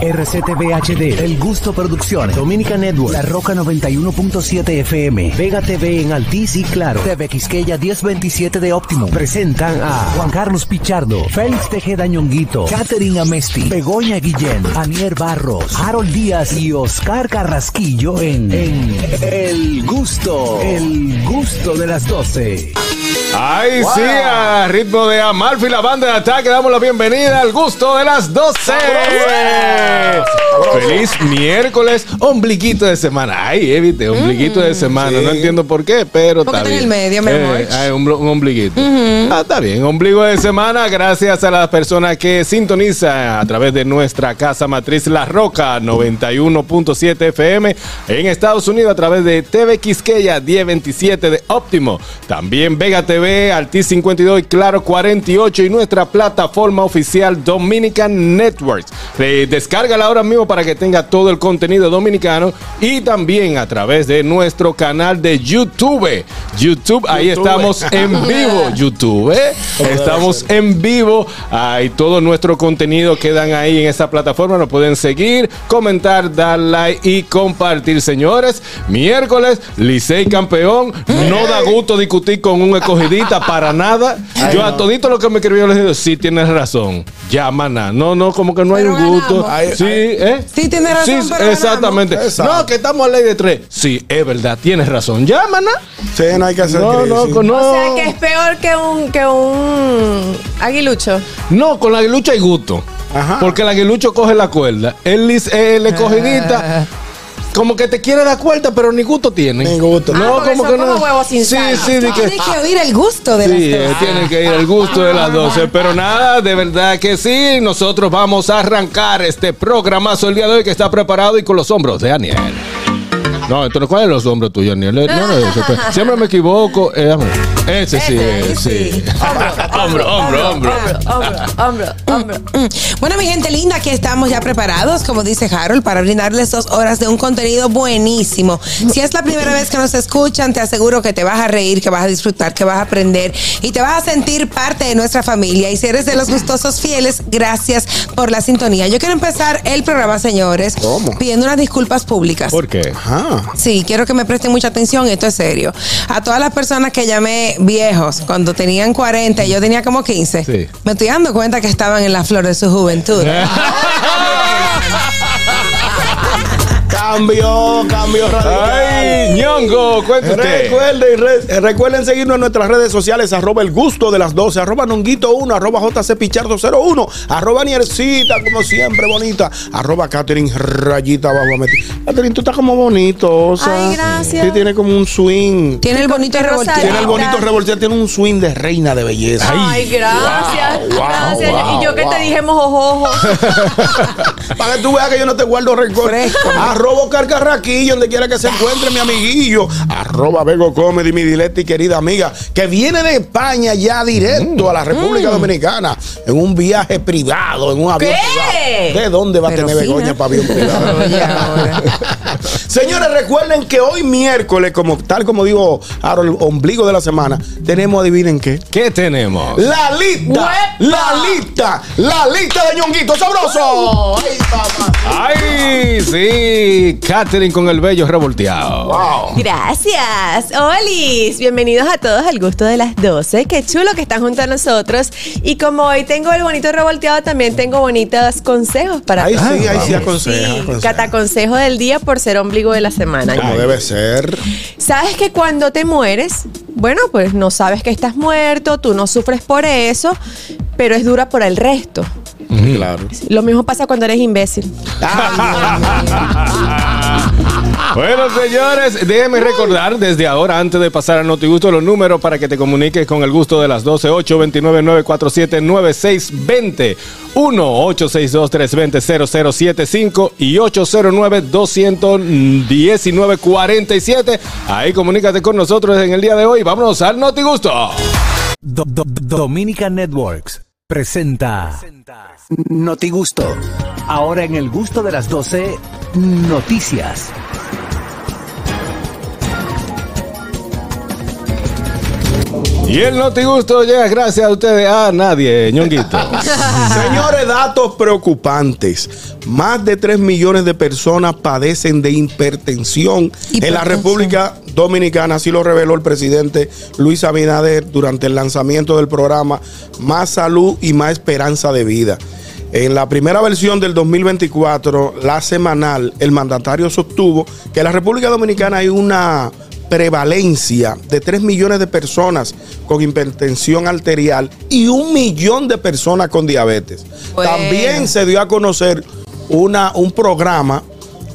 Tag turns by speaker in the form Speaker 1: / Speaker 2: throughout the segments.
Speaker 1: RCTV HD, El Gusto Producciones, Dominica Network, La Roca 91.7 FM, Vega TV en Altiz y Claro, TV Quisqueya 1027 de Óptimo. Presentan a Juan Carlos Pichardo, Félix Tejeda Ñonguito, Katherine Amesti, Begoña Guillén, Anier Barros, Harold Díaz y Oscar Carrasquillo en, en El Gusto, El Gusto de las 12.
Speaker 2: Ay, sí, a ritmo de Amalfi, la banda de ataque, damos la bienvenida al gusto de las 12. Feliz miércoles, ombliguito de semana. Ay, Evite, ombliguito de semana. No entiendo por qué, pero
Speaker 3: Mm. Porque
Speaker 2: está
Speaker 3: está en
Speaker 2: bien. Eh,
Speaker 3: el medio, mi amor.
Speaker 2: ay, un, blo- un ombliguito. Ah, está bien, ombligo de semana. Gracias a las personas que sintonizan a través de nuestra casa matriz La Roca 91.7 FM en Estados Unidos a través de TV Quisqueya 1027 de Óptimo. También Vega TV, Altiz 52 y Claro 48 y nuestra plataforma oficial Dominican Networks. Eh, Descárgala ahora mismo para que tenga todo el contenido dominicano y también a través de nuestro canal de YouTube. YouTube, ahí
Speaker 4: YouTube.
Speaker 2: estamos en vivo. YouTube. ¿eh? Estamos en vivo. Ahí todo nuestro contenido quedan ahí en esa plataforma. Nos pueden seguir, comentar, dar like y compartir, señores. Miércoles, Licey campeón. No da gusto discutir con un escogidita para nada. Yo a todito lo que me escribió les digo, sí tienes razón. Ya, maná. No, no, como que no hay
Speaker 3: Pero
Speaker 2: un gusto.
Speaker 3: ganamos.
Speaker 4: Ay,
Speaker 2: Sí,
Speaker 4: ay.
Speaker 2: ¿eh?
Speaker 3: Sí, tienes razón, pero ganamos.
Speaker 2: exactamente.
Speaker 4: Exacto.
Speaker 2: No, que estamos a ley de tres. Sí, es verdad, tienes razón. Ya, maná.
Speaker 4: Sí, no hay que hacer
Speaker 2: No,
Speaker 4: crisis.
Speaker 2: no, no.
Speaker 3: O sea que es peor que un, que un aguilucho.
Speaker 2: No, con la aguilucha hay gusto.
Speaker 4: Ajá.
Speaker 2: Porque el aguilucho coge la cuerda. Él dice, eh, le
Speaker 3: Ah.
Speaker 2: cogidita. Como que te quiere la cuerda, pero ni gusto tiene.
Speaker 4: Ni gusto.
Speaker 3: Ah, porque son como huevos sin
Speaker 2: sí,
Speaker 3: sal.
Speaker 2: sí, de que.
Speaker 3: Tienes que oír el gusto de
Speaker 2: Sí,
Speaker 3: las
Speaker 2: eh,
Speaker 3: cosas.
Speaker 2: tiene que ir al gusto de las 12. Pero nada, de verdad que sí. Nosotros vamos a arrancar este programazo el día de hoy que está preparado y con los hombros de Aniel. No, entonces, ¿cuáles son los hombros tuyos, Aniel? Eh, No, no, eso fue- Siempre me equivoco. Eh, déjame ver. ese sí,
Speaker 3: Ese,
Speaker 2: eh,
Speaker 3: sí.
Speaker 2: sí. Hombro, hombro, hombro.
Speaker 3: Hombro, hombro, hombro.
Speaker 5: Mm. Bueno, mi gente linda, aquí estamos ya preparados, como dice Harold, para brindarles dos horas de un contenido buenísimo. Si es la primera vez que nos escuchan, te aseguro que te vas a reír, que vas a disfrutar, que vas a aprender y te vas a sentir parte de nuestra familia. Y si eres de los gustosos fieles, gracias por la sintonía. Yo quiero empezar el programa, señores,
Speaker 4: ¿Cómo?
Speaker 5: pidiendo unas disculpas públicas.
Speaker 2: ¿Por qué?
Speaker 4: Ajá.
Speaker 5: Sí, quiero que me presten mucha atención, esto es serio. A todas las personas que llamé viejos, cuando tenían 40 y yo tenía como 15,
Speaker 2: Sí.
Speaker 5: me estoy dando cuenta que estaban en la flor de su juventud.
Speaker 4: Cambio, cambio radical.
Speaker 2: Ay, ñongo, cuéntate.
Speaker 4: Recuerden, re- recuerden seguirnos en nuestras redes sociales, arroba el gusto de las 12, arroba nonguito1, arroba jcpichardo01, arroba niercita, como siempre, bonita, arroba Catherine rayita abajo. meti- Catherine, tú estás como bonito, o sea,
Speaker 3: Ay, gracias.
Speaker 4: Sí, tiene como un swing.
Speaker 5: Tiene el bonito
Speaker 3: Qué
Speaker 5: revolteado.
Speaker 4: Tiene el bonito revoltear, tiene un swing de reina de belleza.
Speaker 3: Ay, gracias.
Speaker 4: wow,
Speaker 3: gracias.
Speaker 4: wow,
Speaker 3: y yo que
Speaker 4: wow.
Speaker 3: te dije mojojojo.
Speaker 4: Para que tú veas que yo no te guardo rencor. Arroba Oscar Carraquillo, donde quiera que se encuentre mi amiguillo. Arroba Bego Comedy, mi directa y querida amiga, que viene de España ya directo a la República
Speaker 5: Mm.
Speaker 4: Dominicana en un viaje privado, en un avión
Speaker 3: ¿Qué?
Speaker 4: privado. ¿De dónde va a
Speaker 5: Pero
Speaker 4: tener
Speaker 5: fina.
Speaker 4: Begoña para avión privado?
Speaker 5: Oye, ahora.
Speaker 4: Señores, recuerden que hoy miércoles, como tal como digo Harold, ombligo de la semana, tenemos, adivinen qué.
Speaker 2: ¿Qué tenemos?
Speaker 4: La lista,
Speaker 3: ¡Huepa!
Speaker 4: la lista, la lista de ñonguito sabroso. Ay, papá.
Speaker 2: Ay, sí, Katherine con el bello revolteado.
Speaker 3: Gracias. Olis, bienvenidos a todos al gusto de las 12. Qué chulo que están junto a nosotros. Y como hoy tengo el bonito revolteado, también tengo bonitos consejos para
Speaker 4: Ahí
Speaker 3: todos.
Speaker 4: sí, ahí sí
Speaker 3: Sí,
Speaker 4: aconseja. aconseja.
Speaker 3: cataconsejo del día por ser ombligo de la semana.
Speaker 4: Como debe ser.
Speaker 3: ¿Sabes que cuando te mueres, bueno, pues no sabes que estás muerto, tú no sufres por eso, pero es dura por el resto.
Speaker 4: Claro.
Speaker 3: Lo mismo pasa cuando eres imbécil.
Speaker 5: Ah,
Speaker 2: Bueno, señores, déjenme recordar desde ahora, antes de pasar a NotiGusto, los números para que te comuniques con el gusto de las 12, 8, 29, 9, 4, 7, 9, 6, 20, 1, 8, 6, 2, 3, 20, 0, 0, 7, 5 y 809 219 47. Ahí comunícate con nosotros en el día de hoy. Vámonos al NotiGusto.
Speaker 1: Do- do- do- Dominica Networks presenta Notigusto. Ahora en el gusto de las 12, noticias.
Speaker 2: Y el Notigusto llega gracias a ustedes, a
Speaker 4: Eh,
Speaker 2: nadie, ñonguito.
Speaker 4: Señores, datos preocupantes. Más de 3 millones de personas padecen de hipertensión en la
Speaker 5: Hipertensión.
Speaker 4: República Dominicana. Así lo reveló el presidente Luis Abinader durante el lanzamiento del programa Más Salud y Más Esperanza de Vida. En la primera versión del 2024, la semanal, el mandatario sostuvo que en la República Dominicana hay una prevalencia de 3 millones de personas con hipertensión arterial y un millón de personas con diabetes.
Speaker 5: Bueno.
Speaker 4: También se dio a conocer una, un programa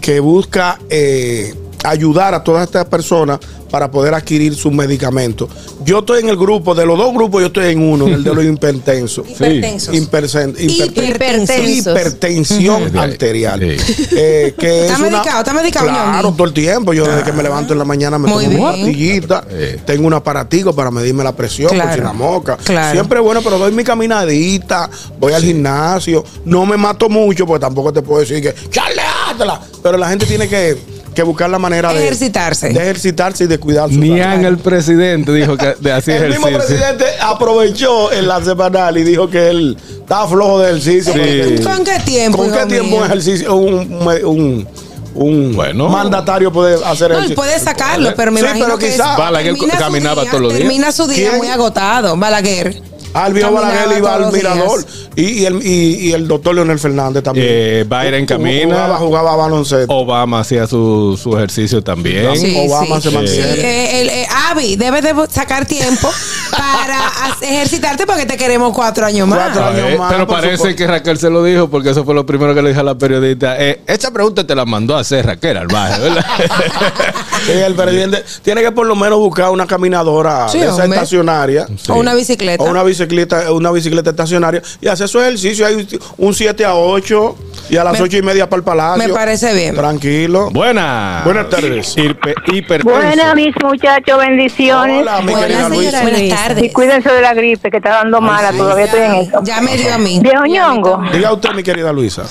Speaker 4: que busca eh, ayudar a todas estas personas para poder adquirir sus medicamentos. Yo estoy en el grupo, de los dos grupos yo estoy en uno, en el de los hipertensos.
Speaker 5: Hipertensos.
Speaker 4: Hipersen- hiperten-
Speaker 3: Hipertensos.
Speaker 4: Hipertensión
Speaker 2: Ujú.
Speaker 4: arterial.
Speaker 2: Sí.
Speaker 4: Eh, que
Speaker 5: ¿Está
Speaker 4: es una-
Speaker 5: medicado? ¿Está medicado,
Speaker 4: Claro,
Speaker 5: Ñongui?
Speaker 4: todo el tiempo. Yo desde que me levanto en la mañana me
Speaker 5: Muy
Speaker 4: tomo una
Speaker 5: bien.
Speaker 4: pastillita.
Speaker 2: Eh.
Speaker 4: Tengo un aparatico para medirme la presión
Speaker 5: Claro.
Speaker 4: por si la moca.
Speaker 5: Claro.
Speaker 4: Siempre bueno, pero doy mi caminadita, voy al gimnasio. No me mato mucho porque tampoco te puedo decir que charleátela. Pero la gente tiene que, que buscar la manera de
Speaker 5: Ejercitarse.
Speaker 4: De ejercitarse y de cuidar su salud.
Speaker 2: Nian el presidente dijo que de así
Speaker 4: El mismo
Speaker 2: ejercicio.
Speaker 4: presidente aprovechó en la semanal y dijo que él estaba flojo de ejercicio.
Speaker 2: Sí.
Speaker 4: porque-
Speaker 5: ¿Con qué tiempo?
Speaker 4: ¿Con qué
Speaker 5: hijo
Speaker 4: tiempo
Speaker 5: mío?
Speaker 4: un ejercicio, un, un, un
Speaker 2: Bueno.
Speaker 4: mandatario puede hacer
Speaker 5: No, él
Speaker 4: ejercicio?
Speaker 5: puede sacarlo, pero me
Speaker 4: Sí,
Speaker 5: imagino
Speaker 4: pero
Speaker 5: que
Speaker 4: quizá-
Speaker 5: es-
Speaker 2: Balaguer
Speaker 5: termina su
Speaker 2: caminaba
Speaker 5: día-
Speaker 2: todos los días.
Speaker 5: Termina su día
Speaker 4: ¿Quién?
Speaker 5: muy agotado, Balaguer.
Speaker 4: Albio
Speaker 5: Caminaba
Speaker 4: Balaguer iba al
Speaker 5: todos los
Speaker 4: mirador.
Speaker 5: días.
Speaker 4: Y, y el, y, y el doctor Leonel Fernández también. Uh,
Speaker 2: Eh, Biden
Speaker 4: Jugaba-
Speaker 2: camina.
Speaker 4: Jugaba baloncesto.
Speaker 2: Obama hacía su, su ejercicio también.
Speaker 5: Sí,
Speaker 4: Obama se mantiene.
Speaker 5: Eh, el, eh, Abby, debes de sacar tiempo para ha- ejercitarte porque te queremos cuatro años más. Eh,
Speaker 4: Cuatro
Speaker 2: A ver,
Speaker 4: años más,
Speaker 2: Eh, pero
Speaker 4: por
Speaker 2: parece
Speaker 4: supuesto.
Speaker 2: que Raquel se lo dijo porque eso fue lo primero que le dijo a la periodista. Eh, esa pregunta te la mandó a hacer Raquel Arbaje, ¿verdad?
Speaker 4: Sí, uh, el presidente tiene que por lo menos buscar una caminadora
Speaker 5: Sí,
Speaker 4: de esa
Speaker 5: hombre.
Speaker 4: estacionaria.
Speaker 5: O una bicicleta.
Speaker 4: O una bicicleta, una bicicleta estacionaria y hacer su ejercicio. Hay un 7 a 8 y a las
Speaker 5: Me-
Speaker 4: 8 y media para el palacio.
Speaker 5: me parece bien.
Speaker 4: Tranquilo.
Speaker 2: Buenas.
Speaker 4: Buenas tardes.
Speaker 2: Hirpe- hipertenso.
Speaker 6: Buenas, mis muchachos, bendiciones.
Speaker 4: Hola, mi
Speaker 5: Buenas,
Speaker 4: querida Luisa.
Speaker 5: señora. Buenas
Speaker 3: Luisa.
Speaker 5: tardes.
Speaker 6: Y cuídense de la gripe, que está dando mala, todavía estoy en eso.
Speaker 5: Ya me dio a mí.
Speaker 6: Viejo ñongo,
Speaker 4: Diga usted, mi querida Luisa.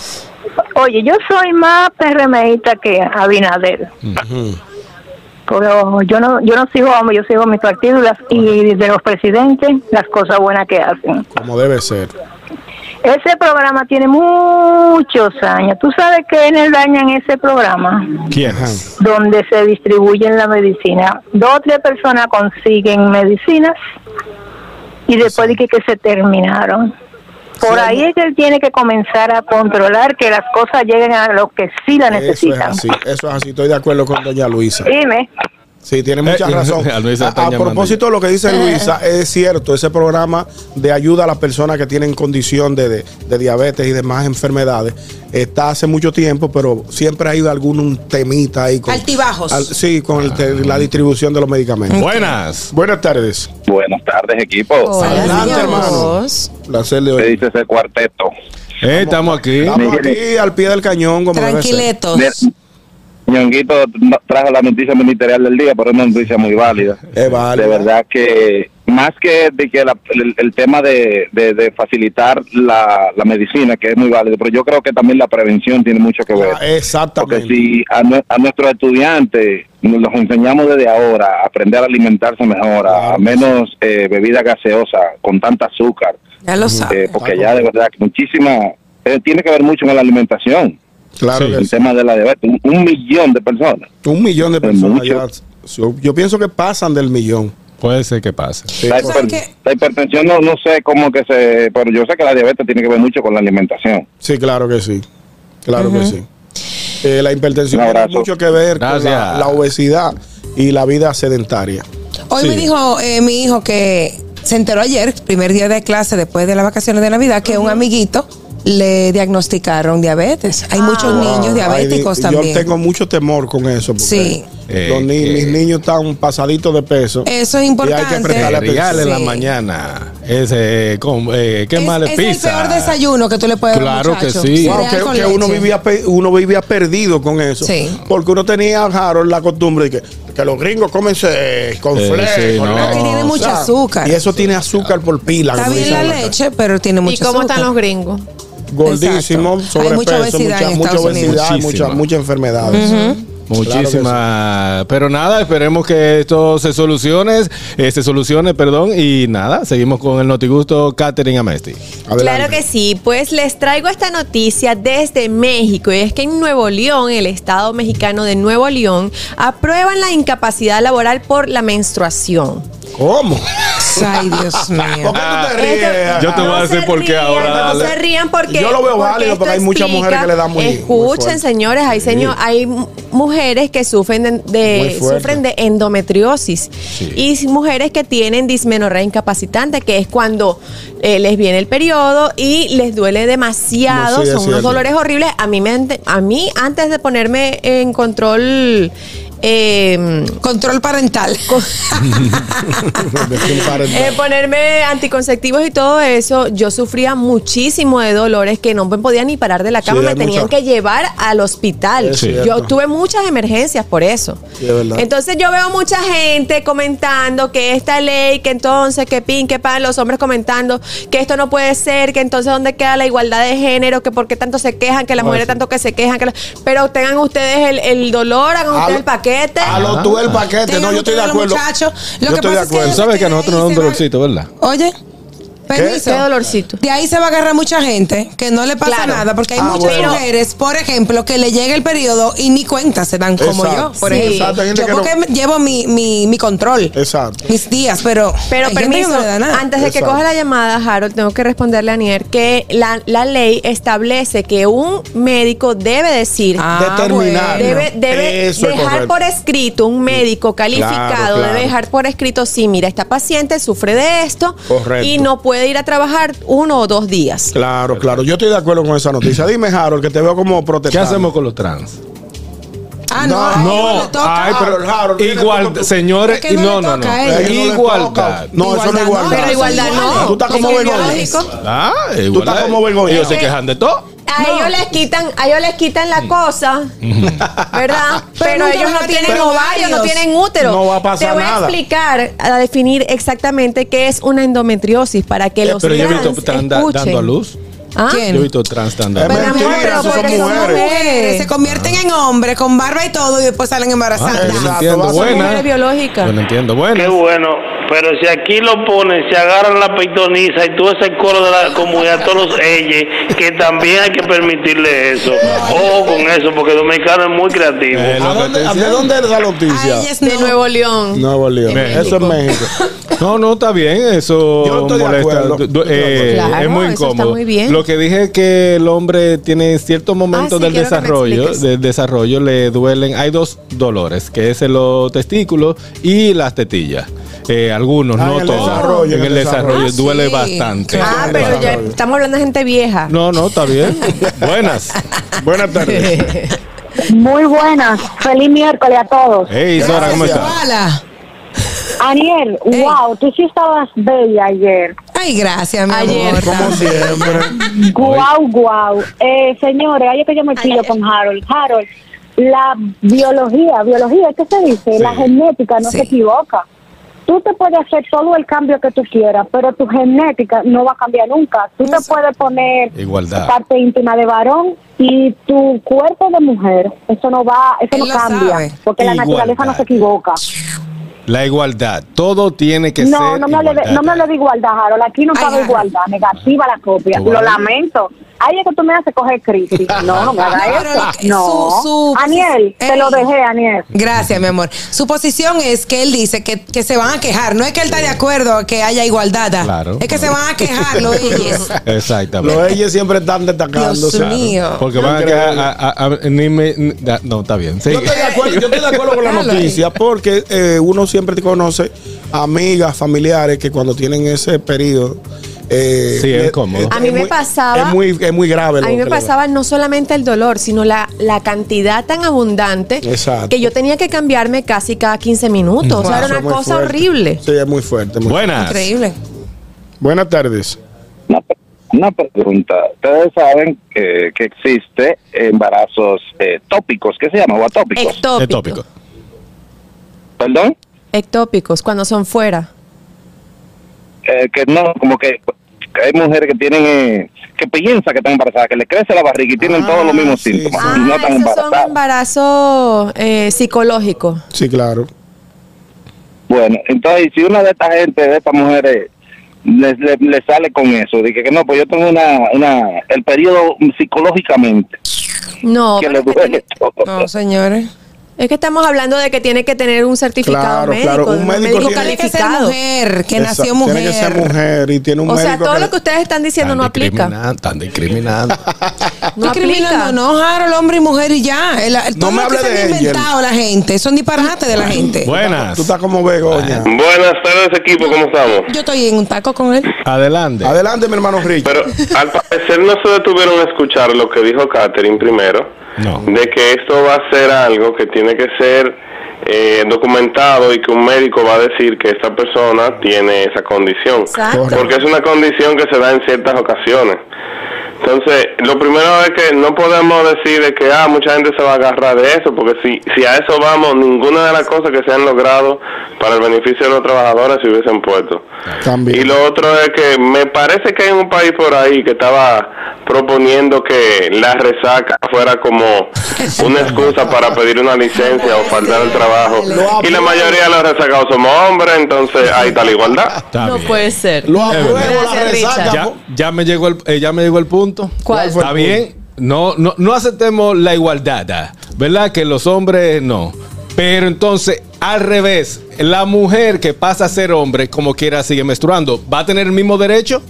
Speaker 6: oye, yo soy más PRMista que Abinader. Pero yo no, yo no sigo a yo sigo a mis partidos y las- y de los presidentes, las cosas buenas que hacen.
Speaker 4: Como debe ser.
Speaker 6: Ese programa tiene muchos años. ¿Tú sabes qué en el daño en ese programa?
Speaker 2: ¿Quién?
Speaker 6: donde se distribuyen la medicina. Dos o tres personas consiguen medicinas y después de que, que se terminaron. Por ahí es que él tiene que comenzar a controlar que las cosas lleguen a los que sí la
Speaker 4: Eso es
Speaker 6: necesitan.
Speaker 4: así, eso es así. Estoy de acuerdo con doña Luisa.
Speaker 6: Dime,
Speaker 4: Sí, tiene mucha
Speaker 2: Eh,
Speaker 4: razón.
Speaker 2: a Luisa
Speaker 4: A,
Speaker 2: están
Speaker 4: a
Speaker 2: llamando.
Speaker 4: propósito de lo que
Speaker 6: Eh.
Speaker 4: dice Luisa, es cierto, ese programa de ayuda a las personas que tienen condición de, de- de diabetes y demás enfermedades está hace mucho tiempo, pero siempre ha habido algún un temita ahí. Con,
Speaker 5: Altibajos.
Speaker 4: al- sí, con el te- la distribución de los medicamentos.
Speaker 2: Buenas.
Speaker 4: Buenas tardes.
Speaker 7: Buenas tardes, equipo.
Speaker 4: Adelante,
Speaker 3: señor.
Speaker 4: hermano. Placer de
Speaker 7: Se
Speaker 4: hoy.
Speaker 7: dice ese cuarteto.
Speaker 2: Eh, estamos aquí.
Speaker 4: Estamos aquí al pie del cañón, como debe ser.
Speaker 5: Tranquiletos.
Speaker 7: Ñonguito no- trajo la noticia ministerial del día, pero es una noticia muy válida.
Speaker 4: Es válida.
Speaker 7: De verdad que, más que, de que la- el, el tema de, de- de facilitar la, la medicina, que es muy válido, pero yo creo que también la prevención tiene mucho que ver.
Speaker 4: Ah, exactamente.
Speaker 7: Porque si a, nue- a nuestros estudiantes nos los enseñamos desde ahora a aprender a alimentarse mejor, a, a menos eh, bebida gaseosa con tanta azúcar,
Speaker 5: Ya lo
Speaker 7: eh,
Speaker 5: sabes.
Speaker 7: porque ya de verdad que muchísima eh, tiene que ver mucho con la alimentación
Speaker 4: Claro
Speaker 2: Sí.
Speaker 4: que
Speaker 7: el
Speaker 4: sí.
Speaker 7: tema de la diabetes un, un millón de personas
Speaker 4: Un millón de
Speaker 7: Es
Speaker 4: personas
Speaker 7: mucho.
Speaker 4: ya. Yo, yo pienso que pasan del millón.
Speaker 2: Puede ser que pase.
Speaker 4: Sí.
Speaker 7: la,
Speaker 5: ¿Sabes
Speaker 7: hiper-
Speaker 5: qué?
Speaker 7: la hipertensión no, no sé cómo que se pero yo sé que la diabetes tiene que ver mucho con la alimentación
Speaker 4: Sí, claro que sí. Claro que sí. Eh, la hipertensión
Speaker 7: Un
Speaker 4: tiene
Speaker 7: abrazo.
Speaker 4: mucho que ver con la,
Speaker 2: Gracias.
Speaker 4: la obesidad y la vida sedentaria.
Speaker 5: Hoy me dijo eh, mi hijo que se enteró ayer, primer día de clase después de las vacaciones de Navidad, que un amiguito le diagnosticaron diabetes. Hay muchos niños diabéticos
Speaker 4: Ah, Ay, di-
Speaker 5: también.
Speaker 4: Yo tengo mucho temor con eso. porque
Speaker 5: Sí.
Speaker 4: los ni-
Speaker 2: Eh, que-
Speaker 4: mis niños están pasaditos de peso.
Speaker 5: Eso es importante.
Speaker 4: Y hay que prestarle
Speaker 2: Cereal en la
Speaker 5: Sí.
Speaker 2: mañana. Ese, con, eh, ¿qué
Speaker 5: es,
Speaker 2: más le
Speaker 5: es
Speaker 2: pizza?
Speaker 5: el peor desayuno que tú le puedes dar.
Speaker 2: Claro
Speaker 5: a un muchacho.
Speaker 2: que sí.
Speaker 5: Cereal
Speaker 4: Wow, que,
Speaker 5: con
Speaker 4: que uno
Speaker 5: leche.
Speaker 4: vivía pe- uno vivía perdido con eso.
Speaker 5: Sí.
Speaker 4: Porque uno tenía, Harold, la costumbre de que, que los gringos comen eh, con
Speaker 2: Eh,
Speaker 4: flex,
Speaker 2: sí,
Speaker 4: con
Speaker 2: no.
Speaker 4: leche.
Speaker 5: Porque tiene mucho azúcar.
Speaker 4: Y eso tiene azúcar por pila.
Speaker 5: Está
Speaker 4: como
Speaker 5: bien
Speaker 4: dicen
Speaker 5: la
Speaker 4: acá.
Speaker 5: leche, pero tiene
Speaker 3: ¿Y
Speaker 5: mucho
Speaker 3: cómo están los
Speaker 5: azúcar.
Speaker 3: gordísimo.
Speaker 4: Gordísimo,
Speaker 5: Exacto. Hay
Speaker 4: sobrepeso,
Speaker 5: mucha obesidad
Speaker 4: mucha,
Speaker 5: en
Speaker 4: mucha
Speaker 5: Estados Unidos.
Speaker 4: obesidad, muchas
Speaker 2: Muchísima.
Speaker 4: muchas enfermedades.
Speaker 2: Muchísimas. Pero nada, esperemos que esto se solucione, eh, se solucione, perdón, y nada, seguimos con el notigusto Catherine Amesti.
Speaker 3: Claro que sí, pues les traigo esta noticia desde México y es que en Nuevo León, el Estado mexicano de Nuevo León, aprueban la incapacidad laboral por la menstruación.
Speaker 4: ¿Cómo?
Speaker 5: Ay, Dios mío.
Speaker 4: ¿Por qué tú te ríes?
Speaker 3: Esto-
Speaker 2: Yo te voy a decir
Speaker 3: se
Speaker 2: por qué
Speaker 3: rían,
Speaker 2: ahora,
Speaker 3: No
Speaker 2: Ale.
Speaker 3: se rían porque.
Speaker 4: Yo lo veo válido,
Speaker 3: esto
Speaker 4: porque hay muchas mujeres que le dan muy- muy
Speaker 3: Escuchen,
Speaker 4: fuerte.
Speaker 3: señores, hay, señor, hay m- mujeres que sufren de, de-
Speaker 4: Muy fuerte.
Speaker 3: sufren de endometriosis y mujeres que tienen dismenorrea incapacitante, que es cuando eh, les viene el periodo y les duele demasiado,
Speaker 4: No, sí, es
Speaker 3: son unos
Speaker 4: cierto.
Speaker 3: dolores horribles. A mí, me, ante- a mí antes de ponerme en control. eh,
Speaker 5: Control parental.
Speaker 4: Decir un par de-
Speaker 3: eh, ponerme anticonceptivos y todo eso, yo sufría muchísimo de dolores que no me podía ni parar de la cama,
Speaker 4: Sí,
Speaker 3: me
Speaker 4: hay
Speaker 3: tenían
Speaker 4: mucha-
Speaker 3: que llevar al hospital.
Speaker 4: Es cierto.
Speaker 3: Yo tuve muchas emergencias por eso.
Speaker 4: Sí, es verdad.
Speaker 3: entonces yo veo mucha gente comentando que esta ley, que entonces, que pin, que pan, los hombres comentando que esto no puede ser, que entonces dónde queda la igualdad de género, que por qué tanto se quejan,
Speaker 4: Ah,
Speaker 3: que las mujeres tanto que se quejan, que lo- pero tengan ustedes el, el dolor, hagan
Speaker 4: A
Speaker 3: ustedes
Speaker 4: lo-
Speaker 3: el paquete.
Speaker 4: A
Speaker 2: Ah.
Speaker 4: lo tú el paquete. No,
Speaker 5: Ah. Tengan
Speaker 4: yo estoy
Speaker 5: ustedes
Speaker 4: de
Speaker 5: los
Speaker 4: acuerdo.
Speaker 5: muchachos. Lo
Speaker 4: Yo
Speaker 5: que pasa
Speaker 4: estoy de
Speaker 5: es que
Speaker 4: acuerdo.
Speaker 5: ellos
Speaker 2: Sabes que a
Speaker 5: tienen
Speaker 2: nosotros
Speaker 5: ahí
Speaker 2: nos da un
Speaker 5: se van-
Speaker 2: dolorcito, ¿verdad?
Speaker 5: Oye, permiso.
Speaker 3: Qué dolorcito.
Speaker 5: De ahí se va a agarrar mucha gente que no le pasa
Speaker 3: Claro.
Speaker 5: nada, porque hay
Speaker 4: Ah,
Speaker 5: muchas
Speaker 4: bueno.
Speaker 5: mujeres, por ejemplo, que le llega el periodo y ni cuenta se dan como
Speaker 4: Exacto.
Speaker 5: yo, por
Speaker 4: Sí.
Speaker 5: ejemplo.
Speaker 4: Exacto, hay gente
Speaker 5: yo
Speaker 4: que no-
Speaker 5: porque llevo mi, mi, mi control,
Speaker 4: Exacto.
Speaker 5: mis días, pero
Speaker 3: Pero
Speaker 5: hay gente que
Speaker 3: permiso,
Speaker 5: no le da nada.
Speaker 3: antes de que
Speaker 4: Exacto.
Speaker 3: coja la llamada, Harold, tengo que responderle a Nier que la, la ley establece que un médico debe decir,
Speaker 5: Ah,
Speaker 4: Determinar.
Speaker 5: bueno.
Speaker 3: debe, debe
Speaker 4: Eso es
Speaker 3: dejar
Speaker 4: correcto. Mm.
Speaker 3: por escrito, un médico calificado
Speaker 4: Claro, claro.
Speaker 3: debe dejar por escrito, sí, mira, esta paciente sufre de esto
Speaker 4: Correcto.
Speaker 3: y no puede ir a trabajar uno o dos días.
Speaker 4: Claro, claro. Yo estoy de acuerdo con esa noticia. Dime, Harold, que te veo como
Speaker 2: ¿Qué
Speaker 4: protestante.
Speaker 2: hacemos con los trans?
Speaker 5: Ah, no, a ellos no le toca.
Speaker 2: ay, pero
Speaker 4: Harold, Harold, viene tú con
Speaker 2: igual,
Speaker 4: tu-
Speaker 2: señores,
Speaker 5: Es que no
Speaker 2: no,
Speaker 5: le
Speaker 2: no,
Speaker 5: toca a
Speaker 2: no.
Speaker 5: ellos.
Speaker 4: Ahí no le
Speaker 2: Igualdad.
Speaker 4: toca. No, eso no
Speaker 5: Igualdad no,
Speaker 4: es igualdad.
Speaker 3: Pero igualdad no.
Speaker 5: iguales.
Speaker 4: Tú estás como
Speaker 5: Eso es
Speaker 4: Ben Gómez.
Speaker 5: biológico.
Speaker 2: Ah, igualdad.
Speaker 4: Tú estás como Ben Gómez.
Speaker 2: Ellos se quejan de todo.
Speaker 3: A ellos les quitan, a ellos les quitan la cosa, ¿verdad?
Speaker 5: Pero
Speaker 3: Pero, ellos
Speaker 5: nunca
Speaker 3: no
Speaker 5: la
Speaker 3: tienen
Speaker 5: tienen
Speaker 3: ovario, no
Speaker 5: ovarios.
Speaker 3: tienen útero.
Speaker 4: No va a pasar
Speaker 3: Te voy
Speaker 4: nada.
Speaker 3: a explicar, a definir exactamente qué es una endometriosis para que
Speaker 2: Eh,
Speaker 3: los
Speaker 2: pero yo he visto
Speaker 3: trans
Speaker 2: tan da-
Speaker 3: escuchen.
Speaker 2: dando a luz.
Speaker 3: ¿Ah?
Speaker 5: ¿Quién?
Speaker 2: Yo he visto trans dando a
Speaker 4: Es
Speaker 2: luz.
Speaker 3: Pero, amor,
Speaker 4: mentira,
Speaker 3: pero
Speaker 4: eso son
Speaker 3: porque son
Speaker 4: mujeres.
Speaker 5: mujeres se convierten en hombres con barba y todo y después salen
Speaker 2: Ah,
Speaker 5: embarazadas.
Speaker 2: yo no
Speaker 4: Exacto,
Speaker 2: entiendo.
Speaker 4: va a ser
Speaker 2: Buena.
Speaker 3: mujer biológica.
Speaker 2: Yo no entiendo. Buena.
Speaker 8: Qué bueno, pero si aquí lo ponen, se agarran la pitoniza y todo ese coro de la comunidad, todos los ellos, que también hay que permitirle eso. Ojo con eso, porque el dominicano es muy creativo.
Speaker 2: Eh,
Speaker 4: ¿A
Speaker 2: lo que
Speaker 4: dónde-
Speaker 2: te
Speaker 4: a ¿De
Speaker 2: decía.
Speaker 4: dónde es la noticia?
Speaker 5: A ellas
Speaker 3: De
Speaker 5: no.
Speaker 3: Nuevo León.
Speaker 4: Nuevo León.
Speaker 2: México.
Speaker 4: Eso es México.
Speaker 2: No, no, está bien, eso
Speaker 4: Yo estoy de
Speaker 2: molesta.
Speaker 4: acuerdo.
Speaker 2: Du- du-
Speaker 4: Estoy de
Speaker 2: eh,
Speaker 3: acuerdo.
Speaker 2: es muy
Speaker 3: Claro, eso
Speaker 2: incómodo.
Speaker 3: está muy bien.
Speaker 2: Lo que dije es que el hombre tiene cierto momento
Speaker 3: Ah, sí,
Speaker 2: del
Speaker 3: quiero que me
Speaker 2: desarrollo,
Speaker 3: expliques.
Speaker 2: del desarrollo le duelen, hay dos dolores, que es en los testículos y las tetillas. Eh, algunos,
Speaker 4: Ah,
Speaker 2: no
Speaker 4: en el
Speaker 2: todos.
Speaker 4: desarrollo,
Speaker 2: en el desarrollo duele
Speaker 5: sí.
Speaker 2: bastante.
Speaker 3: Ah,
Speaker 4: Claro.
Speaker 3: pero ya estamos hablando de gente vieja.
Speaker 2: No, no, está bien. Buenas.
Speaker 4: Buenas tardes.
Speaker 9: Muy buenas. Feliz miércoles a todos.
Speaker 2: Hey, Sora, ¿cómo
Speaker 5: Gracias,
Speaker 2: estás?
Speaker 5: Wala.
Speaker 9: Aniel,
Speaker 5: Ey.
Speaker 9: wow, tú sí estabas bella ayer.
Speaker 5: Ay, gracias, mi
Speaker 3: Ayer.
Speaker 5: amor.
Speaker 4: Como siempre.
Speaker 9: Guau, guau. Eh, señores, ahí es que yo me pillo con Harold. Harold, la biología, biología, ¿qué se dice? La genética no
Speaker 5: Sí.
Speaker 9: se equivoca. Tú te puedes hacer todo el cambio que tú quieras, pero tu genética no va a cambiar nunca. Tú te puedes poner
Speaker 2: Igualdad.
Speaker 9: parte íntima de varón y tu cuerpo de mujer. Eso no va, eso
Speaker 5: Él
Speaker 9: no
Speaker 5: lo
Speaker 9: cambia,
Speaker 5: sabe.
Speaker 9: porque la naturaleza no
Speaker 2: Igualdad.
Speaker 9: se equivoca.
Speaker 2: La igualdad. Todo tiene que ser.
Speaker 9: No, no me, hable de,
Speaker 2: igualdad.
Speaker 9: no me hable de igualdad, Harold. Aquí no
Speaker 5: Ay,
Speaker 9: pago
Speaker 5: Harold.
Speaker 9: igualdad. Negativa la copia.
Speaker 2: ¿Tú
Speaker 9: Lo
Speaker 2: vale?
Speaker 9: lamento. Ay, es que tú me haces coger crisis. No, no me hagas
Speaker 5: Ah, No, pero lo
Speaker 9: eso.
Speaker 5: que-
Speaker 9: No.
Speaker 5: su- su- pues,
Speaker 9: Aniel, te
Speaker 5: Ey.
Speaker 9: lo dejé, Aniel.
Speaker 5: Gracias, mi amor. Su posición es que él dice que, que se van a quejar. No es que él está de acuerdo a que haya igualdad.
Speaker 2: Claro.
Speaker 5: Es que se van a quejar los ellos.
Speaker 2: Exactamente.
Speaker 4: Los ellos siempre están destacándose.
Speaker 5: Dios mío.
Speaker 2: Porque van a
Speaker 4: Increíble.
Speaker 2: quedar. a- a- a- ni me- n- da- no, está bien.
Speaker 4: Yo
Speaker 2: sigue.
Speaker 4: estoy de acuerdo, yo estoy de acuerdo con la
Speaker 5: Déjalo ahí.
Speaker 4: noticia porque eh, uno siempre te conoce amigas, familiares que cuando tienen ese periodo. eh,
Speaker 2: Sí, es
Speaker 4: le-
Speaker 2: incómodo.
Speaker 3: A mí me
Speaker 4: muy-
Speaker 3: pasaba-
Speaker 4: Es muy, es muy grave. lo
Speaker 3: A mí me
Speaker 4: que le da.
Speaker 3: pasaba no solamente el dolor, sino la, la cantidad tan abundante
Speaker 4: Exacto.
Speaker 3: que yo tenía que cambiarme casi cada 15 minutos. O sea, era
Speaker 4: Wow, eso
Speaker 3: una
Speaker 4: es muy
Speaker 3: cosa
Speaker 4: fuerte.
Speaker 3: horrible.
Speaker 4: Sí, es muy fuerte. muy-
Speaker 2: Buenas.
Speaker 5: Increíble.
Speaker 4: Buenas tardes.
Speaker 7: Una, pre- una pregunta. Ustedes saben que, que existe embarazos eh, tópicos, ¿qué se llama? ¿O atópicos?
Speaker 2: El
Speaker 3: Ectópico.
Speaker 2: tópico.
Speaker 7: ¿Perdón?
Speaker 3: Ectópicos, cuando son fuera.
Speaker 7: Eh, que no, como que hay mujeres que tienen, eh, que piensan que están embarazadas, que les crece la barriga y tienen
Speaker 4: Ah,
Speaker 7: todos los mismos
Speaker 4: sí,
Speaker 7: síntomas.
Speaker 4: sí.
Speaker 7: y no
Speaker 3: Ah,
Speaker 7: están
Speaker 3: esos son
Speaker 7: embarazadas.
Speaker 3: embarazos eh, psicológicos.
Speaker 4: Sí, claro.
Speaker 7: Bueno, entonces si una de estas gente, de estas mujeres, les le, le sale con eso, de que, que no, pues yo tengo una, una, el periodo psicológicamente,
Speaker 3: No,
Speaker 7: que
Speaker 3: pero
Speaker 7: le
Speaker 3: es que tiene-
Speaker 7: duele todo.
Speaker 5: No, señores.
Speaker 3: Es que estamos hablando de que tiene que tener un certificado
Speaker 4: Claro,
Speaker 3: médico,
Speaker 4: claro, un médico
Speaker 5: Porque
Speaker 4: tiene
Speaker 5: tiene que ser
Speaker 3: calificado.
Speaker 5: mujer, que
Speaker 4: Esa-
Speaker 5: nació mujer.
Speaker 4: Tiene que ser mujer y tiene un
Speaker 3: o
Speaker 4: médico.
Speaker 3: sea, todo
Speaker 4: que-
Speaker 3: lo que ustedes están diciendo
Speaker 2: Están
Speaker 3: no aplica.
Speaker 2: discriminando, Están discriminando.
Speaker 3: No aplica.
Speaker 5: discriminando, no, Harold, hombre y mujer y ya. El, el-
Speaker 4: No
Speaker 5: todo
Speaker 4: me
Speaker 5: lo que
Speaker 4: hable
Speaker 5: se
Speaker 4: de
Speaker 5: han
Speaker 4: Angel.
Speaker 5: inventado la gente. Son disparates de la gente.
Speaker 2: Buenas.
Speaker 4: Tú estás como Begoña.
Speaker 10: Buenas tardes, equipo, ¿cómo estamos?
Speaker 5: Yo estoy en un taco con él.
Speaker 2: Adelante.
Speaker 4: Adelante, mi hermano Ricky.
Speaker 10: Pero al parecer no se detuvieron a escuchar lo que dijo Catherine primero,
Speaker 2: No.
Speaker 10: de que esto va a ser algo que tiene que ser eh, documentado y que un médico va a decir que esta persona tiene esa condición,
Speaker 3: Exacto.
Speaker 10: porque es una condición que se da en ciertas ocasiones. Entonces, lo primero es que no podemos decir de que ah, mucha gente se va a agarrar de eso, porque si, si a eso vamos, ninguna de las cosas que se han logrado para el beneficio de los trabajadores se hubiesen puesto.
Speaker 4: También.
Speaker 10: Y lo otro es que me parece que hay un país por ahí que estaba proponiendo que la resaca fuera como una excusa para pedir una licencia o faltar al trabajo. Y la mayoría de los resacados somos hombres, entonces hay tal igualdad.
Speaker 2: Está
Speaker 11: No
Speaker 2: bien.
Speaker 11: puede ser.
Speaker 4: Lo apruebo, la
Speaker 3: Gracias,
Speaker 4: resaca.
Speaker 3: Richard.
Speaker 2: Ya, ya me llegó el, eh, ya me llegó el punto.
Speaker 11: ¿Cuál?
Speaker 2: Está bien. No, no, no aceptemos la igualdad, ah, ¿verdad? Que los hombres no. Pero entonces, al revés, la mujer que pasa a ser hombre, como quiera, sigue menstruando, ¿va a tener el mismo derecho?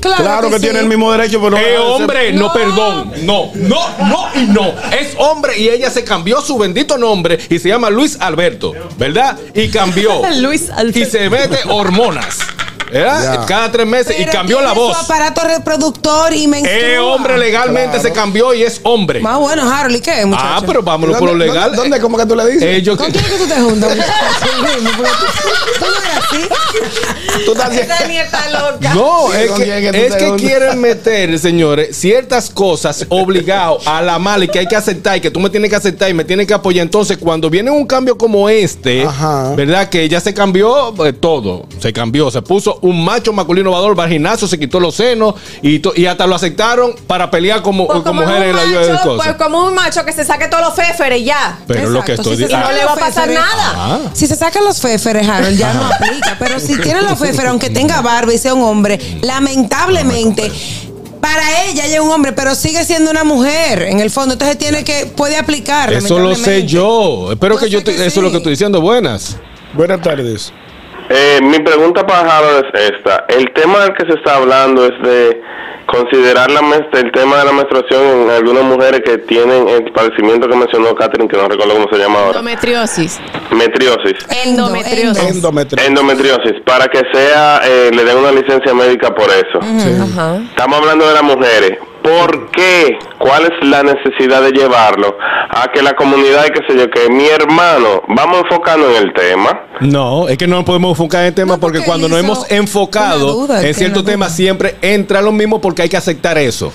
Speaker 5: Claro,
Speaker 4: Claro que
Speaker 5: sí.
Speaker 4: tiene el mismo derecho, pero no
Speaker 2: Eh,
Speaker 4: debe ser-
Speaker 2: hombre, no.
Speaker 5: No.
Speaker 2: perdón. No, no, no y no. Es hombre y ella se cambió su bendito nombre y se llama Luis Alberto, ¿verdad? Y cambió.
Speaker 11: Luis Alberto.
Speaker 2: Y se mete hormonas. ¿verdad?
Speaker 4: Ya.
Speaker 2: Cada tres meses
Speaker 5: Pero
Speaker 2: y cambió
Speaker 5: tiene
Speaker 2: la voz.
Speaker 5: Su aparato reproductor y menstrua.
Speaker 2: Eh, hombre, legalmente se cambió y es hombre.
Speaker 5: Ah, Más bueno, Harold, ¿y qué, muchacho?
Speaker 2: Ah, pero vámonos por lo
Speaker 4: ¿Dónde-
Speaker 2: legal.
Speaker 4: ¿Dónde? dónde- ¿Cómo que tú le dices?
Speaker 2: Eh, yo
Speaker 5: ¿Con
Speaker 2: que-
Speaker 5: quién es que tú te juntas? muchacho? Dime, porque tú- tú no eres así.
Speaker 4: tú estás haciendo-
Speaker 3: nieta loca.
Speaker 2: No,
Speaker 4: Sí,
Speaker 2: es
Speaker 4: ¿con quién
Speaker 2: que,
Speaker 4: es que tú
Speaker 2: es
Speaker 4: te
Speaker 2: que
Speaker 4: juntas?
Speaker 2: quieren meter, señores, ciertas cosas obligado a la mala y que hay que aceptar y que tú me tienes que aceptar y me tienes que apoyar. Entonces, cuando viene un cambio como este,
Speaker 4: Ajá.
Speaker 2: ¿verdad? Que ya se cambió eh, todo. Se cambió, se puso un macho masculino vador, va al gimnasio, se quitó los senos y, to- y hasta lo aceptaron para pelear como, eh,
Speaker 3: Pues
Speaker 2: con
Speaker 3: como, es
Speaker 2: mujeres
Speaker 3: un
Speaker 2: en la lluvia de
Speaker 3: macho,
Speaker 2: cosas.
Speaker 3: pues como un macho que se saque todos los féferes y ya.
Speaker 2: Pero lo que
Speaker 5: pues, Exacto,
Speaker 2: estoy
Speaker 5: si se
Speaker 3: Y no
Speaker 5: sacan
Speaker 3: le va a
Speaker 5: los
Speaker 3: pasar
Speaker 5: féferes-
Speaker 3: nada.
Speaker 2: Ah.
Speaker 5: Si se sacan los féferes, Harold, ya no aplica. Pero si tiene los féferes, aunque tenga barba y sea un hombre,
Speaker 2: Mm.
Speaker 5: lamentablemente. Para ella ya es un hombre, pero sigue siendo una mujer en el fondo. Entonces tiene que, puede aplicar.
Speaker 2: Eso lo sé
Speaker 5: lamentablemente.
Speaker 2: yo. Espero
Speaker 5: Yo
Speaker 2: que yo
Speaker 5: sé que
Speaker 2: te- eso es lo
Speaker 5: sí.
Speaker 2: que estoy diciendo. Buenas.
Speaker 4: Buenas tardes.
Speaker 10: Eh, mi pregunta para Harold es esta. El tema del que se está hablando es de considerar la mes- el tema de la menstruación en algunas mujeres que tienen el padecimiento que mencionó Catherine, que no recuerdo cómo se llama ahora.
Speaker 11: Endometriosis.
Speaker 10: Metriosis.
Speaker 5: Endo,
Speaker 11: Endometriosis.
Speaker 5: endo.
Speaker 4: Endometrio.
Speaker 10: Endometriosis, para que sea, eh, le den una licencia médica por eso.
Speaker 2: Mm.
Speaker 3: Ajá.
Speaker 10: Estamos hablando de las mujeres. ¿Por qué? ¿Cuál es la necesidad de llevarlo? A que la comunidad, y qué sé yo, que mi hermano, vamos enfocando en el tema.
Speaker 2: No, es que no nos podemos enfocar en temas
Speaker 5: No,
Speaker 2: porque,
Speaker 5: porque
Speaker 2: cuando nos
Speaker 5: hizo
Speaker 2: hemos
Speaker 5: una
Speaker 2: enfocado
Speaker 5: duda,
Speaker 2: en
Speaker 5: tiene
Speaker 2: cierto
Speaker 5: una
Speaker 2: tema
Speaker 5: duda.
Speaker 2: siempre entra lo mismo porque hay que aceptar eso.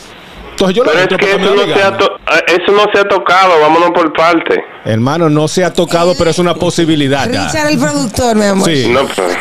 Speaker 2: Entonces yo lo
Speaker 10: Pero es
Speaker 2: entro
Speaker 10: que
Speaker 2: porque me
Speaker 10: eso
Speaker 2: da
Speaker 10: no,
Speaker 2: mi
Speaker 10: se ha
Speaker 2: gana.
Speaker 10: to- eh, eso no se ha tocado, vámonos por parte.
Speaker 2: Hermano, no se ha tocado, pero es una posibilidad. ya.
Speaker 5: Eh, Richard, el productor, mi amor.
Speaker 2: Sí,
Speaker 10: No, pues.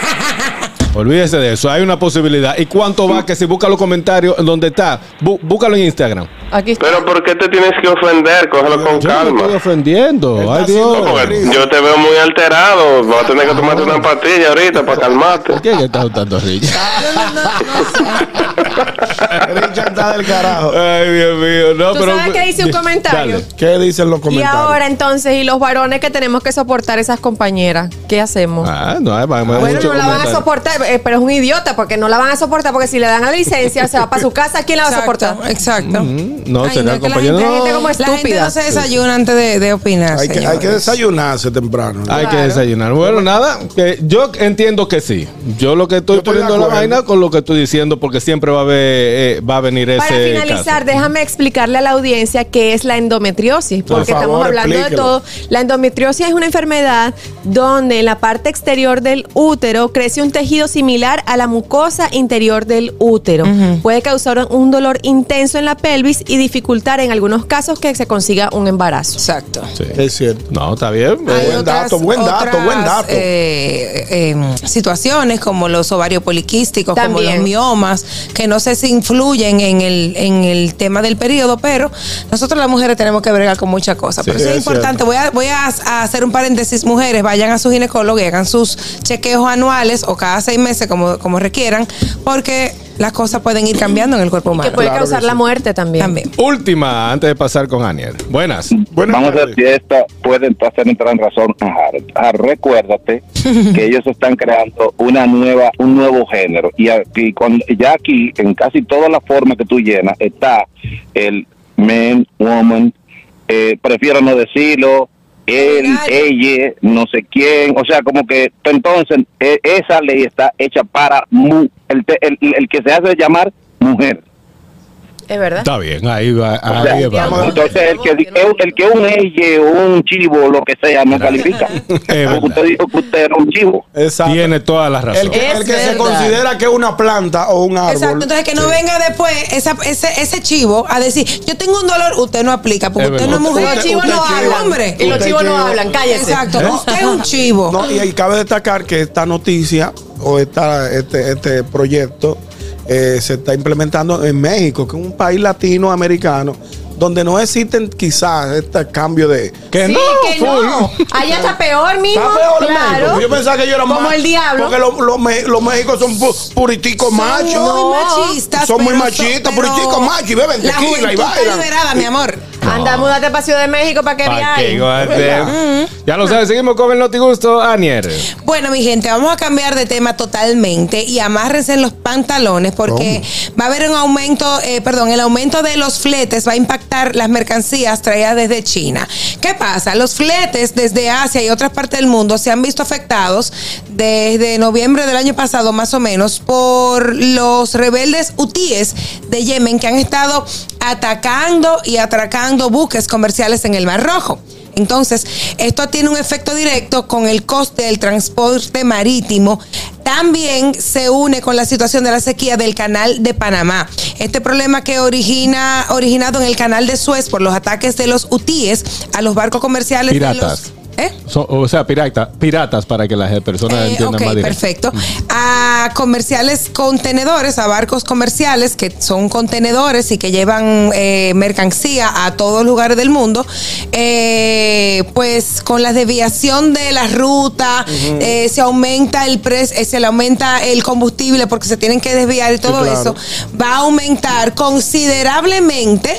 Speaker 2: olvídese de eso, hay una posibilidad. ¿Y cuánto va? Que si busca los comentarios donde está, bu- búscalo en Instagram.
Speaker 11: Aquí está.
Speaker 10: Pero ¿por qué te tienes que ofender? Cógelo con
Speaker 2: Yo no me
Speaker 10: calma.
Speaker 2: estoy ofendiendo.
Speaker 4: Está
Speaker 2: Ay,
Speaker 4: haciendo
Speaker 2: Dios.
Speaker 4: como el-
Speaker 10: Porque yo te veo muy alterado. Vas a tener que tomarte una pastilla ahorita para calmarte.
Speaker 2: ¿Por qué que está juntando rilla?
Speaker 5: No, no, no, no sé.
Speaker 4: Richard está del carajo.
Speaker 2: Ay, Dios mío, no,
Speaker 3: ¿Tú
Speaker 2: pero.
Speaker 3: sabes que hice un comentario?
Speaker 2: Dale.
Speaker 4: ¿Qué dicen los
Speaker 3: Y
Speaker 4: comentarios?
Speaker 3: ahora entonces, y los varones que tenemos que soportar esas compañeras, ¿qué hacemos?
Speaker 2: Ah, no, hay- hay
Speaker 3: Bueno,
Speaker 2: mucho
Speaker 3: no la van a
Speaker 2: comentario.
Speaker 3: soportar, eh, pero es un idiota porque no la van a soportar porque si le dan la licencia se va para su casa, ¿quién la va a soportar?
Speaker 5: Exacto, exacto.
Speaker 2: Mm, no,
Speaker 5: Ay,
Speaker 2: será
Speaker 5: es que la
Speaker 2: compañero.
Speaker 5: gente-
Speaker 3: No,
Speaker 5: La gente
Speaker 3: estúpida.
Speaker 5: no se desayuna antes de, de opinar.
Speaker 4: hay, que, hay que
Speaker 5: señores.
Speaker 4: desayunarse temprano.
Speaker 2: Hay que desayunar. Bueno, nada, que yo entiendo que sí. Yo lo que estoy,
Speaker 4: Yo estoy de
Speaker 2: poniendo la
Speaker 4: acuerdo.
Speaker 2: vaina con lo que estoy diciendo, porque siempre va a, haber, eh, va a venir ese.
Speaker 3: Para
Speaker 4: este
Speaker 3: finalizar,
Speaker 2: caso.
Speaker 3: déjame explicarle a la audiencia qué es la endometriosis,
Speaker 4: Por
Speaker 3: porque
Speaker 4: favor,
Speaker 3: estamos hablando de
Speaker 4: explíquelo.
Speaker 3: todo. La endometriosis es una enfermedad donde en la parte exterior del útero crece un tejido similar a la mucosa interior del útero. Puede causar un dolor intenso en la pelvis y dificultar en algunos casos que se consiga un embarazo.
Speaker 5: Exacto.
Speaker 2: Sí.
Speaker 4: Es cierto.
Speaker 2: No, está bien.
Speaker 5: Hay
Speaker 4: Buen dato, buen dato, buen dato.
Speaker 5: eh, eh, situaciones como los ovarios poliquísticos, como
Speaker 3: También.
Speaker 5: los miomas, que no sé si influyen en el, en el tema del periodo, pero nosotros las mujeres tenemos que bregar con muchas cosas.
Speaker 2: Sí,
Speaker 5: pero eso es,
Speaker 4: es
Speaker 5: importante.
Speaker 4: cierto.
Speaker 5: Voy, a, voy a a hacer un paréntesis, mujeres, vayan a su ginecólogo y hagan sus chequeos anuales o cada seis meses, como, como requieran, porque las cosas pueden ir cambiando en el cuerpo humano.
Speaker 3: Que puede
Speaker 4: Claro que
Speaker 3: causar
Speaker 4: sí.
Speaker 3: la muerte también.
Speaker 5: También.
Speaker 2: Última, antes de pasar con Aniel. Buenas.
Speaker 4: Buenas
Speaker 7: Vamos a
Speaker 4: tardes.
Speaker 7: ver si esta puede hacer entrar en razón a Harold. Ah, recuérdate que ellos están creando una nueva, un nuevo género. Y aquí, cuando, ya aquí, en casi todas las formas que tú llenas, está el men, woman, eh, prefiero no decirlo, él,
Speaker 5: Legal.
Speaker 7: ella, no sé quién. O sea, como que entonces e- esa ley está hecha para mu- el, te- el- el que se hace llamar mujer.
Speaker 3: Es verdad.
Speaker 2: Está bien, ahí va.
Speaker 7: O sea,
Speaker 2: Ahí va.
Speaker 4: vamos a-
Speaker 7: Entonces, el que, el que un eye o un chivo, lo que sea, no califica.
Speaker 2: verdad.
Speaker 7: Porque usted dijo que usted era un chivo.
Speaker 4: Exacto.
Speaker 2: Tiene toda la razón.
Speaker 4: El que,
Speaker 5: Es
Speaker 4: el que se
Speaker 5: verdad.
Speaker 4: considera que es una planta o un árbol.
Speaker 5: Exacto, entonces que no
Speaker 4: Sí.
Speaker 5: venga después esa- ese, ese chivo a decir, yo tengo un dolor, usted no aplica, porque
Speaker 2: Es
Speaker 5: usted no
Speaker 2: verdad.
Speaker 5: es mujer.
Speaker 3: Los chivos no
Speaker 4: usted
Speaker 5: habla,
Speaker 3: hablan.
Speaker 5: hombre.
Speaker 3: Y los
Speaker 4: Usted
Speaker 3: chivos no
Speaker 4: chivo.
Speaker 3: hablan, cállese.
Speaker 5: Exacto, usted es un chivo.
Speaker 4: ¿Eh? No, y, y cabe destacar que esta noticia o esta, este, este proyecto eh, se está implementando en México, que es un país latinoamericano donde no existen quizás este cambio de...
Speaker 2: Que
Speaker 3: Sí,
Speaker 2: no,
Speaker 3: que
Speaker 2: full.
Speaker 3: no. Allá está peor, mijo.
Speaker 4: Está peor en
Speaker 3: claro.
Speaker 4: México. Yo pensaba que yo era
Speaker 3: Como
Speaker 4: más-
Speaker 3: el diablo.
Speaker 4: Porque los los me- los méxicos son pu- puriticos
Speaker 5: Son
Speaker 4: machos.
Speaker 5: muy machistas.
Speaker 4: Son muy
Speaker 5: pero
Speaker 4: machistas,
Speaker 5: pero
Speaker 4: puriticos machos y beben
Speaker 5: La
Speaker 4: tequila y
Speaker 5: juventud está
Speaker 4: bailan.
Speaker 5: liberada, mi amor.
Speaker 3: Anda, múdate para Ciudad de México para que
Speaker 2: Pa' que
Speaker 3: veáis.
Speaker 5: Pues
Speaker 2: goce.
Speaker 5: Mm-hmm.
Speaker 2: Ya lo sabes, seguimos con el notigusto, Aniel.
Speaker 5: Bueno, mi gente, vamos a cambiar de tema totalmente y amárrense los pantalones porque va a haber un aumento, eh, perdón, el aumento de los fletes va a impactar las mercancías traídas desde China. ¿Qué pasa? Los fletes desde Asia y otras partes del mundo se han visto afectados desde noviembre del año pasado, más o menos, por los rebeldes hutíes de Yemen que han estado atacando y atracando buques comerciales en el Mar Rojo. Entonces, esto tiene un efecto directo con el coste del transporte marítimo. También se une con la situación de la sequía del canal de Panamá. Este problema que origina, originado en el canal de Suez por los ataques de los hutíes a los barcos comerciales. de los-
Speaker 2: Piratas.
Speaker 5: ¿Eh?
Speaker 2: So- o sea, pirata, piratas para que las personas
Speaker 5: Eh,
Speaker 2: entiendan
Speaker 5: ok,
Speaker 2: más
Speaker 5: perfecto.
Speaker 2: directo.
Speaker 5: A comerciales contenedores, a barcos comerciales que son contenedores y que llevan eh, mercancía a todos lugares del mundo, eh, pues con la desviación de la ruta eh, se aumenta el precio, se le aumenta el combustible porque se tienen que desviar y todo
Speaker 4: claro.
Speaker 5: eso va a aumentar considerablemente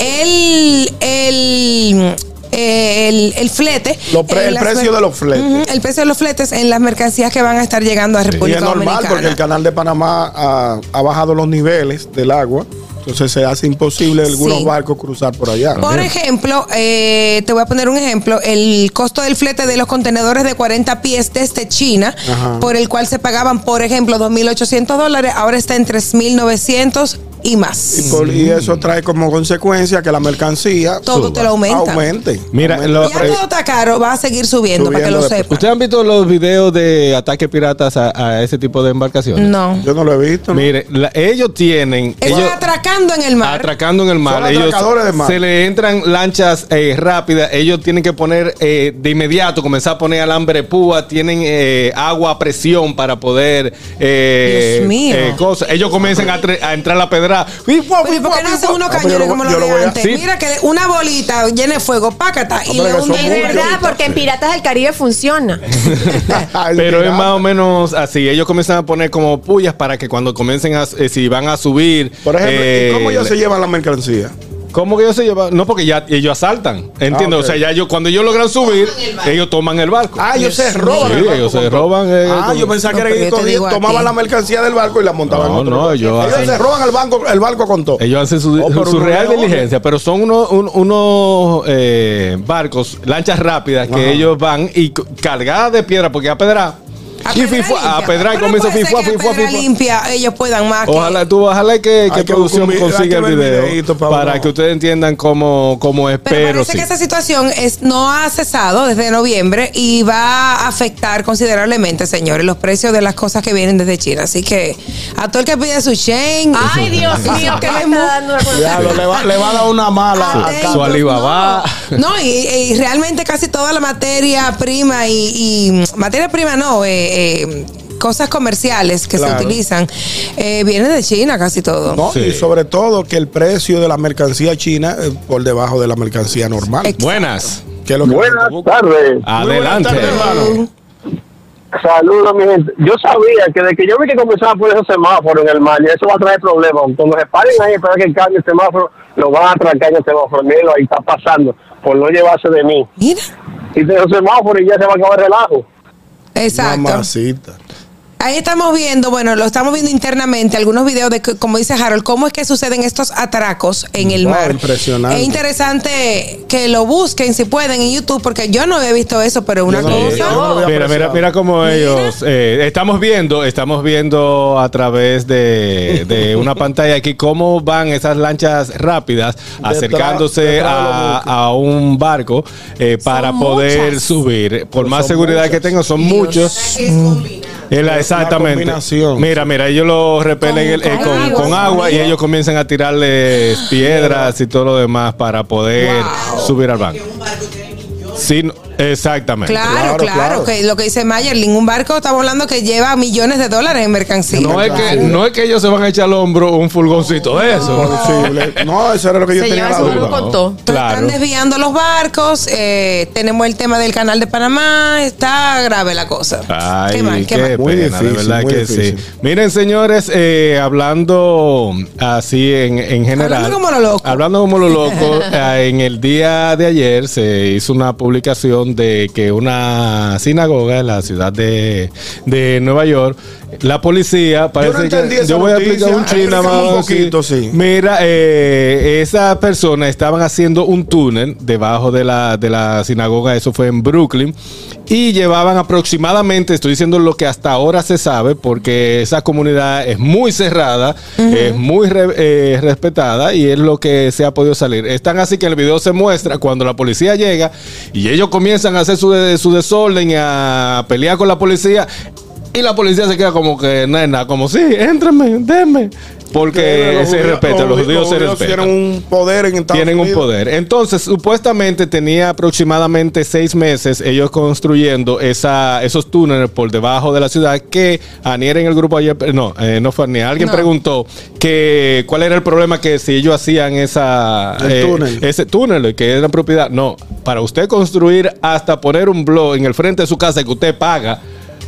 Speaker 5: el el eh, el, el flete
Speaker 4: Lo pre-
Speaker 5: en
Speaker 4: el
Speaker 5: las
Speaker 4: precio
Speaker 5: mer-
Speaker 4: de los fletes.
Speaker 5: Ujú, el precio de los fletes en las mercancías que van a estar llegando a
Speaker 4: Y
Speaker 5: República
Speaker 4: es normal
Speaker 5: Dominicana.
Speaker 4: porque el canal de Panamá ha, ha bajado los niveles del agua, entonces se hace imposible algunos
Speaker 5: Sí.
Speaker 4: barcos cruzar por allá.
Speaker 5: Por ejemplo, eh, te voy a poner un ejemplo, el costo del flete de los contenedores de 40 pies desde China,
Speaker 4: Ajá.
Speaker 5: por el cual se pagaban, por ejemplo, 2.800 dólares, ahora está en 3.900 y más.
Speaker 4: y, por- y eso trae como consecuencia que la mercancía
Speaker 5: Todo te lo aumenta.
Speaker 4: aumente.
Speaker 2: Mira,
Speaker 4: Aumente.
Speaker 2: lo-
Speaker 5: Ya todo está caro, va a seguir subiendo, para que
Speaker 4: Subiendo
Speaker 5: lo
Speaker 4: de precio.
Speaker 5: sepan.
Speaker 2: ¿Ustedes han visto los videos de ataques piratas a, a ese tipo de embarcaciones?
Speaker 5: No.
Speaker 4: yo no lo he visto. ¿no?
Speaker 2: Mire, la- ellos tienen.
Speaker 5: Están
Speaker 2: ellos-
Speaker 5: atracando en el mar.
Speaker 2: Atracando en el mar.
Speaker 4: Son
Speaker 2: ellos
Speaker 4: atracadores de mar.
Speaker 2: Se le entran lanchas eh, rápidas. Ellos tienen que poner eh, de inmediato, comenzar a poner alambre de púa. Tienen eh, agua a presión para poder. eh,
Speaker 5: Dios mío.
Speaker 2: eh, cosas. Ellos comienzan a, tre- a entrar la pedra. ¡Fui, fua,
Speaker 5: Pero ¿y
Speaker 2: fui,
Speaker 5: por
Speaker 2: fua,
Speaker 5: qué no
Speaker 2: fui,
Speaker 5: hacen
Speaker 2: fua!
Speaker 5: unos
Speaker 4: Ah, pues yo
Speaker 5: cañones
Speaker 4: lo
Speaker 5: como los
Speaker 4: voy- yo lo
Speaker 5: de
Speaker 4: voy a-
Speaker 5: antes?
Speaker 2: Sí.
Speaker 5: Mira que le- una bolita llena de fuego, pácata, y le
Speaker 4: Hombre, que son
Speaker 5: hunden
Speaker 3: Es
Speaker 4: muy
Speaker 5: una
Speaker 3: verdad,
Speaker 4: Mucho.
Speaker 3: porque en Piratas del Caribe funciona.
Speaker 4: El
Speaker 2: Pero es
Speaker 4: pirata.
Speaker 2: más o menos así. Ellos comienzan a poner como pullas para que cuando comiencen a. eh, si van a subir.
Speaker 4: Por ejemplo,
Speaker 2: eh,
Speaker 4: ¿y cómo ellos se llevan la mercancía?
Speaker 2: ¿Cómo que ellos se llevan? No, porque ya ellos asaltan. Entiendo.
Speaker 4: Ah, ok.
Speaker 2: O sea, ya ellos, cuando ellos logran subir, ellos toman el barco.
Speaker 4: Ah, ellos se roban.
Speaker 2: Sí,
Speaker 4: el barco
Speaker 2: ellos se
Speaker 4: con todo.
Speaker 2: roban, eh,
Speaker 4: ah,
Speaker 2: con-
Speaker 4: yo pensaba
Speaker 5: No,
Speaker 4: que
Speaker 5: pero
Speaker 4: era
Speaker 5: yo
Speaker 4: que
Speaker 5: te digo a
Speaker 4: tomaban
Speaker 5: ti.
Speaker 4: la mercancía del barco y la montaban.
Speaker 2: No,
Speaker 4: en otro
Speaker 2: no,
Speaker 4: lugar.
Speaker 2: ellos
Speaker 4: ellos
Speaker 2: hacen-
Speaker 4: se roban el, banco, el barco con todo.
Speaker 2: Ellos hacen su,
Speaker 4: Oh, pero
Speaker 2: su
Speaker 4: no
Speaker 2: real
Speaker 4: es hombre.
Speaker 2: diligencia, pero son unos, un- unos eh, barcos, lanchas rápidas que
Speaker 4: Ajá.
Speaker 2: ellos van y c- cargadas de piedra, porque a pedra Y fifua- a pedrar,
Speaker 5: Pero
Speaker 2: comienza
Speaker 5: puede ser
Speaker 2: fifua,
Speaker 5: que la
Speaker 2: fifua,
Speaker 5: pedra
Speaker 2: fifua.
Speaker 5: limpia, ellos puedan más. que-
Speaker 2: Ojalá tú, ojalá que, que
Speaker 4: que
Speaker 2: producción
Speaker 4: buscar un vi- hay que
Speaker 2: consiga el
Speaker 4: ver el
Speaker 2: video
Speaker 4: videíto, Pablo.
Speaker 2: para que ustedes entiendan cómo, cómo es,
Speaker 5: Pero
Speaker 2: pero,
Speaker 5: parece
Speaker 2: sí.
Speaker 5: que esa situación es, no ha cesado desde noviembre y va a afectar considerablemente, señores, los precios de las cosas que vienen desde China. Así que a todo el que pide su Shein.
Speaker 3: Ay, Dios mío, que me está dando una
Speaker 4: Diablo, le, va, le va a dar una mala.
Speaker 5: Ah,
Speaker 4: a
Speaker 5: eh,
Speaker 4: cada-
Speaker 2: Su Alibaba.
Speaker 5: No, no, y, y realmente casi toda la materia prima y, y- materia prima no, eh, eh, cosas comerciales que
Speaker 4: Claro.
Speaker 5: se utilizan eh, vienen de China casi todo.
Speaker 4: No,
Speaker 2: Sí.
Speaker 4: Y sobre todo que el precio de la mercancía china es por debajo de la mercancía normal.
Speaker 5: Exacto.
Speaker 2: Buenas.
Speaker 4: que es lo que
Speaker 7: Buenas
Speaker 4: nosotros buscamos.
Speaker 7: tardes.
Speaker 4: Muy buenas
Speaker 2: Adelante.
Speaker 4: tardes, hermano.
Speaker 7: Saludos, mi gente. Yo sabía que desde que yo vi que comenzaba por esos semáforos en el Mali, eso va a traer problemas. Cuando se paren ahí para que cambie el semáforo, lo van a atracar en el semáforo. Míralo, ahí está pasando, por no llevarse de mí.
Speaker 5: Mira,
Speaker 7: Y de los semáforos y ya se va a acabar el relajo.
Speaker 5: exacto.
Speaker 4: Mamacita.
Speaker 5: Ahí estamos viendo, bueno, lo estamos viendo internamente, algunos videos de, que- como dice Harold, cómo es que suceden estos atracos en el
Speaker 4: Wow,
Speaker 5: mar.
Speaker 4: impresionante.
Speaker 5: Es interesante que lo busquen si pueden en YouTube, porque yo no había visto eso, pero una
Speaker 4: Yo no lo vi, yo
Speaker 5: cosa.
Speaker 4: no lo había
Speaker 2: Mira, mira,
Speaker 4: apreciado.
Speaker 2: mira cómo ellos eh, estamos viendo, estamos viendo a través de, de una pantalla aquí cómo van esas lanchas rápidas acercándose
Speaker 4: detrás de los
Speaker 2: a,
Speaker 4: buques.
Speaker 2: a un barco eh, para
Speaker 5: Son
Speaker 2: poder
Speaker 5: muchas.
Speaker 2: subir. Por
Speaker 12: Pues
Speaker 4: Pero
Speaker 2: más
Speaker 4: son
Speaker 2: seguridad
Speaker 4: muchas.
Speaker 2: que tengan, son muchos. mm, Es la-
Speaker 4: Una
Speaker 2: exactamente.
Speaker 4: combinación.
Speaker 2: Mira, mira, ellos lo repelen el- eh,
Speaker 5: con
Speaker 2: con,
Speaker 5: agua,
Speaker 2: con agua y ellos comienzan a tirarles piedras y todo lo demás para poder subir al banco. Sí, exactamente.
Speaker 5: Claro, claro,
Speaker 4: Claro, claro.
Speaker 5: que lo que dice Mayerlin, un barco estamos hablando que lleva millones de dólares en mercancía.
Speaker 2: No es, que, no es que ellos se van a echar al hombro un furgoncito de eso.
Speaker 4: Posible. No, eso era lo que yo
Speaker 3: Señora,
Speaker 4: tenía
Speaker 3: eso
Speaker 4: la
Speaker 3: no
Speaker 4: duda.
Speaker 3: lo contó.
Speaker 5: Pero
Speaker 2: Claro.
Speaker 5: Están desviando los barcos, eh, tenemos el tema del canal de Panamá, está grave la cosa.
Speaker 2: Ay, qué,
Speaker 5: mal, qué mal.
Speaker 2: pena,
Speaker 4: Muy
Speaker 2: de
Speaker 4: difícil,
Speaker 2: verdad
Speaker 4: muy
Speaker 2: que
Speaker 4: difícil.
Speaker 2: sí. Miren, señores, eh, hablando así en, en general.
Speaker 5: Hablando como lo loco.
Speaker 2: Hablando como lo loco, eh, en el día de ayer se hizo una publicación de que una sinagoga en la ciudad de, de Nueva York, la policía parece
Speaker 4: entendí
Speaker 2: que
Speaker 4: esa
Speaker 2: yo voy a
Speaker 4: noticia.
Speaker 2: explicar un chin nada
Speaker 4: Explícame un
Speaker 2: más, sí.
Speaker 4: poquito, sí.
Speaker 2: Mira, eh, esas personas estaban haciendo un túnel debajo de la, de la sinagoga, eso fue en Brooklyn, y llevaban aproximadamente, estoy diciendo lo que hasta ahora se sabe, porque esa comunidad es muy cerrada, es muy re- eh, respetada y es lo que se ha podido salir. Están así que el video se muestra cuando la policía llega y ellos comienzan a hacer su, de- su desorden y a pelear con la policía. Y la policía se queda como que, nena, como sí, éntrenme, denme. Porque
Speaker 4: Los
Speaker 2: se
Speaker 4: judíos-
Speaker 2: respeta, los judíos se
Speaker 4: judíos
Speaker 2: respetan.
Speaker 4: Tienen un poder en Estados
Speaker 2: Tienen un
Speaker 4: Unidos.
Speaker 2: poder. Eh, Entonces, supuestamente tenía aproximadamente seis meses ellos construyendo esa, esos túneles por debajo de la ciudad que Anier en el grupo ayer, no, eh, no fue Anier, alguien
Speaker 5: No.
Speaker 2: preguntó que cuál era el problema que si ellos hacían esa, eh,
Speaker 4: El túnel.
Speaker 2: ese túnel que era propiedad. No, para usted construir hasta poner un blog en el frente de su casa que usted paga.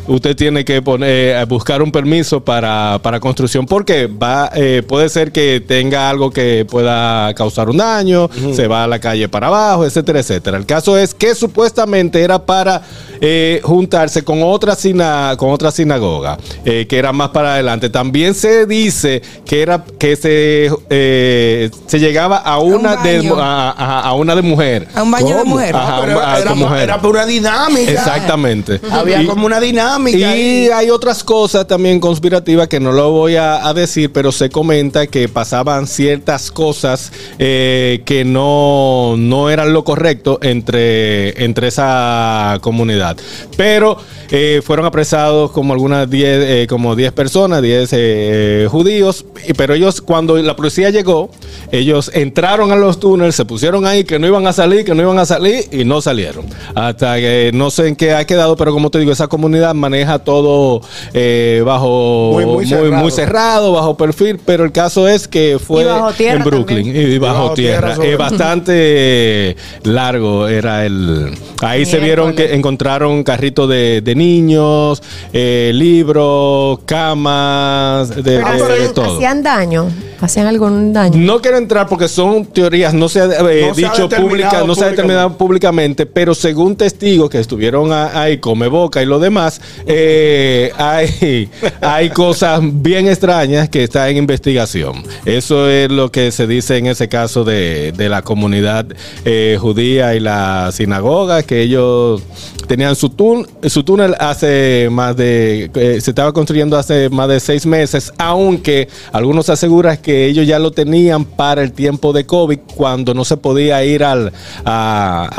Speaker 2: Usted tiene que poner, eh, buscar un permiso para, para construcción porque va, eh, puede ser que tenga algo que pueda causar un daño, se va a la calle para abajo, etcétera, etcétera. El caso es que supuestamente era para eh, juntarse con otra, sina- con otra sinagoga, eh, que era más para adelante. También se dice que era que se, eh, se llegaba a una, de,
Speaker 5: baño.
Speaker 2: a, a- a una de mujer.
Speaker 5: A un baño de
Speaker 4: ¿Cómo?
Speaker 5: mujer.
Speaker 2: Ajá,
Speaker 4: Ah, pero
Speaker 2: un- ah,
Speaker 4: era,
Speaker 2: con
Speaker 4: era,
Speaker 2: mujer.
Speaker 4: era pura dinámica.
Speaker 2: Exactamente.
Speaker 4: Había
Speaker 2: Y-
Speaker 4: como una dinámica. ahí.
Speaker 2: y hay otras cosas también conspirativas que no lo voy a, a decir, pero se comenta que pasaban ciertas cosas eh, que no, no eran lo correcto entre, entre esa comunidad. Pero eh, fueron apresados como algunas 10 eh, como 10 personas, 10 eh, judíos, y- pero ellos cuando la policía llegó, ellos entraron a los túneles, se pusieron ahí que no iban a salir, que no iban a salir y no salieron. Hasta que no sé en qué ha quedado, pero como te digo, esa comunidad maneja todo eh, bajo
Speaker 4: Muy, muy cerrado.
Speaker 2: muy cerrado, bajo perfil, pero el caso es que fue
Speaker 3: Y bajo tierra
Speaker 2: en Brooklyn
Speaker 3: también.
Speaker 2: y bajo,
Speaker 4: bajo
Speaker 2: tierra.
Speaker 4: tierra sobre-
Speaker 2: Eh, bastante largo era el... Ahí se vieron que encontraron carritos de, de niños, eh, libros, camas, de, de-
Speaker 3: Pero
Speaker 2: de
Speaker 3: hacían-
Speaker 2: todo.
Speaker 3: hacían daño. hacen algún daño.
Speaker 2: No quiero entrar porque son teorías, no se ha eh,
Speaker 4: No se ha
Speaker 2: dicho
Speaker 4: determinado
Speaker 2: pública, no se ha
Speaker 4: públicamente.
Speaker 2: determinado públicamente, pero según testigos que estuvieron a- ahí, come boca y lo demás, eh, hay, hay cosas bien extrañas que están en investigación. Eso es lo que se dice en ese caso de, de la comunidad eh, judía y la sinagoga, que ellos tenían su, tun- su túnel hace más de, eh, se estaba construyendo hace más de seis meses, aunque algunos aseguran que ellos ya lo tenían para el tiempo de COVID, cuando no se podía ir al, a,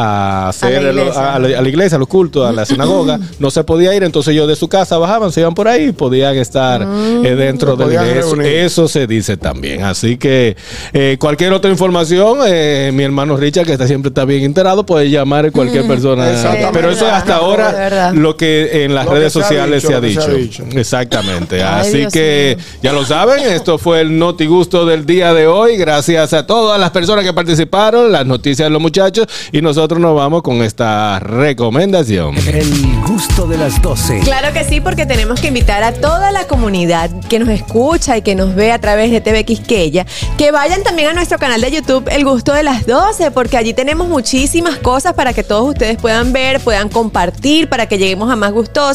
Speaker 2: a hacer el-
Speaker 3: iglesia.
Speaker 2: a- a la, a la iglesia, a los cultos, a la sinagoga, no se podía ir, entonces ellos de su casa bajaban, se iban por ahí y podían estar eh, dentro
Speaker 4: Se
Speaker 2: del
Speaker 4: podían
Speaker 2: de eso,
Speaker 4: reunir.
Speaker 2: eso se dice también. Así que eh, cualquier otra información, eh, mi hermano Richard, que está, siempre está bien enterado, puede llamar a cualquier persona.
Speaker 4: Exactamente.
Speaker 2: Ah, Pero eso es hasta
Speaker 3: De verdad, de
Speaker 2: ahora
Speaker 3: verdad.
Speaker 2: lo que en las
Speaker 4: Ah. Lo que
Speaker 2: redes
Speaker 4: se ha
Speaker 2: sociales
Speaker 4: dicho,
Speaker 2: se ha
Speaker 4: lo que se
Speaker 2: dicho.
Speaker 4: ha dicho.
Speaker 2: Exactamente.
Speaker 3: Ay,
Speaker 2: Así
Speaker 3: Dios
Speaker 2: que
Speaker 3: mío.
Speaker 2: ya lo saben, esto fue el Noti Gusto del día de hoy. Gracias a todas las personas que participaron, las noticias de los muchachos y nosotros nos vamos con esta recomendación.
Speaker 1: El gusto de las 12.
Speaker 3: Claro que sí, porque tenemos que invitar a toda la comunidad que nos escucha y que nos ve a través de TV Quisqueya, que vayan también a nuestro canal de YouTube El Gusto de las 12, porque allí tenemos muchísimas cosas para que todos ustedes puedan ver, puedan compartir, para que lleguemos a más gustosos.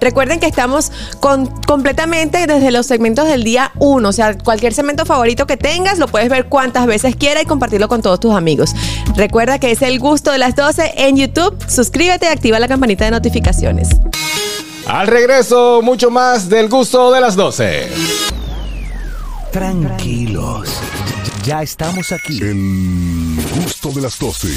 Speaker 3: Recuerden que estamos con, completamente desde los segmentos del día 1, o sea, cualquier segmento favorito que tengas, lo puedes ver cuantas veces quiera y compartirlo con todos tus amigos. Recuerda que es El Gusto de las 12 en YouTube, suscríbete y activa la campanita de notificaciones.
Speaker 2: Al regreso, mucho más del gusto de las 12.
Speaker 1: Tranquilos. Ya estamos aquí.
Speaker 11: Gusto de las 12.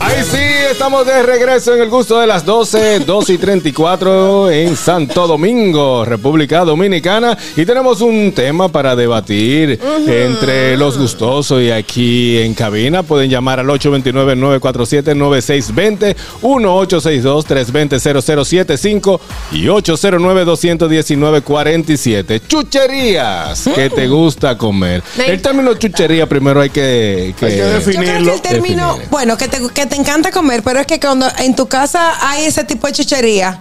Speaker 2: Ahí sí, estamos de regreso en el gusto de las 12, 12 y 34 en Santo Domingo, República Dominicana. Y tenemos un tema para debatir entre los gustosos y aquí en cabina. Pueden llamar al 829-947-9620, 1862-320-0075 y 809-219-47. Chucherías que te gusta comer.
Speaker 3: Me
Speaker 2: El término chuchería primero hay que... que-
Speaker 4: Hay que
Speaker 5: Yo creo que el término,
Speaker 2: Eh, Definirlo.
Speaker 5: bueno, que te, que te encanta comer, pero es que cuando en tu casa hay ese tipo de chuchería,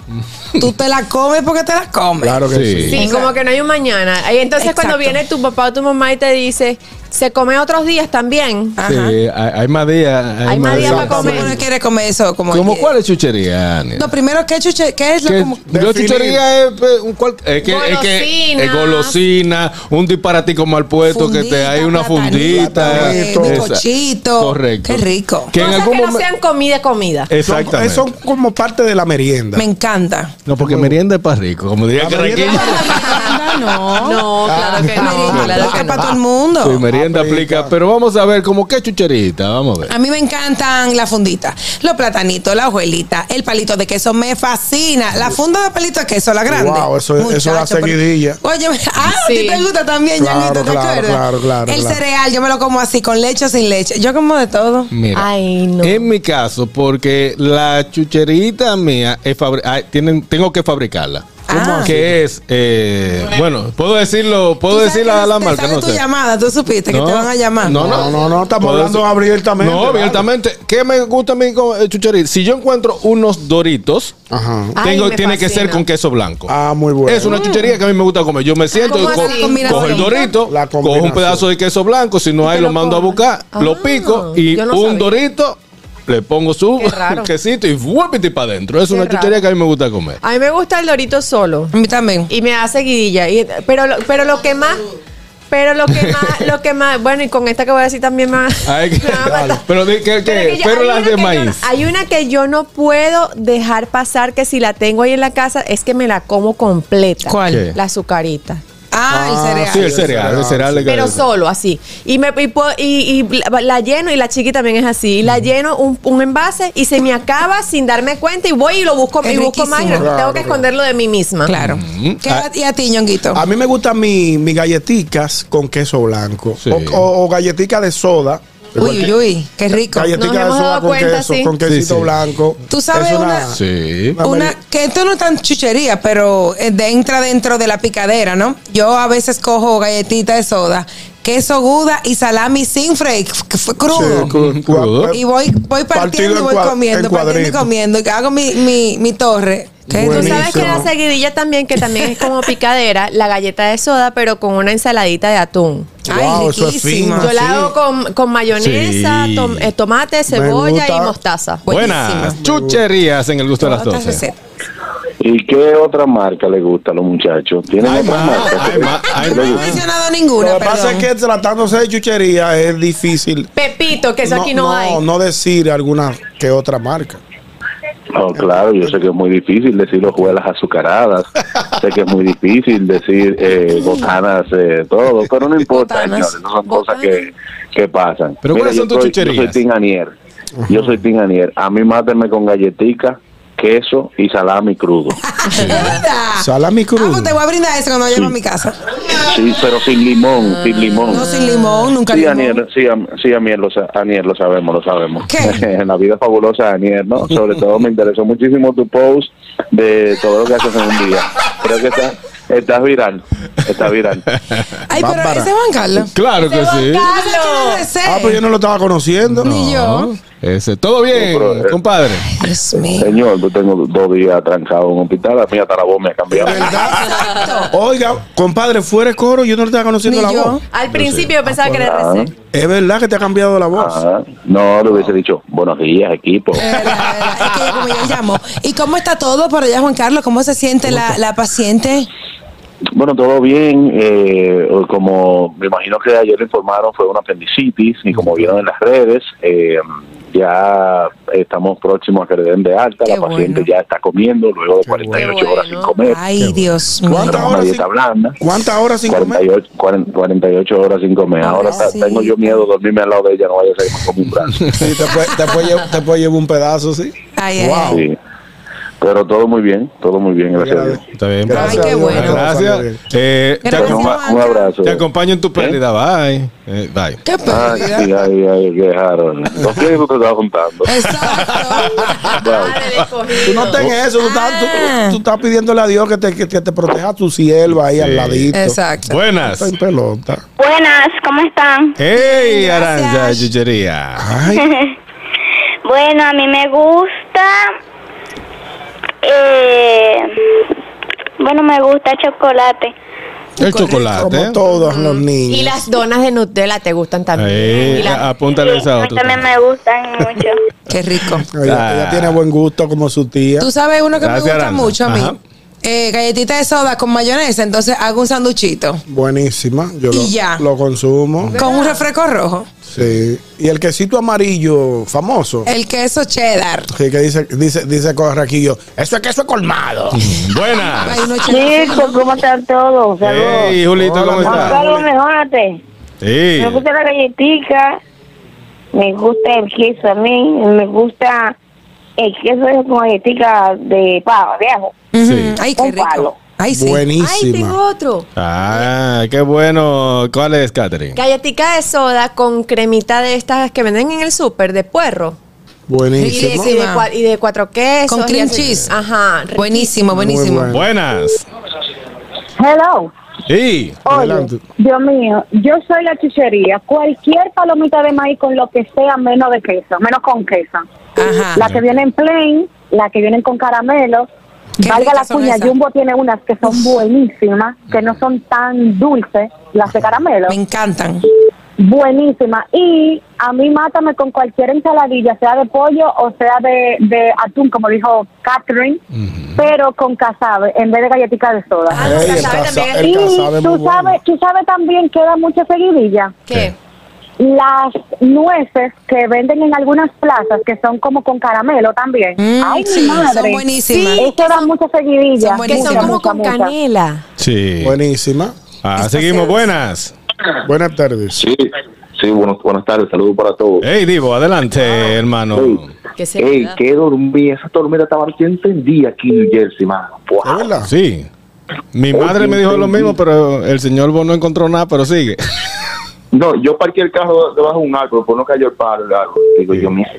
Speaker 5: tú te la comes porque te la comes.
Speaker 4: Claro que
Speaker 2: Sí.
Speaker 4: sí.
Speaker 3: Sí,
Speaker 5: O sea,
Speaker 3: como que no hay un mañana. Y entonces
Speaker 5: Exacto.
Speaker 3: cuando viene tu papá o tu mamá y te dice, se come otros días también.
Speaker 5: Ajá.
Speaker 2: Sí, hay, hay más días. Hay,
Speaker 3: Hay más días para
Speaker 5: ¿Cómo
Speaker 3: comer.
Speaker 5: uno quiere comer eso? Como
Speaker 2: ¿Cómo
Speaker 5: que-
Speaker 2: cuál es chuchería, Ania?
Speaker 5: No, primero, ¿qué, chuche, qué es lo
Speaker 2: Que-
Speaker 5: como-
Speaker 2: yo chuchería es eh, un cual- es que, es que- es
Speaker 3: Golosinas.
Speaker 2: golosina, un disparatico mal puesto que te
Speaker 5: Fundita,
Speaker 2: hay una fundita,
Speaker 5: platanito,
Speaker 2: Esa-
Speaker 5: bizcochito.
Speaker 2: Eh, correcto,
Speaker 5: Eh, Qué rico.
Speaker 2: que en
Speaker 3: Cosas
Speaker 2: algún
Speaker 3: que no
Speaker 2: momento,
Speaker 3: sean comida, comida.
Speaker 2: exactamente,
Speaker 4: Son, son como parte de la merienda.
Speaker 5: Me encanta.
Speaker 2: no porque merienda es para rico, como diría
Speaker 4: La
Speaker 2: que
Speaker 4: merienda-
Speaker 5: Ah, no.
Speaker 3: No, claro que
Speaker 5: Merienda
Speaker 3: no. Claro
Speaker 5: aplica
Speaker 3: que
Speaker 5: para
Speaker 3: no.
Speaker 5: todo el mundo.
Speaker 2: Sí,
Speaker 4: Ah,
Speaker 2: merienda aplica, pero vamos a ver como qué chucherita, vamos a ver.
Speaker 5: A mí me encantan la fundita, los platanitos, la hojuelita, el palito de queso, me fascina. La funda de palito de queso, la grande.
Speaker 4: Wow, eso- eso da
Speaker 5: Muchacho, pero-
Speaker 4: seguidilla.
Speaker 5: Oye, me- ah, a ti
Speaker 3: Sí.
Speaker 5: te gusta también,
Speaker 4: Claro,
Speaker 5: Ñonguito, ¿te
Speaker 4: claro,
Speaker 5: acuerdas?
Speaker 4: claro, claro,
Speaker 5: El
Speaker 4: claro.
Speaker 5: cereal, yo me lo como así, con leche o sin leche. Yo como de todo.
Speaker 2: Mira,
Speaker 3: Ay, no.
Speaker 2: en mi caso, porque la chucherita mía es fabri- ah, tienen, tengo que fabricarla.
Speaker 5: Ah.
Speaker 2: Que es, eh, bueno, puedo decirlo, puedo
Speaker 5: Tú
Speaker 2: decir
Speaker 5: sabes
Speaker 2: la,
Speaker 5: que
Speaker 2: la
Speaker 5: te
Speaker 2: marca,
Speaker 5: sale
Speaker 2: no
Speaker 5: tu
Speaker 2: sé.
Speaker 5: llamada, tú supiste que
Speaker 2: No,
Speaker 5: te van a llamar.
Speaker 2: no,
Speaker 4: No, no, no, estamos
Speaker 2: Puedo
Speaker 4: hablando
Speaker 2: decir-
Speaker 4: abiertamente.
Speaker 2: No,
Speaker 4: ¿vale?
Speaker 2: abiertamente. ¿Qué me gusta a mí con eh, chucherita? Si yo encuentro unos doritos,
Speaker 4: Ajá.
Speaker 3: Ay,
Speaker 2: tengo,
Speaker 3: me
Speaker 2: tiene que
Speaker 3: fascina. Ah,
Speaker 2: ser con queso blanco.
Speaker 4: Ah, muy bueno.
Speaker 2: Es una chuchería que a mí me gusta comer. Yo me siento,
Speaker 3: ¿Cómo
Speaker 2: co-
Speaker 3: así?
Speaker 2: cojo el
Speaker 3: Combinación.
Speaker 2: dorito,
Speaker 4: La
Speaker 2: cojo un
Speaker 4: combinación.
Speaker 2: pedazo de queso blanco, si no hay lo
Speaker 3: lo
Speaker 2: mando a
Speaker 3: comes?
Speaker 2: buscar, lo
Speaker 3: Ah,
Speaker 2: pico y
Speaker 3: yo no
Speaker 2: un
Speaker 3: sabía.
Speaker 2: dorito, le pongo su
Speaker 3: Qué raro.
Speaker 2: quesito y vuélvete para adentro. Es
Speaker 3: Qué
Speaker 2: una
Speaker 3: raro.
Speaker 2: chuchería que a mí me gusta comer.
Speaker 3: A mí me gusta el dorito solo.
Speaker 5: A mí también.
Speaker 3: Y me hace guidilla. Y- pero, lo, pero lo que más... Pero lo que más, lo que más, bueno, y con esta que voy a decir también más.
Speaker 2: Ay, que- pero di- que- que-
Speaker 3: yo-
Speaker 2: pero
Speaker 3: hay una
Speaker 2: las de
Speaker 3: que yo no-
Speaker 2: maíz.
Speaker 3: hay una que yo no puedo dejar pasar, que si la tengo ahí en la casa, es que me la como completa.
Speaker 5: ¿Cuál?
Speaker 2: ¿Qué?
Speaker 3: La azucarita.
Speaker 5: Ah, el cereal.
Speaker 2: Sí, el cereal, el cereal. le-
Speaker 3: Pero solo, así. Y, me, y, puedo- y- y la- la lleno, y la chiqui también es así. Y la lleno un, un envase y se me acaba sin darme cuenta y voy y lo busco,
Speaker 5: Es
Speaker 3: y busco más. y
Speaker 5: riquísimo.
Speaker 3: tengo que esconderlo de mí misma.
Speaker 5: Claro.
Speaker 2: Mm-hmm.
Speaker 5: ¿Qué-
Speaker 2: Ah,
Speaker 5: ¿Y a ti, Ñonguito?
Speaker 4: Ah, A mí me gustan mi- mis galletitas con queso blanco.
Speaker 2: Sí.
Speaker 4: O, o- o galletitas de soda.
Speaker 5: Uy, uy, uy, qué rico.
Speaker 4: Galletitas
Speaker 3: Nos
Speaker 4: de
Speaker 3: hemos
Speaker 4: soda
Speaker 3: dado
Speaker 4: con
Speaker 3: cuenta,
Speaker 4: queso,
Speaker 3: sí.
Speaker 4: con quesito
Speaker 2: Sí, sí.
Speaker 4: blanco.
Speaker 5: Tú sabes
Speaker 4: Es
Speaker 5: una-
Speaker 2: Sí.
Speaker 4: Una
Speaker 5: Una,
Speaker 4: meri-
Speaker 5: que esto no es tan chuchería, pero eh, de- entra dentro de la picadera, ¿no? Yo a veces cojo galletita de soda queso Gouda y salami sin fre- f- crudo.
Speaker 4: Sí, cu- cua-
Speaker 5: y voy, voy
Speaker 4: ¿Eh? Partido
Speaker 5: partiendo y
Speaker 4: en
Speaker 5: voy
Speaker 4: cua-
Speaker 5: comiendo,
Speaker 4: en
Speaker 5: partiendo y
Speaker 4: cuadrito.
Speaker 5: comiendo. Hago mi, mi, mi torre. ¿Qué?
Speaker 3: Tú
Speaker 4: Buenísimo.
Speaker 3: sabes que la seguidilla también, que también es como picadera, la galleta de soda, pero con una ensaladita de atún.
Speaker 5: Ay,
Speaker 4: Wow, eso es
Speaker 5: riquísima.
Speaker 4: fino.
Speaker 3: Yo
Speaker 4: Ah, sí.
Speaker 3: la hago con, con mayonesa,
Speaker 2: Sí.
Speaker 3: tom- eh, tomate, cebolla y
Speaker 4: gusta.
Speaker 3: mostaza.
Speaker 2: Buenas chucherías en el gusto de las
Speaker 5: Otras
Speaker 2: 12.
Speaker 5: recetas.
Speaker 13: ¿Y qué otra marca le gusta a los muchachos? ¿Tienen
Speaker 2: Hay
Speaker 13: otra
Speaker 2: más,
Speaker 13: marca?
Speaker 2: hay más, hay
Speaker 5: No he
Speaker 2: más.
Speaker 5: mencionado
Speaker 4: Lo
Speaker 5: ninguna,
Speaker 4: que pasa es
Speaker 5: perdón.
Speaker 4: que tratándose de chuchería es difícil.
Speaker 3: Pepito, que eso aquí no, hay.
Speaker 4: no decir alguna que otra marca.
Speaker 13: Oh, claro, yo sé que es muy difícil decir hojuelas azucaradas, sé que es muy difícil decir eh, botanas, eh, todo, pero no importa,
Speaker 5: Botanas,
Speaker 13: señores, no son
Speaker 5: botanas.
Speaker 13: cosas que, que pasan.
Speaker 2: Pero ¿cuáles
Speaker 13: yo
Speaker 2: son tus
Speaker 13: soy- Yo soy
Speaker 2: chucherías?
Speaker 13: Tim Anier, yo soy Tim Anier, a mí mátenme con galletica, queso y salami crudo,
Speaker 5: Anda.
Speaker 4: Salami
Speaker 5: Ah,
Speaker 4: crudo.
Speaker 5: pues te voy a brindar eso cuando llegue a mi casa. Ah.
Speaker 13: sí, pero sin limón, sin limón.
Speaker 5: No sin limón, nunca
Speaker 13: Sí,
Speaker 5: limón.
Speaker 13: Anier, sí, am- sí Anier, lo, sa- Anier, lo sabemos, lo sabemos.
Speaker 5: ¿Qué?
Speaker 13: En la vida fabulosa, Anier, ¿no? Sobre todo me interesó muchísimo tu post de todo lo que haces en un día. Creo que está- estás viral, estás viral.
Speaker 5: Ay, pero
Speaker 4: Bárbara.
Speaker 5: ese es Juan Carlos.
Speaker 2: Claro que sí.
Speaker 5: Ah, ¿sabes quién es ese?
Speaker 4: Ah, pues yo no lo estaba conociendo.
Speaker 5: Ni yo.
Speaker 2: Ese, todo bien,
Speaker 13: pero, eh,
Speaker 2: compadre.
Speaker 5: Dios mío.
Speaker 13: Señor, yo tengo dos días trancado en un hospital, a mí hasta la voz me ha cambiado.
Speaker 4: ¿Verdad? Oiga, compadre, fuera de coro, yo no le estaba conociendo
Speaker 5: Ni
Speaker 4: la
Speaker 5: yo.
Speaker 4: voz.
Speaker 3: Al principio yo pensaba que era
Speaker 13: Ah.
Speaker 3: RC.
Speaker 4: Es verdad que te ha cambiado la voz.
Speaker 13: Ajá. No, le hubiese dicho, buenos días, equipo.
Speaker 5: Es verdad, es verdad. Es que yo como ya llamo. ¿Y cómo está todo por allá, Juan Carlos? ¿Cómo se siente la, la paciente?
Speaker 13: Bueno, todo bien. eh, como me imagino que ayer le informaron, fue una apendicitis y como vieron en las redes, eh, ya estamos próximos a que le den de alta.
Speaker 5: Qué
Speaker 13: la paciente
Speaker 5: bueno.
Speaker 13: ya está comiendo luego de 48
Speaker 3: bueno.
Speaker 13: horas sin comer.
Speaker 5: Ay, Dios mío.
Speaker 4: ¿Cuántas
Speaker 13: Una
Speaker 4: horas
Speaker 13: dieta
Speaker 4: sin-
Speaker 13: blanda.
Speaker 4: ¿Cuántas horas sin comer?
Speaker 13: 48, cuaren- 48 horas sin comer. Ahora ta-
Speaker 5: Pobrecita.
Speaker 13: tengo yo miedo de dormirme al lado de ella, no vaya a ser como un brazo.
Speaker 4: Sí, te puede, te puede llevar, te puede llevar un pedazo, sí.
Speaker 5: Ay, ay, ay.
Speaker 13: Sí. Pero todo muy bien, todo muy bien, gracias a Dios.
Speaker 2: Está bien,
Speaker 5: Ay, qué
Speaker 4: Gracias. a Dios,
Speaker 5: bueno.
Speaker 4: todo salió
Speaker 2: Gracias.
Speaker 4: bien.
Speaker 2: Eh, te,
Speaker 5: Gracias.
Speaker 13: Un,
Speaker 2: acompa-
Speaker 13: un abrazo. ¿Eh?
Speaker 2: te acompaño en tu pérdida. Bye. Eh, bye.
Speaker 5: Qué
Speaker 13: Ay,
Speaker 5: pérdida.
Speaker 13: ay, ay, ay, qué Harold. ¿Con quién tú te estás juntando?
Speaker 5: Exacto.
Speaker 13: Bye.
Speaker 4: Tú no
Speaker 3: escogido.
Speaker 4: tengas eso, tú estás,
Speaker 5: Ah.
Speaker 4: tú- tú estás pidiéndole a Dios que te, que, que te proteja a tu sierva ahí al ladito.
Speaker 5: Exacto.
Speaker 2: Buenas.
Speaker 4: Está en pelota.
Speaker 9: Buenas, ¿cómo están?
Speaker 2: Hey,
Speaker 5: Gracias.
Speaker 2: Aranza Chuchería.
Speaker 4: Ay,
Speaker 9: Bueno, a mí me gusta. eh, bueno, me gusta chocolate.
Speaker 2: El chocolate.
Speaker 4: como
Speaker 2: ¿eh?
Speaker 4: todos los
Speaker 3: Mm. Y
Speaker 4: niños.
Speaker 3: las donas de Nutella te gustan también.
Speaker 2: Ahí,
Speaker 3: Y la-
Speaker 2: apúntale esa
Speaker 9: a mí
Speaker 2: otra.
Speaker 9: también me gustan mucho.
Speaker 5: Qué rico.
Speaker 4: Ella, ella tiene buen gusto como su tía.
Speaker 5: Tú sabes uno que
Speaker 2: Gracias,
Speaker 5: me gusta
Speaker 2: Aranda.
Speaker 5: mucho a
Speaker 2: Ajá.
Speaker 5: mí. Eh, galletita de soda con mayonesa. Entonces hago un sanduchito
Speaker 4: Buenísima. Yo
Speaker 5: Y
Speaker 4: lo,
Speaker 5: ya.
Speaker 4: lo consumo.
Speaker 5: con un refresco rojo.
Speaker 4: Sí. Y el quesito amarillo famoso.
Speaker 5: El queso cheddar.
Speaker 4: Sí, que dice, dice, dice Corraquillo, eso es queso colmado.
Speaker 5: Ay,
Speaker 2: Buenas.
Speaker 5: uno cheddar.
Speaker 9: Chicos, ¿cómo están todos? Saludos.
Speaker 2: Hey, Julito,
Speaker 4: Hola,
Speaker 2: ¿cómo
Speaker 9: Juan
Speaker 2: estás?
Speaker 9: Carlos, mejórate.
Speaker 2: Sí.
Speaker 9: Me gusta la galletica. Me gusta el queso a mí. Me gusta el queso con galletica de pavo, viejo.
Speaker 2: Sí.
Speaker 5: Mm, Ay, qué
Speaker 9: Un
Speaker 5: rico.
Speaker 9: palo.
Speaker 5: Ay, sí.
Speaker 3: Ay,
Speaker 4: Buenísima.
Speaker 3: tengo otro.
Speaker 2: Ah, qué bueno. ¿Cuál es, Catherine?
Speaker 3: Galletica de soda con cremita de estas que venden en el súper de puerro. Y de,
Speaker 4: Buenísima.
Speaker 3: y de cua- y de cuatro quesos.
Speaker 5: Con
Speaker 3: y
Speaker 5: cream
Speaker 3: así.
Speaker 5: cheese.
Speaker 3: Ajá.
Speaker 5: Buenísimo, buenísimo.
Speaker 4: bueno.
Speaker 2: Buenas.
Speaker 9: Hello.
Speaker 2: Sí.
Speaker 4: Adelante.
Speaker 9: Oye, Dios mío, yo soy la chuchería. Cualquier palomita de maíz con lo que sea menos de queso, menos con queso.
Speaker 5: Ajá.
Speaker 9: La que vienen plain, la que vienen con caramelo.
Speaker 5: Qué
Speaker 9: Valga la
Speaker 5: ricas son
Speaker 9: cuña,
Speaker 5: esas.
Speaker 9: Jumbo tiene unas que son buenísimas, que no son tan dulces, las de caramelo.
Speaker 5: Me encantan.
Speaker 9: Buenísimas. Y a mí mátame con cualquier ensaladilla, sea de pollo o sea de, de atún, como dijo Catherine, pero con casabe en vez de galletica de soda.
Speaker 3: Ah, no,
Speaker 4: Ey,
Speaker 3: la
Speaker 4: el
Speaker 3: sabe
Speaker 4: casa-
Speaker 3: también.
Speaker 4: el
Speaker 9: y tú
Speaker 4: casabe es
Speaker 9: sabes,
Speaker 4: muy bueno.
Speaker 9: tú sabes también que da mucha seguidilla.
Speaker 3: ¿Qué?
Speaker 9: Las nueces que venden en algunas plazas, que son como con caramelo también.
Speaker 5: Mm,
Speaker 9: Ay, mi
Speaker 5: sí,
Speaker 9: madre.
Speaker 5: son buenísimas.
Speaker 9: Sí, eso da mucha seguidilla.
Speaker 5: son
Speaker 3: Que son
Speaker 5: Mucha,
Speaker 3: como
Speaker 9: mucha,
Speaker 3: con
Speaker 9: mucha.
Speaker 3: canela.
Speaker 2: Sí.
Speaker 4: Buenísima.
Speaker 2: Ah,
Speaker 5: Estas
Speaker 2: seguimos.
Speaker 5: sedes.
Speaker 2: Buenas.
Speaker 4: Buenas tardes.
Speaker 13: Sí, sí, buenos- buenas tardes, saludos para todos. Ah,
Speaker 2: Hey, Divo, adelante, hermano.
Speaker 3: Que se
Speaker 13: Ey, qué dormí, esa tormenta estaba yo entendí aquí en New Jersey, mano.
Speaker 4: ¿Es
Speaker 13: Buah.
Speaker 4: verdad?
Speaker 2: Sí. Mi madre me dijo lo mismo, pero el señor Bo no encontró nada, pero sigue.
Speaker 13: No, yo parqué el carro debajo de un árbol, pero no cayó el palo el árbol. Digo yo, mira,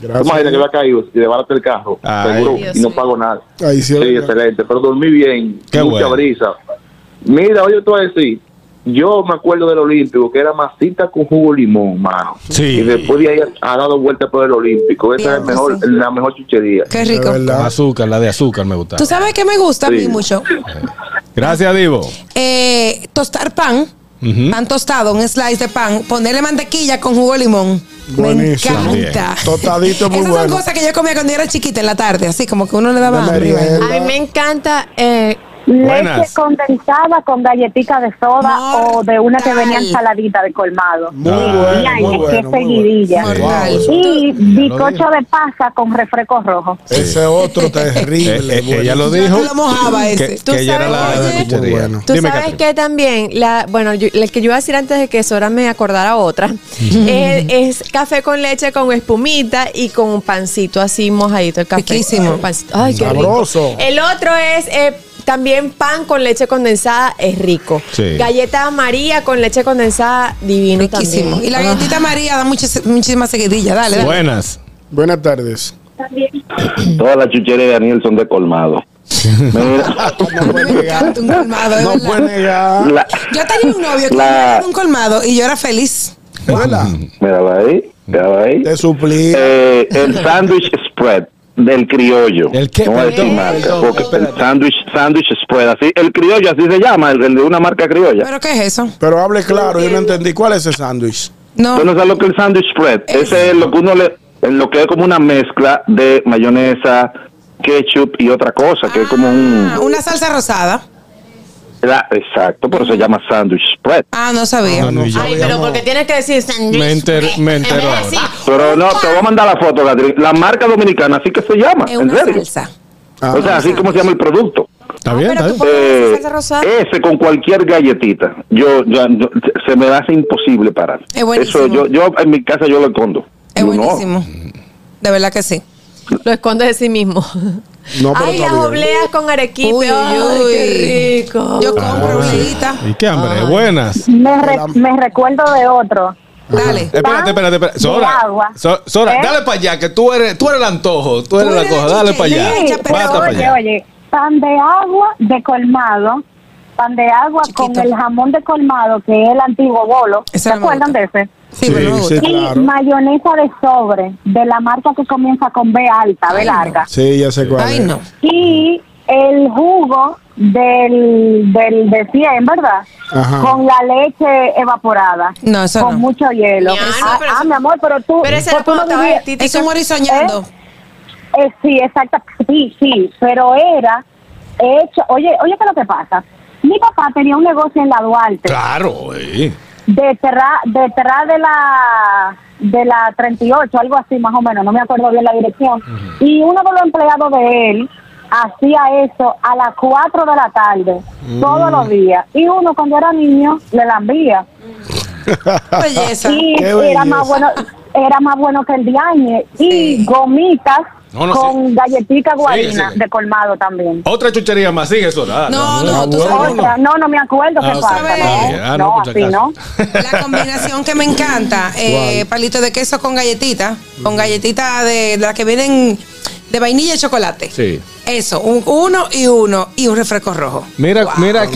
Speaker 4: Gracias.
Speaker 13: imagina que había caído y debaste el carro,
Speaker 2: Ay.
Speaker 13: seguro,
Speaker 3: Dios
Speaker 13: y no
Speaker 3: mío.
Speaker 13: pago nada.
Speaker 4: Ahí sí,
Speaker 13: Sí,
Speaker 4: ¿verdad?
Speaker 13: excelente, pero dormí bien,
Speaker 2: Qué
Speaker 13: mucha
Speaker 2: bueno.
Speaker 13: brisa. Mira, oye, tú vas a decir,
Speaker 7: Yo me acuerdo del Olímpico, que era masita con jugo de limón, mano.
Speaker 2: Sí.
Speaker 7: Y después de ahí ha dado vuelta por el Olímpico. Esa es el mejor, la mejor chuchería.
Speaker 5: Qué rico.
Speaker 2: La azúcar, la de azúcar me gusta.
Speaker 5: ¿Tú sabes qué me gusta a mí
Speaker 7: Sí.
Speaker 5: mucho?
Speaker 2: Gracias, Divo.
Speaker 5: Eh, tostar pan.
Speaker 2: Ujú.
Speaker 5: Pan tostado, un slice de pan, ponerle mantequilla con jugo de limón.
Speaker 4: Buenísimo.
Speaker 5: Me encanta.
Speaker 4: Tostadito es muy
Speaker 5: Esas
Speaker 4: bueno.
Speaker 5: son cosas que yo comía cuando yo era chiquita en la tarde, así como que uno le daba
Speaker 4: Una
Speaker 5: hambre.
Speaker 4: merienda.
Speaker 3: A mí me encanta. eh,
Speaker 9: Leche
Speaker 2: Buenas.
Speaker 9: condensada con galletica de soda
Speaker 5: Mortal.
Speaker 9: o de una que venían saladita de colmado.
Speaker 4: Muy
Speaker 2: Ah.
Speaker 9: y
Speaker 4: bueno,
Speaker 9: ay,
Speaker 4: muy
Speaker 9: qué
Speaker 4: bueno. muy
Speaker 9: seguidilla.
Speaker 4: bueno.
Speaker 5: Mortal.
Speaker 4: Wow, eso-
Speaker 9: Y bizcocho
Speaker 2: dijo.
Speaker 9: de pasa con refresco rojo.
Speaker 4: Ese otro
Speaker 2: Eh,
Speaker 4: terrible.
Speaker 2: eh, ella lo
Speaker 4: bueno.
Speaker 5: Yo
Speaker 2: dijo.
Speaker 5: lo mojaba ese.
Speaker 2: Que,
Speaker 3: Tú
Speaker 2: que ella era
Speaker 3: sabes,
Speaker 2: la
Speaker 3: oye,
Speaker 2: de chuchería.
Speaker 4: Muy bueno.
Speaker 3: Tú
Speaker 2: Dime,
Speaker 3: sabes
Speaker 2: Catherine.
Speaker 3: que también, la, bueno, yo- el que yo iba a decir antes de que Sora me acordara otra, eh, es, es café con leche con espumita y con un pancito así mojadito el café.
Speaker 5: Riquísimo.
Speaker 3: Un pancito. Ay, qué rico.
Speaker 4: Sabroso.
Speaker 3: El otro es eh, también pan con leche condensada, es rico.
Speaker 2: Sí.
Speaker 3: Galleta María con leche condensada, divino
Speaker 5: Riquísimo.
Speaker 3: también.
Speaker 5: Y la
Speaker 3: Ah.
Speaker 5: galletita María da muchas, muchísimas seguidillas. Dale, dale.
Speaker 2: Buenas.
Speaker 4: Buenas tardes.
Speaker 7: Todas las chucherías de Daniel son de colmado.
Speaker 5: Ah,
Speaker 7: Mira,
Speaker 4: No puede
Speaker 5: Me encanta
Speaker 4: negar.
Speaker 5: un colmado, de
Speaker 4: No
Speaker 5: verdad.
Speaker 4: puede negar.
Speaker 7: la-
Speaker 5: Yo tenía un novio que
Speaker 7: La-
Speaker 5: me daba un colmado y yo era feliz.
Speaker 4: Hola.
Speaker 7: mírala ahí, mírala ahí.
Speaker 4: Te suplí.
Speaker 7: Eh, el sándwich spread del criollo.
Speaker 2: ¿El qué?
Speaker 7: No voy a decir
Speaker 2: Perdón,
Speaker 7: marca,
Speaker 2: perdón,
Speaker 7: porque el
Speaker 2: espérate.
Speaker 7: sándwich sándwich spread, así, el criollo así se llama, el, el de una marca criolla.
Speaker 5: ¿Pero qué es eso?
Speaker 4: Pero hable claro, yo no entendí. ¿Cuál es ese sándwich?
Speaker 5: No. Eh.
Speaker 7: Tú no sabes lo que es el sándwich spread. Ese es lo que uno le, en lo que es como una mezcla de mayonesa, ketchup y otra cosa, que es como un,
Speaker 5: Ah, una salsa rosada.
Speaker 7: la- exacto, pero se llama sándwich spread.
Speaker 5: Ah, no sabía.
Speaker 2: Ah, no, y yo-
Speaker 3: Ay, pero porque tienes que decir sándwich.
Speaker 2: Me enter- me
Speaker 3: En vez de
Speaker 2: entero
Speaker 3: decir
Speaker 2: ahora.
Speaker 7: Pero no, te voy a mandar la foto, Catherine. La marca dominicana, así que se llama,
Speaker 5: Es
Speaker 7: en
Speaker 5: una
Speaker 7: serio.
Speaker 5: salsa. Ah,
Speaker 4: Ah,
Speaker 7: O sea, así como se llama el producto.
Speaker 2: Está bien,
Speaker 3: pero
Speaker 2: está
Speaker 3: tú
Speaker 2: bien.
Speaker 3: puedes-
Speaker 7: Eh,
Speaker 3: salsa rosada?
Speaker 7: ese con cualquier galletita. Yo, ya- yo- se me hace imposible parar.
Speaker 5: Es buenísimo.
Speaker 7: Eso yo yo en mi casa yo lo escondo.
Speaker 5: Es
Speaker 7: Yo, no.
Speaker 5: buenísimo. De verdad que sí.
Speaker 3: Lo escondes de sí mismo.
Speaker 4: No, pero
Speaker 3: Ay,
Speaker 4: está
Speaker 3: las
Speaker 4: bien.
Speaker 3: obleas con arequipe.
Speaker 5: Uy,
Speaker 3: Ay,
Speaker 5: uy.
Speaker 3: qué rico.
Speaker 5: Yo compro una hijita.
Speaker 2: Ah, Y qué hambre. Buenas.
Speaker 9: Me, re- me recuerdo de otro.
Speaker 5: Dale.
Speaker 2: Espérate, espérate,
Speaker 9: de
Speaker 2: espérate. Sora,
Speaker 9: agua.
Speaker 2: So- Sora,
Speaker 9: ¿Eh?
Speaker 2: dale para allá, que tú eres, tú eres el antojo, tú eres
Speaker 5: Tú
Speaker 2: la
Speaker 5: eres
Speaker 2: cosa,
Speaker 5: la
Speaker 2: dale para allá.
Speaker 5: chichería,
Speaker 9: pero
Speaker 2: Basta para
Speaker 9: oye,
Speaker 2: allá.
Speaker 9: oye, pan de agua de colmado, pan de agua
Speaker 5: Chiquito.
Speaker 9: con el jamón de colmado, que es el antiguo bolo.
Speaker 5: Ese
Speaker 9: ¿Se
Speaker 5: no me
Speaker 9: acuerdan
Speaker 5: gusta.
Speaker 9: de ese?
Speaker 5: Sí, pero me
Speaker 4: sí.
Speaker 5: gusta.
Speaker 9: Y
Speaker 4: Claro.
Speaker 9: mayonesa de sobre, de la marca que comienza con B alta, B larga.
Speaker 4: Sí, ya sé cuál.
Speaker 5: Ay,
Speaker 4: es.
Speaker 5: no.
Speaker 9: Y el jugo del, del de 100, ¿verdad?
Speaker 4: Ajá.
Speaker 9: Con la leche evaporada.
Speaker 5: No, eso
Speaker 9: Con
Speaker 5: no.
Speaker 9: mucho hielo.
Speaker 3: Mi alma,
Speaker 9: ah,
Speaker 3: pero
Speaker 9: ah,
Speaker 3: eso-
Speaker 9: mi amor, pero tú...
Speaker 3: Pero ese era
Speaker 9: pues tú
Speaker 3: cuando
Speaker 9: no
Speaker 3: estaba
Speaker 9: vivías-
Speaker 3: Titi.
Speaker 5: Es un morir soñando.
Speaker 9: Eh, sí, exacto. Sí, sí, pero era hecho. Oye, oye, ¿qué es lo que pasa? Mi papá tenía un negocio en la Duarte,
Speaker 2: Claro, eh.
Speaker 9: detrás detrás de la de la 38, algo así más o menos, no me acuerdo bien la dirección. Y uno de los empleados de él hacía eso a las 4 de la tarde,
Speaker 4: Mm.
Speaker 9: todos los días. Y uno cuando era niño le lambía.
Speaker 5: Pues Belleza.
Speaker 9: Y
Speaker 4: Qué
Speaker 9: era
Speaker 4: belleza.
Speaker 9: más bueno era más bueno que el diañe.
Speaker 5: Sí.
Speaker 9: Y gomitas
Speaker 2: No, no,
Speaker 9: con galletica guarina
Speaker 2: Sigue, sigue.
Speaker 9: de colmado también.
Speaker 2: Otra chuchería más, sigue Sora. dale,
Speaker 5: No,
Speaker 2: dale.
Speaker 5: no, tú sabes.
Speaker 9: Otra, Ah, no, no me acuerdo
Speaker 2: Ah,
Speaker 9: qué
Speaker 2: no
Speaker 9: pasa.
Speaker 5: sabe.
Speaker 9: No,
Speaker 2: Ah,
Speaker 9: no,
Speaker 2: por si
Speaker 9: así no.
Speaker 2: acaso.
Speaker 5: La combinación que me encanta, eh, palito de queso con galletita, con galletita de las que vienen de vainilla y chocolate.
Speaker 2: Sí.
Speaker 5: Eso, un- uno y uno y un refresco rojo.
Speaker 2: Mira,
Speaker 5: Wow,
Speaker 2: mira
Speaker 5: qué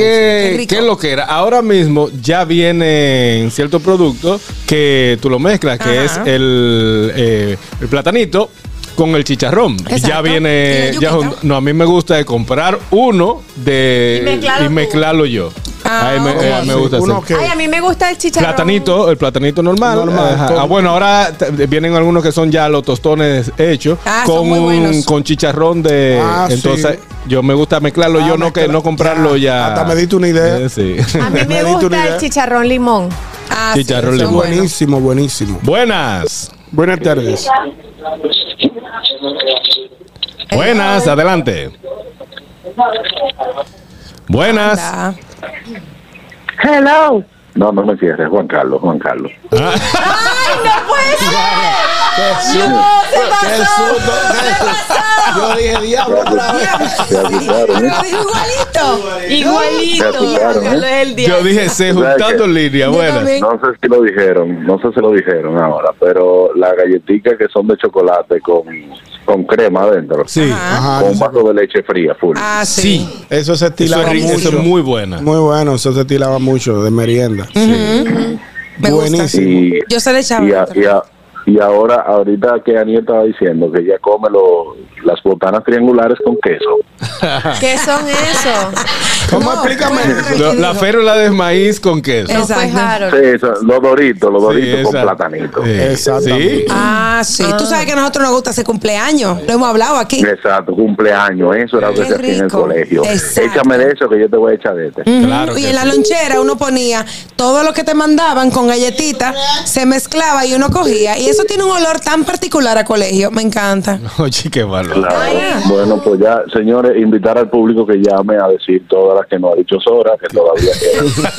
Speaker 2: qué,
Speaker 5: rico.
Speaker 2: qué lo que era. Ahora mismo ya vienen ciertos productos que tú lo mezclas, que
Speaker 5: Ajá.
Speaker 2: es el, eh, el platanito con el chicharrón. Y Ya
Speaker 5: Exacto.
Speaker 2: viene.
Speaker 5: Y la yuquita.
Speaker 2: ya jun- no, a mí me gusta de comprar uno de
Speaker 3: Y mezclarlo
Speaker 2: y
Speaker 3: tú.
Speaker 2: mezclarlo yo.
Speaker 5: Ah,
Speaker 2: Ahí me,
Speaker 5: ok.
Speaker 2: eh, me gusta.
Speaker 4: Uno
Speaker 2: hacer.
Speaker 4: que-
Speaker 3: Ay, a mí me gusta el chicharrón.
Speaker 2: Platanito, el platanito normal.
Speaker 4: Normal,
Speaker 2: Ajá.
Speaker 4: con-
Speaker 2: Ah, bueno, ahora t- vienen algunos que son ya los tostones hechos
Speaker 5: Ah, son
Speaker 2: con,
Speaker 5: muy buenos.
Speaker 2: con chicharrón de.
Speaker 4: Ah, sí.
Speaker 2: entonces, yo me gusta mezclarlo,
Speaker 4: Ah,
Speaker 2: yo no que
Speaker 4: mezcla-
Speaker 2: no comprarlo ya.
Speaker 4: ya. Hasta me diste una idea.
Speaker 2: Eh, sí.
Speaker 3: A mí me
Speaker 4: Me diste una
Speaker 3: gusta
Speaker 4: idea.
Speaker 3: el chicharrón limón.
Speaker 5: Ah,
Speaker 2: Chicharrón
Speaker 5: son
Speaker 2: limón.
Speaker 5: buenos.
Speaker 4: Buenísimo, buenísimo.
Speaker 2: Buenas.
Speaker 4: Buenas tardes.
Speaker 2: Buenas, adelante. Buenas.
Speaker 5: Anda.
Speaker 9: Hello.
Speaker 7: No, no me cierres, Juan Carlos, Juan Carlos.
Speaker 2: Ah,
Speaker 3: ¡Ay, no puede ser! ¡No, se
Speaker 4: ¡Qué
Speaker 3: pasó!
Speaker 4: susto! Yo dije, diablo, otra vez.
Speaker 7: Te abusaron, ¿eh?
Speaker 5: Lo dijo igualito.
Speaker 3: Igualito.
Speaker 7: Te asustaron, ¿eh?
Speaker 3: Carlos, el día.
Speaker 2: yo dije, se
Speaker 7: ¿Sabes
Speaker 2: juntando
Speaker 7: qué?
Speaker 2: Lidia, buenas.
Speaker 5: también.
Speaker 7: No sé si lo dijeron, no sé si lo dijeron ahora, pero las galletitas que son de chocolate con
Speaker 14: con crema adentro.
Speaker 2: Sí.
Speaker 5: Ajá.
Speaker 14: Con un vaso de leche fría, full.
Speaker 5: Ah, sí.
Speaker 2: Sí.
Speaker 4: Eso se
Speaker 2: Eso es
Speaker 4: estilaba
Speaker 2: rico, eso
Speaker 4: mucho.
Speaker 2: es muy buena.
Speaker 4: Muy bueno, eso se tiraba mucho de merienda.
Speaker 5: Me gusta.
Speaker 4: Buenísimo.
Speaker 14: y,
Speaker 5: Yo se le echaba.
Speaker 14: y, a-
Speaker 5: otra.
Speaker 14: y, a- y ahora, ahorita que Aniel estaba diciendo que ella come lo- las botanas triangulares con queso.
Speaker 3: ¿Qué son esos?
Speaker 4: ¿Cómo?
Speaker 5: No,
Speaker 4: Explícame
Speaker 5: bueno,
Speaker 4: eso.
Speaker 2: Lo-
Speaker 5: tranquilo.
Speaker 2: la férula de maíz con queso.
Speaker 3: No fue
Speaker 5: Exacto.
Speaker 14: Sí,
Speaker 3: Harold.
Speaker 14: eso, los doritos, los
Speaker 2: Sí,
Speaker 14: doritos con
Speaker 2: esa-
Speaker 14: platanito.
Speaker 2: Sí.
Speaker 4: Exactamente.
Speaker 2: Sí.
Speaker 5: Ah, sí. Tú sabes que a nosotros nos gusta hacer cumpleaños. Lo hemos hablado aquí.
Speaker 14: Exacto, cumpleaños, eso era lo que
Speaker 5: Qué
Speaker 14: se hacía en el
Speaker 5: rico.
Speaker 14: colegio.
Speaker 5: Exacto.
Speaker 14: Échame de eso que yo te voy a echar de este.
Speaker 5: Ujú.
Speaker 2: Claro
Speaker 5: y
Speaker 2: que
Speaker 5: en la
Speaker 2: sí.
Speaker 5: lonchera uno ponía todo lo que te mandaban con galletitas, se mezclaba y uno cogía. Y eso tiene un olor tan particular a colegio. Me encanta.
Speaker 2: Oye, qué bárbaro.
Speaker 14: Claro. Bueno, pues ya, señores, invitar al público que llame a decir todas las que no ha dicho Sora, que todavía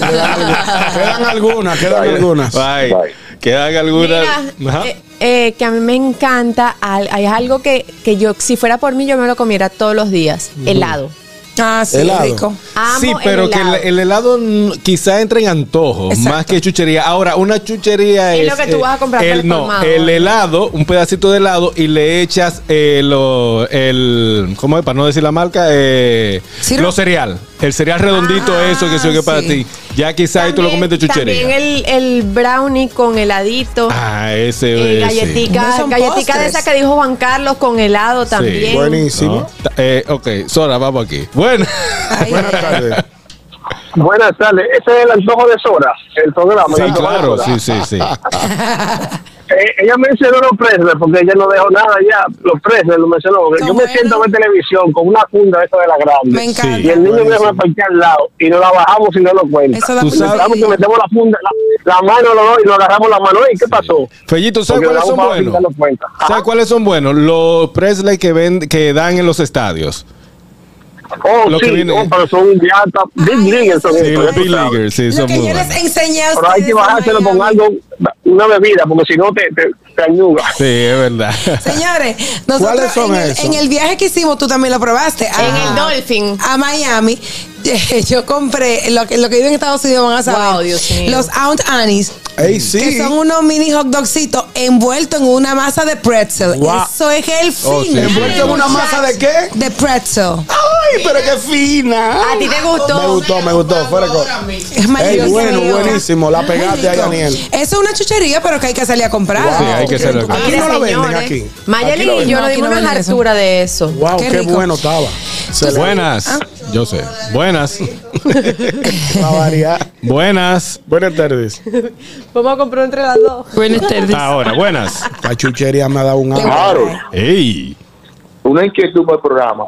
Speaker 4: Quedan algunas, quedan
Speaker 14: Vaya.
Speaker 4: algunas.
Speaker 2: Bye.
Speaker 14: Bye.
Speaker 2: Que haga alguna.
Speaker 3: Mira,
Speaker 2: Ajá.
Speaker 3: eh, eh, que a mí me encanta, al- hay algo que, que yo, si fuera por mí, yo me lo comiera todos los días, helado.
Speaker 5: Ah, sí,
Speaker 4: Helado.
Speaker 5: rico.
Speaker 3: Amo
Speaker 2: sí, pero
Speaker 3: el
Speaker 2: que el,
Speaker 3: helado.
Speaker 2: el helado mm, quizá entre en antojo,
Speaker 5: Exacto.
Speaker 2: más que chuchería. Ahora, una chuchería es. eh,
Speaker 3: Es lo que tú vas a comprar para
Speaker 2: El,
Speaker 3: el
Speaker 2: no,
Speaker 3: colmado.
Speaker 2: el helado, un pedacito de helado y le echas eh, lo- el. ¿Cómo es? Para no decir la marca, eh,
Speaker 5: ¿Sirop?
Speaker 2: lo cereal. El cereal redondito,
Speaker 5: Ah,
Speaker 2: eso que soy que para
Speaker 5: sí.
Speaker 2: ti. Ya quizá ahí tú lo comes de chuchería.
Speaker 3: También el, el brownie con heladito.
Speaker 2: ah, ese
Speaker 3: eh,
Speaker 2: ese.
Speaker 3: galletica,
Speaker 5: No son
Speaker 3: galletica de
Speaker 5: postres.
Speaker 3: esa que dijo Juan Carlos con helado también.
Speaker 4: Buenísimo.
Speaker 2: No. Ta- eh, ok, Sora, vamos aquí. Bueno.
Speaker 5: Ay,
Speaker 4: Buenas
Speaker 5: ay, ay.
Speaker 4: tardes.
Speaker 14: Buenas tardes, ese es el antojo de Sora, el programa.
Speaker 2: Sí, claro, sí, sí, sí.
Speaker 14: Eh, ella mencionó los presos, porque ella no dejó nada ya, los presos lo mencionó.
Speaker 5: Está yo me bueno. siento a ver
Speaker 14: televisión con una funda de esa de la grande.
Speaker 5: Me encanta.
Speaker 2: Sí. Y
Speaker 14: el niño viene para al lado y nos la bajamos y no lo cuenta.
Speaker 5: Eso da
Speaker 2: Tú sabes-
Speaker 5: mucha envidia.
Speaker 14: metemos la funda, la, mano y nos agarramos la mano. ¿Y qué pasó?
Speaker 2: Fellito, ¿sabes
Speaker 14: Porque
Speaker 2: cuáles
Speaker 14: la
Speaker 2: son
Speaker 14: vamos a
Speaker 2: buenos?
Speaker 14: darnos cuenta. Ajá.
Speaker 2: ¿Sabes cuáles son buenos? Los Presley que, ven, que dan en los estadios.
Speaker 14: Oh,
Speaker 2: Lo que
Speaker 14: sí,
Speaker 2: viene-
Speaker 14: oh, pero son ya hasta Big
Speaker 5: Ay,
Speaker 14: League, son
Speaker 5: sí,
Speaker 2: Sí,
Speaker 14: estos, ya
Speaker 2: los
Speaker 14: tú
Speaker 2: Big
Speaker 14: sabes.
Speaker 2: Leaguers, sí,
Speaker 5: Lo
Speaker 2: son
Speaker 5: que
Speaker 2: muy
Speaker 5: yo les
Speaker 2: buenos.
Speaker 5: enseñé a
Speaker 14: Pero hay
Speaker 5: ustedes
Speaker 14: que
Speaker 5: en
Speaker 14: bajárselo con
Speaker 5: Miami.
Speaker 14: algo, una bebida, porque si no te, te, te añuga.
Speaker 2: Sí, es verdad.
Speaker 5: Señores, nosotros
Speaker 4: ¿Cuáles son
Speaker 5: en, el,
Speaker 4: esos?
Speaker 5: en el viaje que hicimos, tú también lo probaste. A,
Speaker 3: En el Dolphin.
Speaker 5: A Miami. Yo compré, lo que, lo que viven en Estados Unidos van a saber.
Speaker 3: Wow, Dios mío.
Speaker 5: Los Aunt Annie's.
Speaker 4: Ey, sí.
Speaker 5: Que son unos mini hot dogcitos envueltos en una masa de pretzel.
Speaker 4: Wow.
Speaker 5: Eso es el fin.
Speaker 2: Oh, sí.
Speaker 4: ¿Envuelto en una masa de qué?
Speaker 5: De pretzel.
Speaker 4: ¡Ay, pero qué fina!
Speaker 3: ¿A ti te gustó?
Speaker 4: Me gustó, me gustó. Fuera co-
Speaker 5: Es maravilloso.
Speaker 4: bueno, buenísimo. La
Speaker 5: Muy
Speaker 4: pegaste
Speaker 5: rico.
Speaker 4: ahí, Daniel.
Speaker 5: Eso es una chuchería, pero que hay que salir a comprar.
Speaker 2: Sí, hay que hacerlo.
Speaker 4: Aquí no lo venden, aquí.
Speaker 3: Mayeli y yo
Speaker 5: No,
Speaker 3: le
Speaker 5: aquí
Speaker 3: dimos
Speaker 5: no
Speaker 3: una
Speaker 5: venden eso.
Speaker 3: hartura de eso.
Speaker 4: Wow,
Speaker 5: Qué
Speaker 4: qué,
Speaker 5: rico.
Speaker 4: bueno estaba. Se le
Speaker 2: Buenas. Yo sé. Buenas.
Speaker 4: va a variar.
Speaker 2: Buenas.
Speaker 4: Buenas tardes.
Speaker 3: Vamos a comprar entre las dos.
Speaker 5: Buenas tardes.
Speaker 2: Ahora, buenas.
Speaker 4: La chuchería me ha dado un hambre.
Speaker 14: Claro,
Speaker 2: Ey.
Speaker 14: una inquietud para el programa.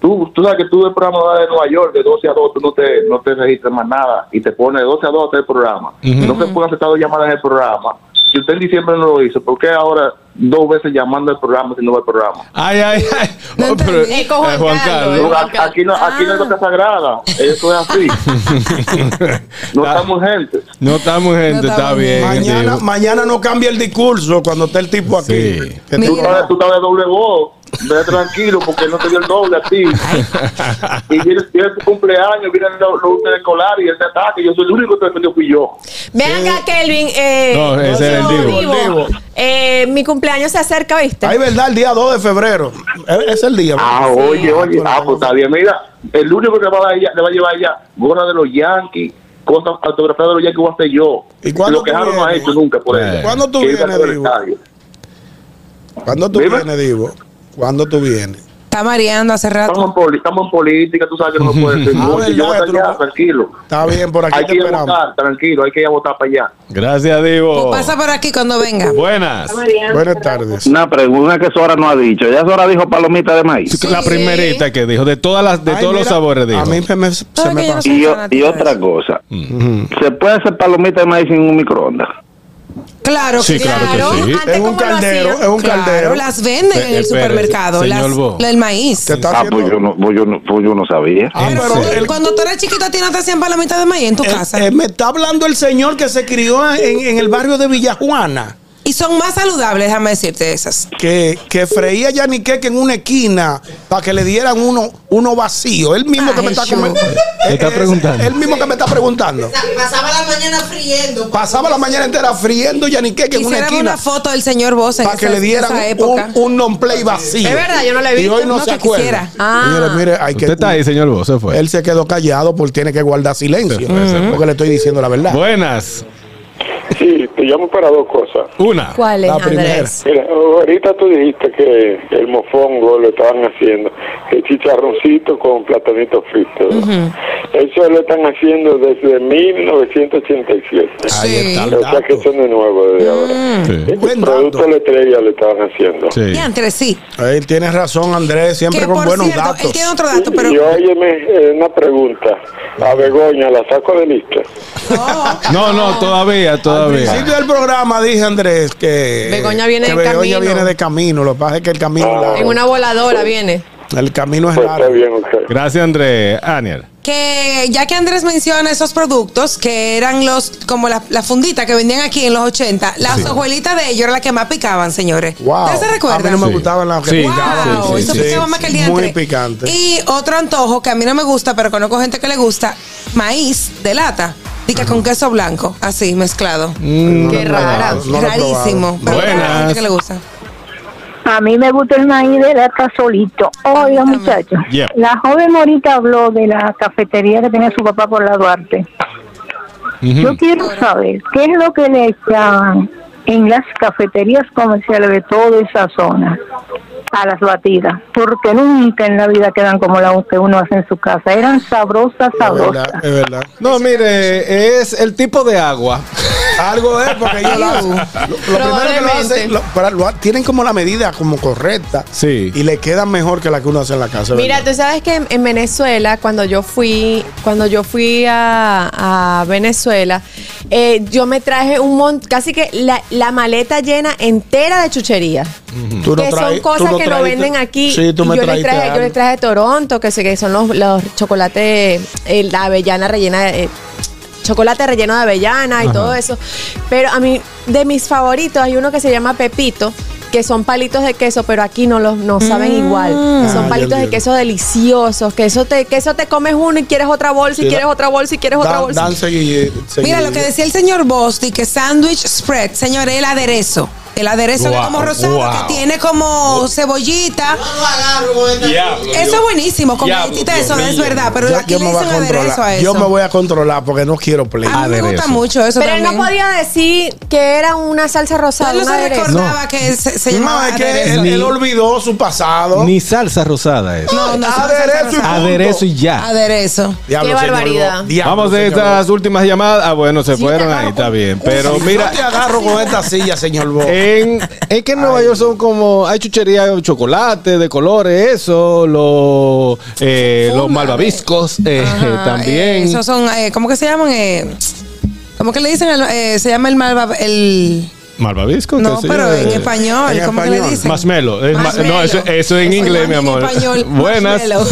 Speaker 14: Tú, tú sabes que tú del programa de Nueva York, de 12 a 2, tú no te, no te registras más nada y te pone de 12 a 2 el programa. No se pueden aceptar dos llamadas en el programa. Si usted en diciembre no lo hizo, ¿por qué ahora dos veces llamando al programa si no va al programa?
Speaker 2: Ay, ay, ay.
Speaker 5: No
Speaker 2: Oh, pero-
Speaker 5: entendí.
Speaker 3: Ah, Eh, con Juan
Speaker 2: Eh, Juan
Speaker 3: Carlos. Ah.
Speaker 2: Carlos.
Speaker 14: No, a- aquí no, aquí no hay toca sagrada. Eso es así. No estamos gente.
Speaker 2: Ah. No estamos, gente.
Speaker 5: No
Speaker 2: Está
Speaker 5: estamos
Speaker 2: bien.
Speaker 4: Mañana, mañana no cambia el discurso cuando esté el tipo aquí.
Speaker 2: Sí.
Speaker 4: Que
Speaker 14: Tú
Speaker 4: tú-
Speaker 5: Mira.
Speaker 14: estás, tú estás de doble voz. Ve tranquilo porque no te dio el doble a ti. Y viene, viene tu cumpleaños, viene los lo últimos escolar y este ataque. Yo soy el único que defendió fui yo.
Speaker 3: Ven acá, Kelvin. Eh,
Speaker 2: No, ese era el
Speaker 3: Divo,
Speaker 2: Divo.
Speaker 3: Divo. Eh, mi cumpleaños se acerca, ¿viste?
Speaker 4: Ay, verdad, el día 2 de febrero. E- Es el día.
Speaker 14: Ah,
Speaker 4: ¿verdad?
Speaker 14: oye, oye. Ah, pues está bien. Mira, el único que va a ella, le va a llevar ella gorra de los Yankees. Cosa autografiada de los Yankees voy a hacer yo.
Speaker 4: ¿Y cuándo
Speaker 14: Lo que
Speaker 4: tú
Speaker 14: Harold no ha
Speaker 4: vienes?
Speaker 14: hecho nunca por
Speaker 2: Eh.
Speaker 14: ella.
Speaker 4: ¿Cuándo tú
Speaker 14: Que está
Speaker 4: vienes,
Speaker 14: todo el
Speaker 4: Divo?
Speaker 14: estadio.
Speaker 4: ¿Cuándo tú
Speaker 14: Dime.
Speaker 4: vienes, Divo? ¿Cuándo tú vienes?
Speaker 5: Está mareando hace
Speaker 14: Estamos en,
Speaker 5: rato.
Speaker 14: poli- estamos en política, tú sabes que no puede ser
Speaker 4: Ah,
Speaker 14: mucho. Yo voy a estar
Speaker 4: verdad, tú no
Speaker 14: allá,
Speaker 4: puedes-
Speaker 14: tranquilo.
Speaker 4: Está bien, por aquí
Speaker 14: Hay
Speaker 4: te
Speaker 14: que ir a
Speaker 4: esperamos.
Speaker 14: votar, tranquilo, hay que ir a votar para allá.
Speaker 2: Gracias,
Speaker 5: Pues
Speaker 2: Divo.
Speaker 5: pasa por aquí cuando venga.
Speaker 2: Buenas.
Speaker 4: Buenas tardes.
Speaker 14: Una pregunta que Sora no ha dicho. Ya Sora dijo palomita de maíz.
Speaker 2: La primerita que dijo, de todas las, de
Speaker 4: Ay,
Speaker 2: todos los
Speaker 4: mira,
Speaker 2: sabores, dijo. Mm.
Speaker 4: A mí me- me- se
Speaker 5: Sabe
Speaker 4: me
Speaker 5: que yo no
Speaker 4: pasó.
Speaker 5: soy
Speaker 14: Y, yo-
Speaker 5: fanática
Speaker 14: y
Speaker 5: de
Speaker 14: otra
Speaker 5: eso.
Speaker 14: cosa.
Speaker 4: Ujú.
Speaker 14: ¿Se puede hacer palomita de maíz en un microondas?
Speaker 5: Claro que
Speaker 2: Sí, claro que sí. Eh,
Speaker 3: Antes,
Speaker 4: Es un
Speaker 3: ¿cómo lo
Speaker 4: caldero,
Speaker 3: hacían?
Speaker 4: es un
Speaker 5: Claro,
Speaker 4: caldero.
Speaker 5: las venden en el
Speaker 2: Espérese,
Speaker 5: supermercado.
Speaker 2: señor
Speaker 5: Las,
Speaker 2: Bo.
Speaker 5: el maíz.
Speaker 4: Que está
Speaker 14: Ah, pues yo
Speaker 4: haciendo.
Speaker 14: no, pues yo no, pues yo no sabía.
Speaker 4: Ah,
Speaker 2: ¿En
Speaker 4: pero Eh,
Speaker 2: serio?
Speaker 4: él-
Speaker 5: Cuando tú eras chiquito, a ti no te hacían palomita de maíz en tu
Speaker 4: él-
Speaker 5: casa.
Speaker 4: él me está hablando el señor que se crió en, en el barrio de Villajuana.
Speaker 5: Y son más saludables, déjame decirte esas.
Speaker 4: que, que freía Yaniqueque en una esquina para que le dieran uno, uno vacío. Él mismo que
Speaker 5: Ay,
Speaker 4: me está
Speaker 5: Jesús.
Speaker 4: comen-
Speaker 2: Me está
Speaker 4: Eh, eh,
Speaker 2: preguntando.
Speaker 4: Él mismo que me está preguntando.
Speaker 5: Pasaba la mañana friendo.
Speaker 4: Pasaba la mañana entera friendo Yaniqueque en una
Speaker 5: Quisiera ver
Speaker 4: esquina
Speaker 5: una foto del señor Bosa en
Speaker 4: para que
Speaker 5: esa-
Speaker 4: le dieran
Speaker 5: esa época.
Speaker 4: un, un non-play vacío.
Speaker 3: Es verdad, yo no la he
Speaker 4: Y
Speaker 3: visto.
Speaker 4: hoy no,
Speaker 5: No,
Speaker 4: se
Speaker 5: que
Speaker 4: acuerda.
Speaker 5: quisiera.
Speaker 3: Ah.
Speaker 4: Señores, mire, hay que.
Speaker 2: Usted está ahí, señor Bo, se fue.
Speaker 4: Él se quedó callado porque tiene que guardar silencio.
Speaker 2: Se fue, se fue.
Speaker 4: Porque le estoy diciendo la verdad.
Speaker 2: Buenas.
Speaker 14: Sí, te llamo para dos cosas.
Speaker 2: Una.
Speaker 3: ¿Cuál es,
Speaker 4: La primera.
Speaker 3: Andrés?
Speaker 14: Mira, ahorita tú dijiste que el mofongo lo estaban haciendo, el chicharroncito con platanito frito. ¿no? Eso lo están haciendo desde 1987.
Speaker 4: Ahí
Speaker 5: Sí. Mm.
Speaker 4: está el
Speaker 14: o sea que
Speaker 4: dato.
Speaker 14: eso no es nuevo de ahora.
Speaker 2: Sí.
Speaker 14: El
Speaker 4: Buen
Speaker 14: producto
Speaker 4: dato.
Speaker 14: la estrella lo estaban haciendo.
Speaker 2: Sí.
Speaker 5: Y entre sí.
Speaker 4: Él tiene razón, Andrés, siempre
Speaker 5: que
Speaker 4: con
Speaker 5: por
Speaker 4: buenos
Speaker 5: cierto,
Speaker 4: datos.
Speaker 5: él tiene otro dato, pero.
Speaker 14: Y óyeme eh, una pregunta. A Begoña, ¿la saco de lista?
Speaker 5: No.
Speaker 2: No, no, todavía,
Speaker 4: Al
Speaker 2: todavía.
Speaker 4: principio del programa dije, Andrés, que.
Speaker 3: Begoña viene
Speaker 4: que
Speaker 3: de
Speaker 4: Begoña
Speaker 3: camino.
Speaker 4: viene de camino. Lo que pasa es que el camino es largo.
Speaker 3: En una voladora viene.
Speaker 4: El camino es
Speaker 14: Pues está
Speaker 4: largo.
Speaker 14: bien, ok.
Speaker 2: Gracias, Andrés. Aniel.
Speaker 5: que ya que Andrés menciona esos productos que eran los como las la funditas que vendían aquí en los 80, las hojuelitas de ellos eran las que más picaban, señores.
Speaker 4: Wow.
Speaker 5: ¿Ustedes se
Speaker 4: A
Speaker 5: recuerdan?
Speaker 4: mí no me
Speaker 2: Sí.
Speaker 4: gustaban las que
Speaker 2: Sí.
Speaker 4: picaban.
Speaker 5: Wow,
Speaker 2: Sí, sí,
Speaker 5: eso
Speaker 2: sí.
Speaker 5: picaba más que el diente.
Speaker 4: Muy picante.
Speaker 5: Y otro antojo que a mí no me gusta, pero conozco gente que le gusta, maíz de lata. Dica con queso blanco, así mezclado.
Speaker 4: No lo he
Speaker 3: Qué rara.
Speaker 4: probado, no lo he probado.
Speaker 5: Rarísimo. Pero
Speaker 2: Buenas.
Speaker 5: hay gente que le gusta.
Speaker 6: A mí me gusta el maíz de lata solito. Oiga,
Speaker 5: Cuéntame.
Speaker 6: muchachos.
Speaker 2: Yeah.
Speaker 6: La joven Morita habló de la cafetería que tenía su papá por la Duarte. Yo quiero saber qué es lo que le echaban en las cafeterías comerciales de toda esa zona a las batidas, porque nunca en la vida quedan como la que uno hace en su casa. Eran sabrosas,
Speaker 4: Es
Speaker 6: sabrosas.
Speaker 4: verdad, es verdad.
Speaker 2: No, mire, es el tipo de agua.
Speaker 4: Algo es porque ellos la, lo, lo primero que lo
Speaker 3: Probablemente.
Speaker 4: hacen, lo- para- lo- tienen como la medida como correcta.
Speaker 2: Sí.
Speaker 4: Y le quedan mejor que la que uno hace en la casa. es
Speaker 3: Mira,
Speaker 4: verdad.
Speaker 3: tú sabes que en, en Venezuela, cuando yo fui, cuando yo fui a, a Venezuela, eh, yo me traje un montón, casi que la, la maleta llena entera de chucherías.
Speaker 4: Tú no
Speaker 3: que
Speaker 4: traes-
Speaker 3: son
Speaker 4: tú
Speaker 3: cosas que no
Speaker 4: trajiste-
Speaker 3: venden aquí.
Speaker 4: Sí, tú
Speaker 3: y
Speaker 4: me
Speaker 3: yo, les
Speaker 4: trajiste
Speaker 3: traje, yo
Speaker 4: algo.
Speaker 3: les traje de Toronto, que sé que son los, los chocolates, eh, la avellana rellena de. eh, Chocolate relleno de avellana y todo eso. Pero a mí, de mis favoritos, hay uno que se llama Pepito, que son palitos de queso, pero aquí no los no saben
Speaker 5: Mm.
Speaker 3: igual.
Speaker 4: Ah,
Speaker 3: Son
Speaker 4: ya
Speaker 3: palitos de
Speaker 4: entiendo.
Speaker 3: queso deliciosos, que eso te, que eso te comes uno y quieres otra bolsa, y
Speaker 4: Sí,
Speaker 3: quieres
Speaker 4: da-
Speaker 3: otra bolsa, y quieres otra
Speaker 4: Dan-
Speaker 3: bolsa.
Speaker 4: dan
Speaker 5: Mira
Speaker 4: seguid-
Speaker 5: lo
Speaker 4: seguidilla.
Speaker 5: que decía el señor Bosti, que sándwich spread, señor, el aderezo. El aderezo que
Speaker 2: Wow,
Speaker 5: es como rosado,
Speaker 2: wow.
Speaker 5: que tiene como cebollita. Eso es buenísimo, con
Speaker 2: Diablo,
Speaker 5: galletita
Speaker 2: Dios
Speaker 5: eso no es
Speaker 2: mío.
Speaker 5: verdad, pero
Speaker 4: Yo-
Speaker 5: aquí
Speaker 4: yo
Speaker 5: le
Speaker 4: me voy
Speaker 5: dicen
Speaker 4: a
Speaker 5: aderezo a
Speaker 4: controlar.
Speaker 5: eso.
Speaker 4: Yo me voy a controlar porque no quiero play.
Speaker 5: a mí me gusta
Speaker 2: Aderezo.
Speaker 5: mucho eso
Speaker 3: pero él no
Speaker 5: también.
Speaker 3: podía decir que era una salsa rosada.
Speaker 5: Él no
Speaker 3: un
Speaker 5: se
Speaker 3: aderezo.
Speaker 5: recordaba que se, se
Speaker 4: No,
Speaker 5: llamaba
Speaker 4: es que
Speaker 5: aderezo.
Speaker 4: él,
Speaker 2: Ni-
Speaker 4: él olvidó su pasado.
Speaker 2: Ni salsa rosada es.
Speaker 5: No, no, eso no es
Speaker 4: aderezo y
Speaker 5: salsa.
Speaker 2: Aderezo y ya.
Speaker 5: Aderezo.
Speaker 4: Diablo,
Speaker 3: Qué
Speaker 4: señor,
Speaker 3: barbaridad.
Speaker 4: vos. Diablo,
Speaker 2: Vamos de
Speaker 4: señor,
Speaker 2: estas
Speaker 4: vos.
Speaker 2: últimas llamadas. Ah, bueno, se
Speaker 5: Sí,
Speaker 2: fueron
Speaker 5: te
Speaker 2: ahí,
Speaker 5: agarro
Speaker 2: está
Speaker 5: con-
Speaker 2: bien. Pero
Speaker 4: No
Speaker 2: mira,
Speaker 4: te agarro con esta silla, señor Bo.
Speaker 2: en, es que en Nueva York son como, hay chuchería de chocolate, de colores, eso, los, eh, los malvaviscos eh,
Speaker 5: Ajá, eh,
Speaker 2: también.
Speaker 5: esos son, eh, ¿cómo que se llaman? Eh, ¿Cómo que le dicen? El, eh, se llama el malva... El,
Speaker 2: ¿Malvaviscos?
Speaker 5: no,
Speaker 2: qué sé
Speaker 5: pero
Speaker 2: yo,
Speaker 5: en
Speaker 2: eh.
Speaker 5: español,
Speaker 4: en
Speaker 5: ¿cómo que
Speaker 4: español.
Speaker 5: le dicen?
Speaker 2: Marshmallow. es ma-
Speaker 5: Marshmallow.
Speaker 2: no, eso, eso en
Speaker 5: Eso
Speaker 2: inglés, mi
Speaker 5: también en
Speaker 2: amor.
Speaker 5: español,
Speaker 2: Buenas.
Speaker 5: marshmallow.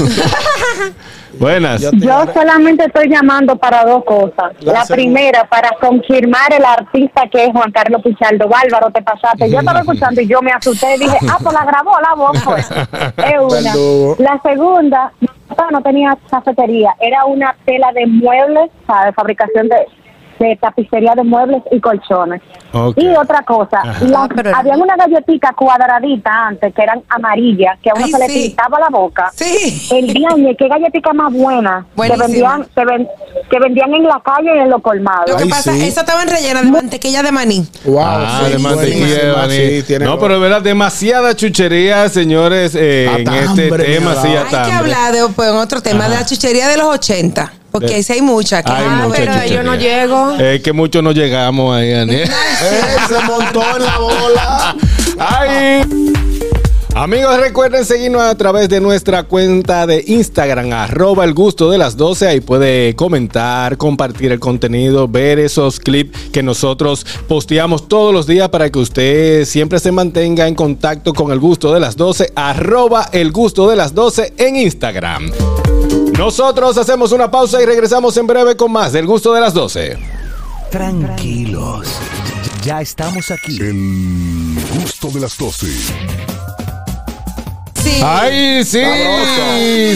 Speaker 2: Buenas.
Speaker 9: Yo solamente estoy llamando para dos cosas.
Speaker 4: La
Speaker 9: La,
Speaker 4: segunda.
Speaker 9: primera, para confirmar el artista que es Juan Carlos Pichardo. Bárbaro, te pasaste. Yo estaba escuchando y yo me asusté. Dije, ah, pues la grabó la voz. Pues. Es una.
Speaker 4: Verdugo.
Speaker 9: La segunda, mi papá no tenía cafetería. Era una tela de muebles, para fabricación de, de tapicería de muebles y colchones.
Speaker 2: Ok.
Speaker 9: Y otra cosa,
Speaker 2: Ajá.
Speaker 9: las-
Speaker 5: Ah, pero era-
Speaker 9: habían una galletita cuadradita antes que eran amarillas, que a uno
Speaker 5: Ay,
Speaker 9: se le
Speaker 5: sí.
Speaker 9: pintaba la boca.
Speaker 5: Sí.
Speaker 9: El diañe, qué galletica más buena. Que
Speaker 5: Buenísima.
Speaker 9: vendían, que, ven- que vendían en la calle y en los colmados.
Speaker 5: Lo que
Speaker 4: Ay,
Speaker 5: pasa,
Speaker 4: sí.
Speaker 5: esa estaban rellena de mantequilla de maní.
Speaker 4: Wow,
Speaker 2: Ah,
Speaker 4: sí,
Speaker 2: de mantequilla de
Speaker 4: buenísima,
Speaker 2: maní.
Speaker 4: sí, tiene
Speaker 2: no,
Speaker 4: lo-
Speaker 2: pero de verdad, demasiada chuchería, señores, eh, en
Speaker 4: Hasta
Speaker 2: este
Speaker 4: hambre me
Speaker 2: tema.
Speaker 4: ha
Speaker 2: Sí,
Speaker 4: dado.
Speaker 5: Hay que
Speaker 2: hasta hambre.
Speaker 5: hablar de pues, otro tema, de la chuchería de los 80. Porque
Speaker 2: De-
Speaker 5: ahí sí hay mucha. que-
Speaker 2: Eh, Hay
Speaker 5: Ah,
Speaker 2: mucha
Speaker 5: pero
Speaker 3: yo
Speaker 2: chuchería.
Speaker 3: no llego.
Speaker 2: Es que muchos no llegamos ahí, Aniel.
Speaker 4: Él se montó en la bola.
Speaker 2: ¡Ay! Amigos, recuerden seguirnos a través de nuestra cuenta de Instagram, arroba el gusto de las 12. Ahí puede comentar, compartir el contenido, ver esos clips que nosotros posteamos todos los días para que usted siempre se mantenga en contacto con el gusto de las 12, arroba el gusto de las 12 en Instagram. Nosotros hacemos una pausa y regresamos en breve con más del gusto de las 12.
Speaker 1: Tranquilos. Ya estamos aquí.
Speaker 11: El gusto de las 12.
Speaker 2: ¡Ay, sí!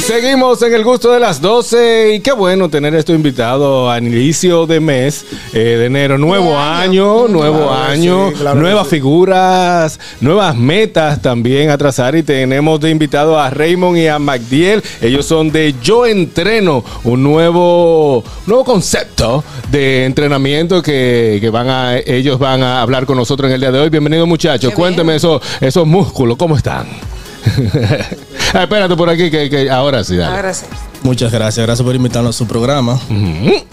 Speaker 2: Seguimos en el gusto de las 12 y qué bueno tener esto invitado al inicio de mes eh, de enero. Nuevo año, nuevo
Speaker 4: Claro que
Speaker 2: año,
Speaker 4: sí, claro
Speaker 2: nuevas
Speaker 4: que sí.
Speaker 2: figuras, nuevas metas también a trazar y tenemos de invitado a Raymond y a MacDiel. Ellos son de Yo Entreno, un nuevo, nuevo concepto de entrenamiento que, que van a, ellos van a hablar con nosotros en el día de hoy. Bienvenidos muchachos, cuéntenme eso- esos músculos, ¿cómo están? Ah, espérate por aquí, que, que ahora sí, dale.
Speaker 5: Ahora sí.
Speaker 12: Muchas gracias, gracias por invitarnos a su programa.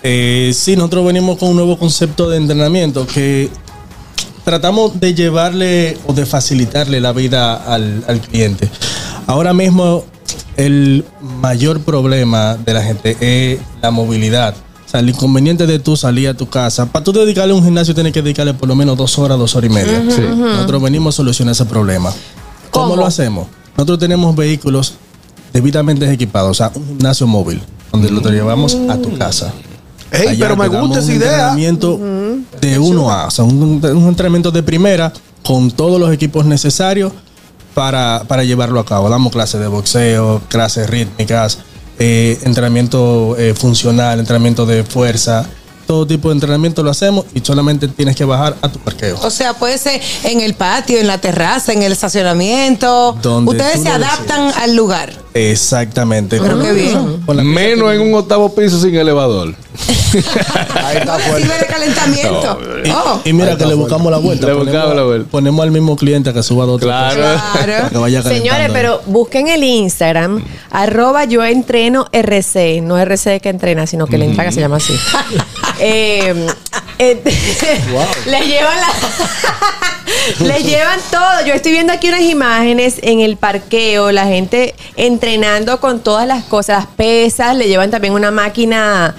Speaker 12: Eh, sí, nosotros venimos con un nuevo concepto de entrenamiento que tratamos de llevarle o de facilitarle la vida al, al cliente. Ahora mismo el mayor problema de la gente es la movilidad. O sea, el inconveniente de tú salir a tu casa. Para tú dedicarle a un gimnasio tienes que dedicarle por lo menos dos horas, dos horas y media.
Speaker 5: Ujú, Sí. ujú.
Speaker 12: Nosotros venimos a solucionar ese problema. ¿Cómo lo hacemos? Nosotros tenemos vehículos debidamente equipados, o sea, un gimnasio móvil, donde lo te llevamos a tu casa.
Speaker 4: Mm. Ey,
Speaker 12: Allá
Speaker 4: pero me
Speaker 12: te damos
Speaker 4: gusta esa
Speaker 12: un
Speaker 4: idea. Mm-hmm.
Speaker 12: entrenamiento de 1A, o sea, un, un entrenamiento de primera con todos los equipos necesarios para, para llevarlo a cabo. Damos clases de boxeo, clases rítmicas, eh, entrenamiento eh, funcional, entrenamiento de fuerza. Todo tipo de entrenamiento lo hacemos y solamente tienes que bajar a tu parqueo.
Speaker 5: O sea, puede ser en el patio, en la terraza, en el estacionamiento.
Speaker 12: Donde
Speaker 5: Ustedes
Speaker 12: tú
Speaker 5: se
Speaker 12: lo
Speaker 5: adaptan al lugar.
Speaker 12: Exactamente.
Speaker 5: Pero
Speaker 12: Con-
Speaker 5: qué bien.
Speaker 12: con la-
Speaker 2: Menos en un octavo piso sin elevador.
Speaker 5: Sirve de calentamiento.
Speaker 12: Y,
Speaker 5: Oh.
Speaker 12: y mira que le buscamos la vuelta.
Speaker 2: Le buscamos la vuelta.
Speaker 12: Ponemos al mismo cliente que suba dos
Speaker 2: Claro.
Speaker 3: Claro.
Speaker 12: Que vaya calentando
Speaker 3: Señores,
Speaker 12: ahí.
Speaker 3: pero busquen el Instagram, arroba yo entreno RC, no RC que entrena, sino que le entra que se llama así. Eh, eh, Les llevan la- les llevan todo. Yo estoy viendo aquí unas imágenes en el parqueo, la gente entrenando con todas las cosas, las pesas, le llevan también una máquina.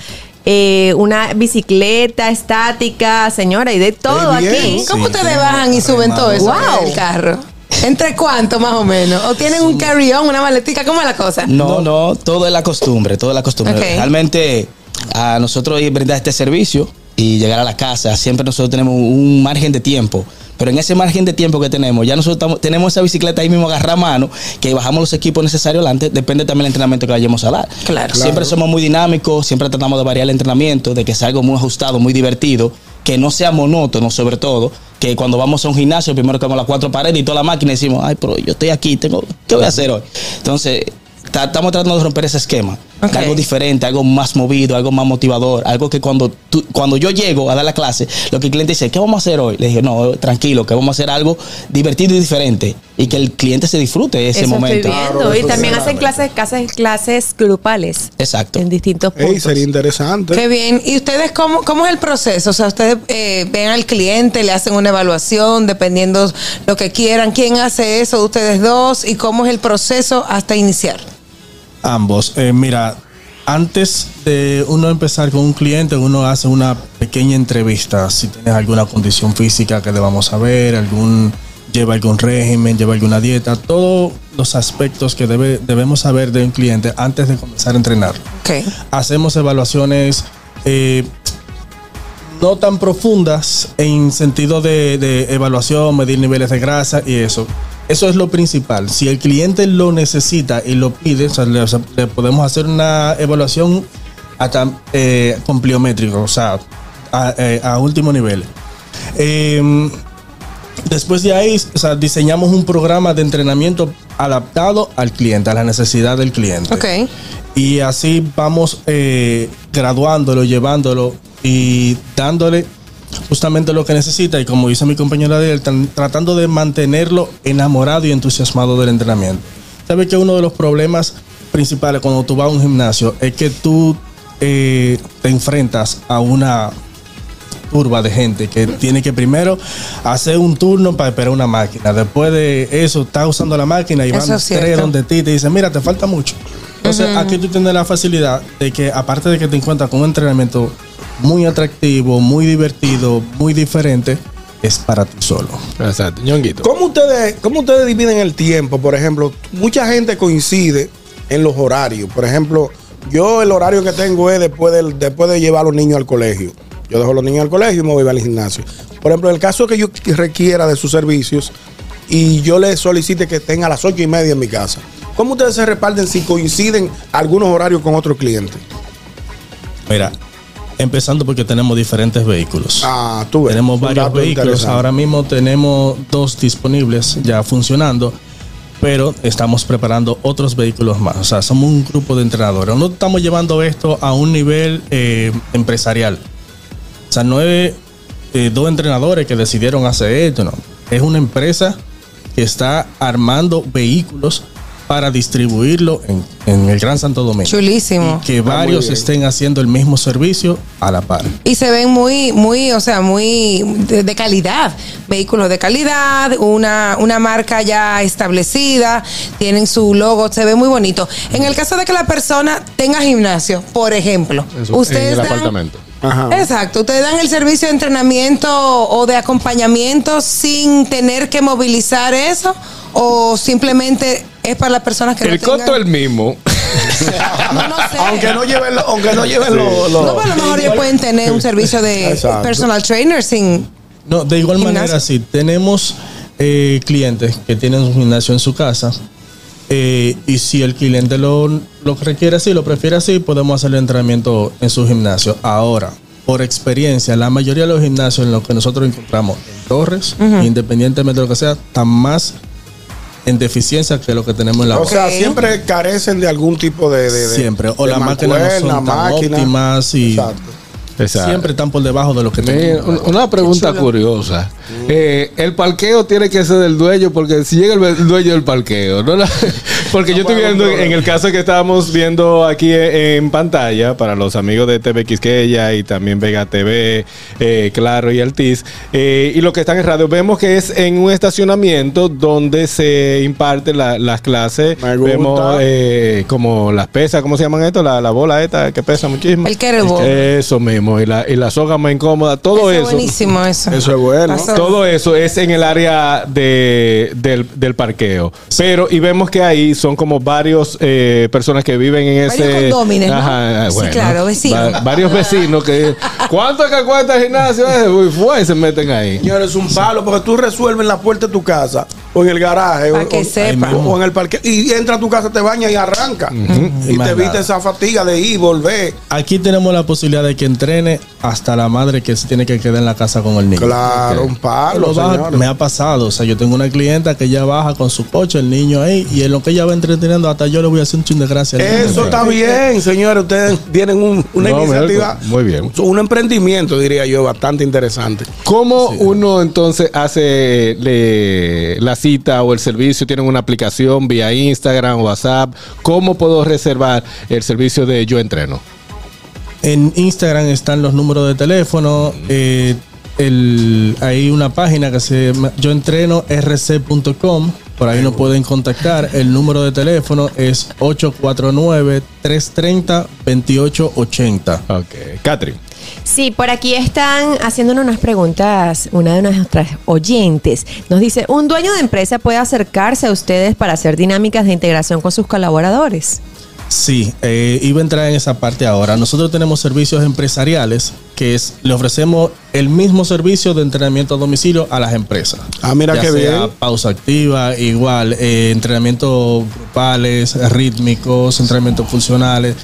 Speaker 3: eh, una bicicleta estática, señora, y de todo
Speaker 5: Ey, bien.
Speaker 3: aquí.
Speaker 5: ¿Cómo ustedes bajan y suben todo eso
Speaker 3: Wow.
Speaker 5: del carro? ¿Entre cuánto más o menos? ¿O tienen un carry-on, una maletica? ¿Cómo es la cosa?
Speaker 15: No, no, todo es la costumbre, todo es la costumbre.
Speaker 5: Ok.
Speaker 15: Realmente a nosotros ir brindar este servicio y llegar a la casa, siempre nosotros tenemos un margen de tiempo. Pero en ese margen de tiempo que tenemos, ya nosotros estamos- tenemos esa bicicleta ahí mismo agarrada a mano, que bajamos los equipos necesarios adelante, depende también del entrenamiento que vayamos a dar.
Speaker 5: Claro.
Speaker 15: Siempre somos muy dinámicos, siempre tratamos de variar el entrenamiento, de que sea algo muy ajustado, muy divertido, que no sea monótono sobre todo, que cuando vamos a un gimnasio primero que vamos a las cuatro paredes y toda la máquina y decimos, ay, pero yo estoy aquí, tengo, ¿qué voy a hacer hoy? Entonces, ta- estamos tratando de romper ese esquema.
Speaker 5: Ok.
Speaker 15: Algo diferente, algo más movido, algo más motivador, algo que cuando tú- cuando yo llego a dar la clase, lo que el cliente dice, ¿qué vamos a hacer hoy? Le dije, no, tranquilo, que vamos a hacer algo divertido y diferente y que el cliente se disfrute ese
Speaker 3: Eso
Speaker 15: momento.
Speaker 3: Estoy viendo. y también hacen clases, clases, clases grupales.
Speaker 15: Exacto.
Speaker 3: En distintos
Speaker 4: Ey, sería interesante.
Speaker 5: Qué bien. ¿Y ustedes cómo, cómo es el proceso? O sea, ustedes eh, ven al cliente, le hacen una evaluación dependiendo lo que quieran. ¿Quién hace eso? ¿Ustedes dos? ¿Y cómo es el proceso hasta iniciar?
Speaker 12: Ambos. Eh, mira, antes de uno empezar con un cliente, uno hace una pequeña entrevista. Si tienes alguna condición física que debamos saber, algún lleva algún régimen, lleva alguna dieta, todos los aspectos que debe- debemos saber de un cliente antes de comenzar a entrenar.
Speaker 5: Ok.
Speaker 12: Hacemos evaluaciones eh, no tan profundas en sentido de, de evaluación, medir niveles de grasa y eso. Eso es lo principal. Si el cliente lo necesita y lo pide, o sea, le, o sea, le podemos hacer una evaluación hasta eh, compliométrico, o sea, a, eh, a último nivel. Em, Después de ahí, o sea, diseñamos un programa de entrenamiento adaptado al cliente, a la necesidad del cliente.
Speaker 5: Ok.
Speaker 12: Y así vamos eh, graduándolo, llevándolo y dándole justamente lo que necesita. Y como dice mi compañera de tratando de mantenerlo enamorado y entusiasmado del entrenamiento. ¿Sabes que uno de los problemas principales cuando tú vas a un gimnasio es que tú eh, te enfrentas a una turba de gente que tiene que primero hacer un turno para esperar una máquina. Después de eso, está usando la máquina y
Speaker 5: Eso
Speaker 12: van
Speaker 5: es
Speaker 12: tres
Speaker 5: cierto.
Speaker 12: donde ti y te dicen, mira, te falta mucho. Entonces, aquí tú tienes la facilidad de que, aparte de que te encuentras con un entrenamiento muy atractivo, muy divertido, muy diferente, es para ti solo.
Speaker 2: Exacto, ñonguito.
Speaker 4: ¿Cómo ustedes, ¿Cómo ustedes dividen el tiempo? Por ejemplo, mucha gente coincide en los horarios. Por ejemplo, yo el horario que tengo es después, del, después de llevar a los niños al colegio. Yo dejo a los niños al colegio y me voy al gimnasio. Por ejemplo, en el caso que yo requiera de sus servicios y yo le solicite que estén a las ocho y media en mi casa, ¿cómo ustedes se reparten si coinciden algunos horarios con otros clientes?
Speaker 12: Mira, empezando porque tenemos diferentes vehículos.
Speaker 4: Ah, tú ves.
Speaker 12: Tenemos
Speaker 4: Un
Speaker 12: varios
Speaker 4: dato
Speaker 12: vehículos.
Speaker 4: interesante.
Speaker 12: Ahora mismo tenemos dos disponibles ya funcionando, pero estamos preparando otros vehículos más. O sea, somos un grupo de entrenadores. No estamos llevando esto a un nivel eh, empresarial. O sea, no es eh, dos entrenadores que decidieron hacer esto, no. Es una empresa que está armando vehículos para distribuirlo en, en el Gran Santo Domingo.
Speaker 5: Chulísimo.
Speaker 12: Y que
Speaker 5: Está muy
Speaker 12: varios
Speaker 5: bien.
Speaker 12: estén haciendo el mismo servicio a la par.
Speaker 5: Y se ven muy, muy, o sea, muy de, de calidad. Vehículos de calidad, una, una marca ya establecida, tienen su logo, se ve muy bonito. En el caso de que la persona tenga gimnasio, por ejemplo, ustedes dan- Exacto, ustedes dan el servicio de entrenamiento o de acompañamiento sin tener que movilizar eso o simplemente es para las personas que
Speaker 2: El
Speaker 5: no
Speaker 2: costo es el mismo.
Speaker 4: Aunque no lleven, lo- aunque no lleven
Speaker 2: Sí.
Speaker 4: lo- lo-
Speaker 5: No, pero a lo mejor ellos pueden tener un servicio de
Speaker 12: Exacto.
Speaker 5: personal trainer sin
Speaker 12: No, de igual
Speaker 5: Gimnasio.
Speaker 12: manera, sí. Tenemos eh, clientes que tienen un gimnasio en su casa. eh, y si el cliente lo, lo requiere así, lo prefiere así, podemos hacer el entrenamiento en su gimnasio. Ahora, por experiencia, la mayoría de los gimnasios en los que nosotros encontramos en Torres, independientemente de lo que sea, están más en deficiencia que lo que tenemos en la
Speaker 4: O sea,
Speaker 12: Boca.
Speaker 4: siempre carecen de algún tipo de. de- de-
Speaker 12: Siempre. O
Speaker 4: de
Speaker 12: las máquinas no
Speaker 4: mancuerna,
Speaker 12: son tan
Speaker 4: máquina.
Speaker 12: óptimas y
Speaker 2: Exacto.
Speaker 12: siempre están por debajo de lo que
Speaker 2: Mira,
Speaker 12: tenemos.
Speaker 2: un- una pregunta curiosa. Eh, el parqueo tiene que ser del dueño, porque si llega el ve- dueño del parqueo, ¿no? La- porque yo estoy viendo en el caso que estábamos viendo aquí e- en pantalla, para los amigos de TV Quisqueya y también Vega TV, eh, Claro y Altiz, eh, y lo que están en radio, vemos que es en un estacionamiento donde se imparten la- las clases. Vemos eh, como las pesas, ¿cómo se llaman esto? La, la bola esta que pesa muchísimo.
Speaker 5: El kettlebell.
Speaker 2: Eso mismo, y la, y la soga más incómoda,
Speaker 5: Eso
Speaker 2: todo eso.
Speaker 5: es buenísimo, eso.
Speaker 4: Eso es bueno.
Speaker 5: Pasó.
Speaker 2: Todo eso es en el área de, del, del parqueo. Pero, y vemos que ahí son como varios eh, personas que viven en
Speaker 5: Varios
Speaker 2: ese.
Speaker 5: condóminos, ¿no? Sí, claro, vecinos.
Speaker 2: Va- varios vecinos que. ¿Cuánto es que cuesta el gimnasio? ese? Uy, fue, y se meten ahí.
Speaker 4: Señores, un palo, porque tú resuelves en la puerta de tu casa, o en el garaje,
Speaker 5: Pa'
Speaker 4: o,
Speaker 5: que
Speaker 4: o-
Speaker 5: sepa.
Speaker 4: o- o en el parque. Y entra a tu casa, te baña y arranca. Y
Speaker 12: Más
Speaker 4: te
Speaker 12: nada.
Speaker 4: viste esa fatiga de ir, volver.
Speaker 12: Aquí tenemos la posibilidad de que entrene hasta la madre que se tiene que quedar en la casa con el niño.
Speaker 4: Claro,
Speaker 12: Ok.
Speaker 4: un palo,
Speaker 12: Lo baja-
Speaker 4: señores.
Speaker 12: me ha pasado. O sea, yo tengo una clienta que ella baja con su coche, el niño ahí, y en lo que ella va entreteniendo, hasta yo le voy a hacer un chin de gracia. al niño.
Speaker 4: Eso está bien, señores. Ustedes tienen un- una
Speaker 2: No,
Speaker 4: iniciativa,
Speaker 2: Melco, muy bien.
Speaker 4: un emprendimiento, diría yo, bastante interesante.
Speaker 2: ¿Cómo uno entonces hace le- la cita o el servicio? ¿Tienen una aplicación vía Instagram, WhatsApp? ¿Cómo puedo reservar el servicio de Yo Entreno?
Speaker 12: En Instagram están los números de teléfono. eh, el- hay una página que se llama yo entreno rc.com. Por ahí nos pueden contactar. El número de teléfono es 849-330-2880.
Speaker 2: Ok. Catherine.
Speaker 3: Sí, por aquí están haciéndonos unas preguntas, una de nuestras oyentes. Nos dice, ¿un dueño de empresa puede acercarse a ustedes para hacer dinámicas de integración con sus colaboradores?
Speaker 12: Sí, eh, iba a entrar en esa parte ahora. Nosotros tenemos servicios empresariales que es, le ofrecemos el mismo servicio de entrenamiento a domicilio a las empresas.
Speaker 4: Ah, mira
Speaker 12: Ya
Speaker 4: qué
Speaker 12: sea
Speaker 4: bien.
Speaker 12: Pausa activa, igual, eh, entrenamientos grupales, rítmicos, entrenamientos funcionales.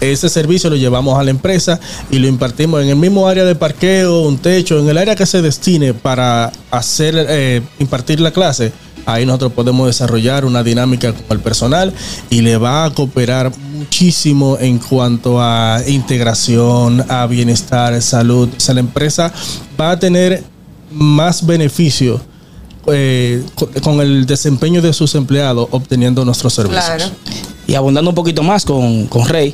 Speaker 12: Ese servicio lo llevamos a la empresa y lo impartimos en el mismo área de parqueo, un techo, en el área que se destine para hacer eh, impartir la clase. Ahí nosotros podemos desarrollar una dinámica con el personal y le va a cooperar muchísimo en cuanto a integración, a bienestar, salud. O sea, la empresa va a tener más beneficio eh, co- con el desempeño de sus empleados obteniendo nuestros servicios.
Speaker 15: Y abundando un poquito más con, con Rey,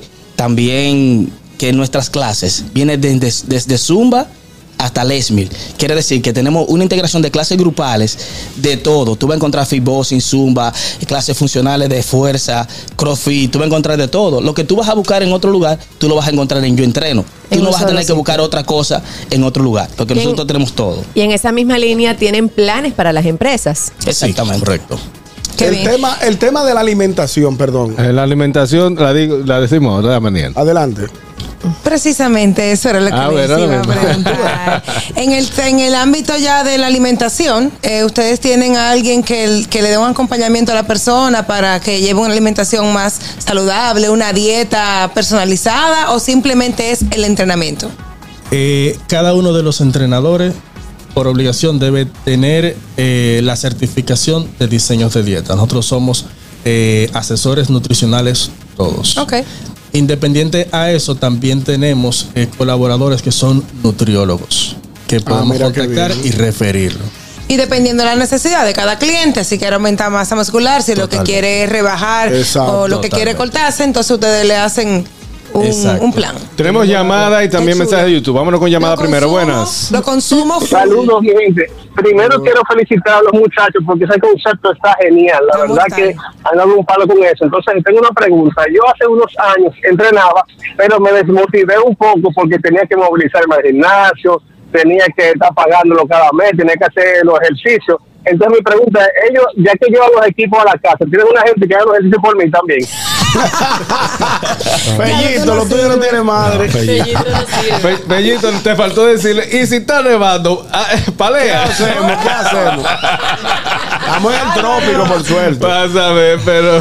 Speaker 15: también que nuestras clases vienen de- de- desde Zumba hasta Lesmil. Quiere decir que tenemos una integración de clases grupales de todo. Tú vas a encontrar fitboxing, Zumba, clases funcionales de fuerza, crossfit, tú vas a encontrar de todo. Lo que tú vas a buscar en otro lugar, tú lo vas a encontrar en Yo Entreno. Tú
Speaker 3: En
Speaker 15: no
Speaker 3: un
Speaker 15: vas a
Speaker 3: solo
Speaker 15: tener que
Speaker 3: sitio.
Speaker 15: buscar otra cosa en otro lugar, porque
Speaker 3: Bien.
Speaker 15: nosotros tenemos todo.
Speaker 3: Y en esa misma línea tienen planes para las empresas.
Speaker 15: Exactamente. correcto.
Speaker 4: el tema, el tema de la alimentación, perdón.
Speaker 2: Eh, La alimentación la, digo, la decimos de la mañana.
Speaker 4: Adelante.
Speaker 5: Precisamente eso era lo que
Speaker 2: Ah,
Speaker 5: les
Speaker 2: bueno,
Speaker 5: iba a
Speaker 2: lo mismo.
Speaker 5: preguntar. En el, en el ámbito ya de la alimentación, eh, ¿ustedes tienen a alguien que, el- que le dé un acompañamiento a la persona para que lleve una alimentación más saludable, una dieta personalizada o simplemente es el entrenamiento?
Speaker 12: Eh, cada uno de los entrenadores, por obligación, debe tener eh, la certificación de diseños de dieta. Nosotros somos eh, asesores nutricionales todos.
Speaker 5: Ok.
Speaker 12: Independiente a eso, también tenemos eh, colaboradores que son nutriólogos, que podemos
Speaker 4: Ah, mira qué
Speaker 12: contactar
Speaker 4: bien.
Speaker 12: y referirlo.
Speaker 5: Y dependiendo de la necesidad de cada cliente, si quiere aumentar masa muscular, si lo que
Speaker 12: Totalmente.
Speaker 5: quiere es rebajar
Speaker 12: Exacto.
Speaker 5: o lo que quiere
Speaker 12: Totalmente.
Speaker 5: cortarse, entonces ustedes le hacen un,
Speaker 2: Exacto.
Speaker 5: un plan.
Speaker 2: Tenemos llamada y también mensaje de YouTube. Vámonos con llamada primero. Buenas.
Speaker 5: Lo consumo.
Speaker 16: Saludos, mi gente. Primero quiero felicitar a los muchachos porque ese concepto está genial. La verdad que han dado un palo con eso. Entonces, tengo una pregunta. Yo hace unos años entrenaba, pero me desmotivé un poco porque tenía que movilizarme al gimnasio, tenía que estar pagándolo cada mes, tenía que hacer los ejercicios. Entonces, mi pregunta es, ellos, ya que llevan los equipos a la casa, tienen una gente que haga los ejercicios por mí también.
Speaker 4: Pellito, lo tuyo no tiene madre.
Speaker 2: Be- Bellito, te faltó decirle, y si está nevando, Ah, eh, palea. ¿Qué hacemos? ¿Qué hacemos? Estamos en el trópico, por suerte. Pásame, pero.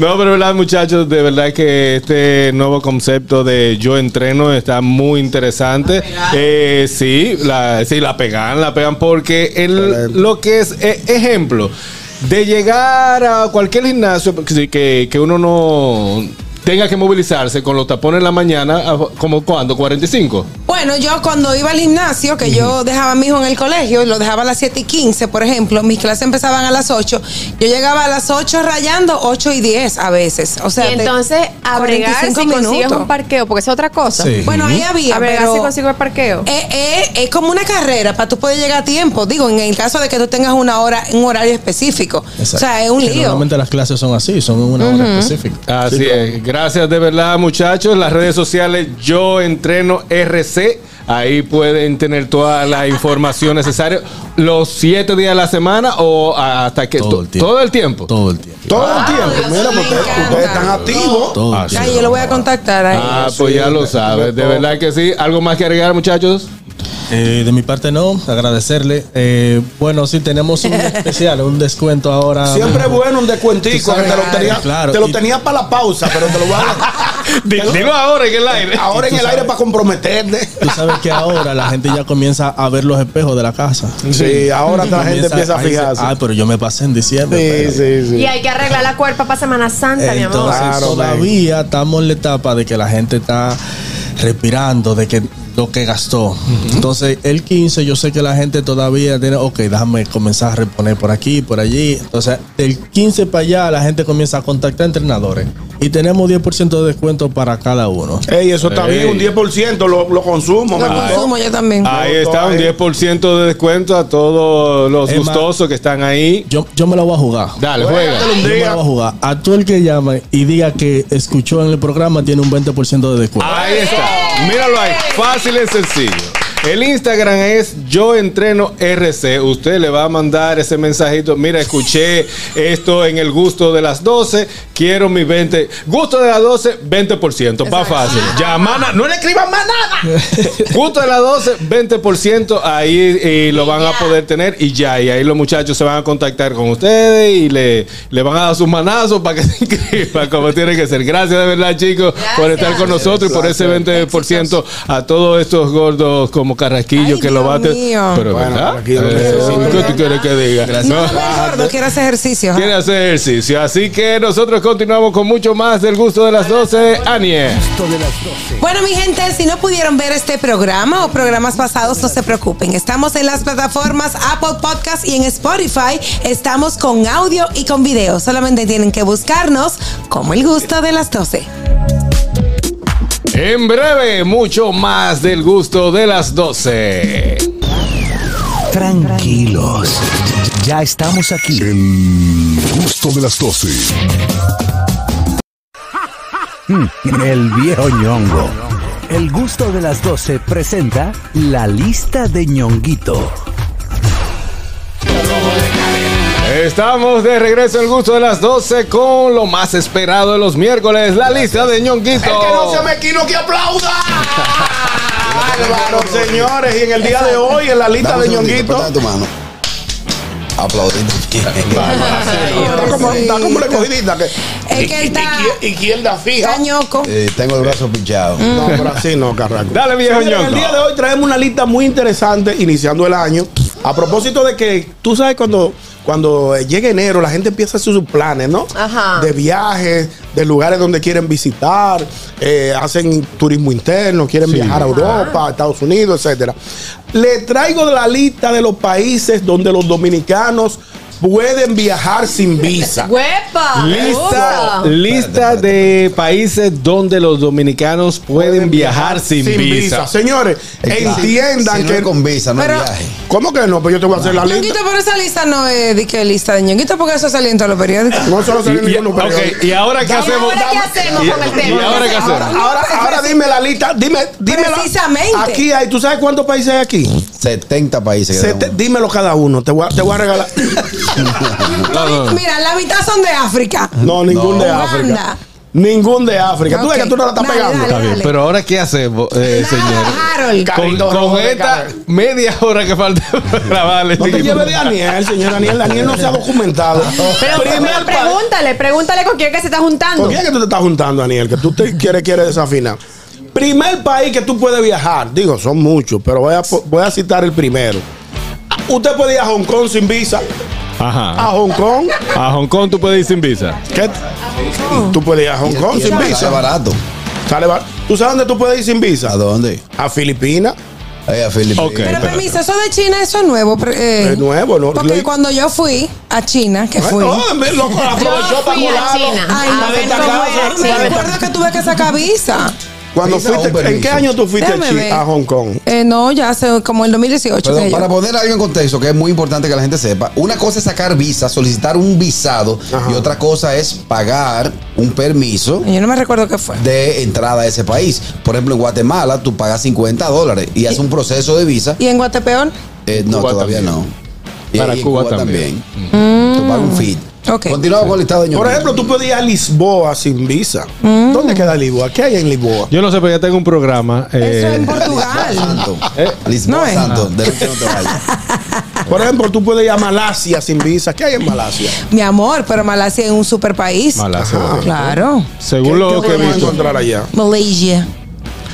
Speaker 2: No, pero verdad, muchachos, de verdad que este nuevo concepto de yo entreno está muy interesante. Eh, sí, la, sí, la pegan, la pegan, porque el, lo que es. eh, ejemplo, de llegar a cualquier gimnasio que- que, que uno no tenga que movilizarse con los tapones en la mañana, a- como cuando, 45.
Speaker 5: Bueno, yo cuando iba al gimnasio, que yo dejaba a mi hijo en el colegio, lo dejaba a las 7 y 15, por ejemplo, mis clases empezaban a las 8, yo llegaba a las 8 rayando, 8 y 10 a veces. O sea,
Speaker 3: y
Speaker 5: de
Speaker 3: entonces, abregar si
Speaker 5: 45
Speaker 3: consigues
Speaker 5: minutos.
Speaker 3: un parqueo, porque es otra cosa.
Speaker 5: Sí. Bueno, ahí había,
Speaker 3: Abregar
Speaker 5: pero-
Speaker 3: si consigues el parqueo.
Speaker 5: Eh, eh, es como una carrera para tú poder llegar a tiempo. Digo, en el caso de que tú tengas una hora, un horario específico. O sea, es un
Speaker 12: Que
Speaker 5: lío.
Speaker 12: Normalmente las clases son así, son en una
Speaker 5: Ujú.
Speaker 12: hora específica.
Speaker 2: Así es. Gracias de verdad, muchachos. Las redes sociales Yo Entreno RC. Ahí pueden tener toda la información necesaria los siete días de la semana o hasta que todo el tiempo. Todo el tiempo. Todo el tiempo.
Speaker 5: Ah,
Speaker 4: Todo el tiempo. Mira, porque ustedes están activos.
Speaker 5: Ay, yo lo voy a contactar ahí.
Speaker 2: Ah, pues ya lo sabes. De verdad que sí. ¿Algo más que agregar, muchachos?
Speaker 12: Eh, de mi parte no, agradecerle. Eh, bueno, sí, tenemos un especial, un descuento ahora.
Speaker 4: Siempre es bueno un descuentico. que te lo tenía,
Speaker 12: Claro,
Speaker 4: te lo
Speaker 12: y-
Speaker 4: tenía para la pausa, pero te lo voy a
Speaker 2: Digo ahora en el aire.
Speaker 4: Eh, Ahora en
Speaker 12: Tú
Speaker 4: el aire
Speaker 12: sabes.
Speaker 4: para comprometerte.
Speaker 12: Tú sabes que ahora la gente ya comienza a ver los espejos de la casa. Mm.
Speaker 4: Sí, ahora la gente empieza a
Speaker 12: ahí dice,
Speaker 4: fijarse.
Speaker 12: Ah, pero yo me pasé en diciembre. pero-".
Speaker 3: Y hay que arreglar la cuerpa para Semana Santa, mi amor.
Speaker 12: Entonces todavía estamos en la etapa de que la gente está respirando, de que lo que gastó. Entonces el 15 yo sé que la gente todavía tiene, ok, déjame comenzar a reponer por aquí, por allí. Entonces del 15 para allá la gente comienza a contactar entrenadores y tenemos 10% de descuento para cada uno.
Speaker 4: Ey, eso está bien, un 10% lo, lo consumo. me gustó.
Speaker 5: yo también.
Speaker 2: Ahí está, un 10% de descuento a todos los
Speaker 12: Es más,
Speaker 2: gustosos que están ahí.
Speaker 12: Yo, yo me la voy a jugar.
Speaker 2: Dale, juega.
Speaker 12: Yo me la voy a jugar. A todo el que llame y diga que escuchó en el programa tiene un 20% de descuento.
Speaker 2: Ahí está. Míralo ahí. Fácil y sencillo. El Instagram es yo entreno RC. Usted le va a mandar ese mensajito. Mira, escuché esto en el gusto de las 12. Quiero mis 20. Gusto de las 12, 20%. Pa' fácil. Llamana. No le escriban más nada. gusto de las 12, 20%. Ahí eh, lo van a poder tener y ya. Y ahí los muchachos se van a contactar con ustedes y le, le van a dar sus manazos para que se inscriban como tiene que ser. Gracias de verdad, chicos, por estar con nosotros y por ese 20% a todos estos gordos como Carrasquillo que lo bate.
Speaker 5: mío.
Speaker 2: Pero
Speaker 5: Bueno,
Speaker 2: ¿verdad? Eh, ¿Qué tú quieres que diga?
Speaker 5: No, gordo, quiero hacer ejercicio.
Speaker 2: Quiere hacer ejercicio. Así que nosotros continuamos con mucho más del gusto de las 12. Anie.
Speaker 5: Bueno, mi gente, si no pudieron ver este programa o programas pasados, no se preocupen. Estamos en las plataformas Apple Podcast y en Spotify. Estamos con audio y con video. Solamente tienen que buscarnos como el gusto de las 12.
Speaker 2: En breve, mucho más del gusto de las 12.
Speaker 1: Tranquilos. Ya estamos aquí. El gusto de las 12. Mm, El viejo ñongo. El gusto de las 12 presenta la lista de ñonguito.
Speaker 2: Estamos de regreso el gusto de las 12 con lo más esperado de los miércoles, la lista de ñonguito.
Speaker 4: El que no sea mequino que aplauda. Bárbaro, señores. Y en el día de hoy, en la lista
Speaker 17: Dame un
Speaker 4: de
Speaker 17: segundito,
Speaker 4: ñonguito.
Speaker 17: presta tu mano. Aplaudiendo.
Speaker 4: Está como, está como una cogidita que.
Speaker 5: Es que él está.
Speaker 4: Izquierda fija.
Speaker 5: Cañoco.
Speaker 17: Eh, tengo el brazo pinchado.
Speaker 5: Mm.
Speaker 4: No, pero así no, Carraco.
Speaker 2: Dale, viejo
Speaker 4: Señores,
Speaker 2: ñongo.
Speaker 4: El día de hoy traemos una lista muy interesante iniciando el año. A propósito de que tú sabes cuando cuando eh, llega enero la gente empieza a hacer sus planes, ¿no?
Speaker 3: Ajá.
Speaker 4: De viajes, de lugares donde quieren visitar, eh, hacen turismo interno, quieren
Speaker 2: Sí.
Speaker 4: viajar a Europa, a Estados Unidos, etcétera. Le traigo la lista de los países donde los dominicanos pueden viajar sin visa.
Speaker 3: ¡Huepa! Me
Speaker 2: Lista,
Speaker 3: gusta.
Speaker 2: lista de países donde los dominicanos pueden viajar sin, visa.
Speaker 4: Señores, entiendan
Speaker 17: Si no
Speaker 4: que.
Speaker 17: es con visa, no es
Speaker 5: Pero-
Speaker 17: viaje.
Speaker 4: ¿Cómo que no? Pues yo te voy a hacer la lista.
Speaker 5: Ñonguito, pero esa lista no es de que lista de ñonguito, porque eso salió en todos los periódicos.
Speaker 4: No solo sale en
Speaker 2: Y- y-
Speaker 4: ninguno, pero.
Speaker 2: ok, ¿y ahora qué
Speaker 4: Dame-
Speaker 2: hacemos?
Speaker 4: dame-
Speaker 3: ¿Qué hacemos con el tema?
Speaker 2: ¿Y ahora qué hacemos?
Speaker 4: Ahora, ahora dime la lista, dime, dime la-
Speaker 5: Precisamente.
Speaker 4: Aquí hay, ¿tú sabes cuántos países hay aquí?
Speaker 17: 70 países. que
Speaker 4: Sete-
Speaker 17: tenemos.
Speaker 4: dímelo cada uno, te voy a, te voy a regalar.
Speaker 5: Mira, la mitad son de África.
Speaker 4: No, ningún de
Speaker 5: Uganda.
Speaker 4: África. Ningún de África. Tú ves
Speaker 5: Ok.
Speaker 4: que tú no la estás
Speaker 5: Dale,
Speaker 4: pegando.
Speaker 5: dale,
Speaker 2: Está bien,
Speaker 5: dale.
Speaker 2: pero ahora qué hacemos, eh, señores.
Speaker 5: Harold.
Speaker 2: Con,
Speaker 4: Carrito
Speaker 2: con
Speaker 4: rojo de
Speaker 2: esta
Speaker 4: cabeza.
Speaker 2: media hora que falta para grabar el
Speaker 4: No te
Speaker 2: equipo.
Speaker 4: lleves de Daniel, señor Daniel. Daniel no se ha documentado.
Speaker 3: Pero, pero
Speaker 4: Primer país-
Speaker 3: pregúntale, pregúntale con quién que se está juntando.
Speaker 4: ¿Con quién es que tú te estás juntando, Daniel? Que tú te quieres, quieres desafinar. Primer país que tú puedes viajar. Digo, son muchos, pero voy a, po- voy a citar el primero. Ah, Usted puede ir a Hong Kong sin visa. A
Speaker 2: Ajá.
Speaker 4: Hong Kong.
Speaker 2: A Hong Kong tú puedes ir sin visa.
Speaker 4: ¿Qué? Tú puedes ir a Hong Kong
Speaker 17: Y
Speaker 4: sin
Speaker 17: sale
Speaker 4: visa.
Speaker 17: barato.
Speaker 4: Sale bar- ¿Tú sabes dónde tú puedes ir sin
Speaker 17: ¿A
Speaker 4: visa?
Speaker 17: dónde?
Speaker 4: A Filipinas.
Speaker 17: Ahí a Filipinas.
Speaker 2: Ok.
Speaker 5: Pero permiso, eso de China, eso es nuevo. pre- eh,
Speaker 4: Es nuevo, ¿no?
Speaker 5: Porque
Speaker 4: Lo-
Speaker 5: cuando yo fui a China, que
Speaker 4: Ay,
Speaker 5: fui.
Speaker 4: no, me- loco, aprovechó
Speaker 3: Yo
Speaker 4: para
Speaker 3: fui a
Speaker 4: colarlo.
Speaker 3: China.
Speaker 5: Ay,
Speaker 3: A
Speaker 5: no,
Speaker 3: ver
Speaker 5: pero
Speaker 4: cómo era
Speaker 5: me
Speaker 4: China.
Speaker 5: acuerdo que tuve que sacar visa.
Speaker 4: Cuando
Speaker 17: Visa o
Speaker 4: fuiste, ¿En
Speaker 17: permiso.
Speaker 4: qué año tú fuiste a
Speaker 5: Déjame
Speaker 4: Chi-
Speaker 5: ver.
Speaker 4: a Hong Kong?
Speaker 5: Eh, no, ya hace como el 2018.
Speaker 17: Pero
Speaker 5: que
Speaker 17: para
Speaker 5: yo-
Speaker 17: poner algo en contexto, que es muy importante que la gente sepa, una cosa es sacar visa, solicitar un visado,
Speaker 4: Ajá.
Speaker 17: y otra cosa es pagar un permiso
Speaker 5: yo no me recuerdo qué fue.
Speaker 17: de entrada a ese país. Por ejemplo, en Guatemala tú pagas 50 dólares y haces un proceso de visa.
Speaker 5: ¿Y en Guatepeón?
Speaker 17: Eh, no,
Speaker 2: Cuba
Speaker 17: todavía
Speaker 2: también.
Speaker 17: no. Y-
Speaker 2: Para
Speaker 17: y en
Speaker 2: Cuba también.
Speaker 17: Tú pagas Mm. un feed.
Speaker 5: Ok.
Speaker 17: Continuamos con el listado de
Speaker 4: Por
Speaker 17: ñoquito.
Speaker 4: ejemplo, tú puedes ir a Lisboa sin visa.
Speaker 5: Mm.
Speaker 4: ¿Dónde queda Lisboa? ¿Qué hay en Lisboa?
Speaker 2: Yo no sé, pero ya tengo un programa.
Speaker 5: Eso en
Speaker 2: eh,
Speaker 17: Lisboa
Speaker 5: Portugal.
Speaker 17: Santo.
Speaker 2: ¿Eh?
Speaker 17: Lisboa
Speaker 5: No es.
Speaker 17: Santo. De noche no te vayas.
Speaker 4: Por ejemplo, tú puedes ir a Malasia sin visa. ¿Qué hay en Malasia?
Speaker 5: Mi amor, pero Malasia es un super país.
Speaker 2: Malasia.
Speaker 4: Ajá.
Speaker 5: Claro.
Speaker 4: ¿Qué,
Speaker 2: Según lo
Speaker 4: qué
Speaker 2: que he
Speaker 4: podemos
Speaker 2: visto.
Speaker 4: encontrar allá?
Speaker 5: Malaysia.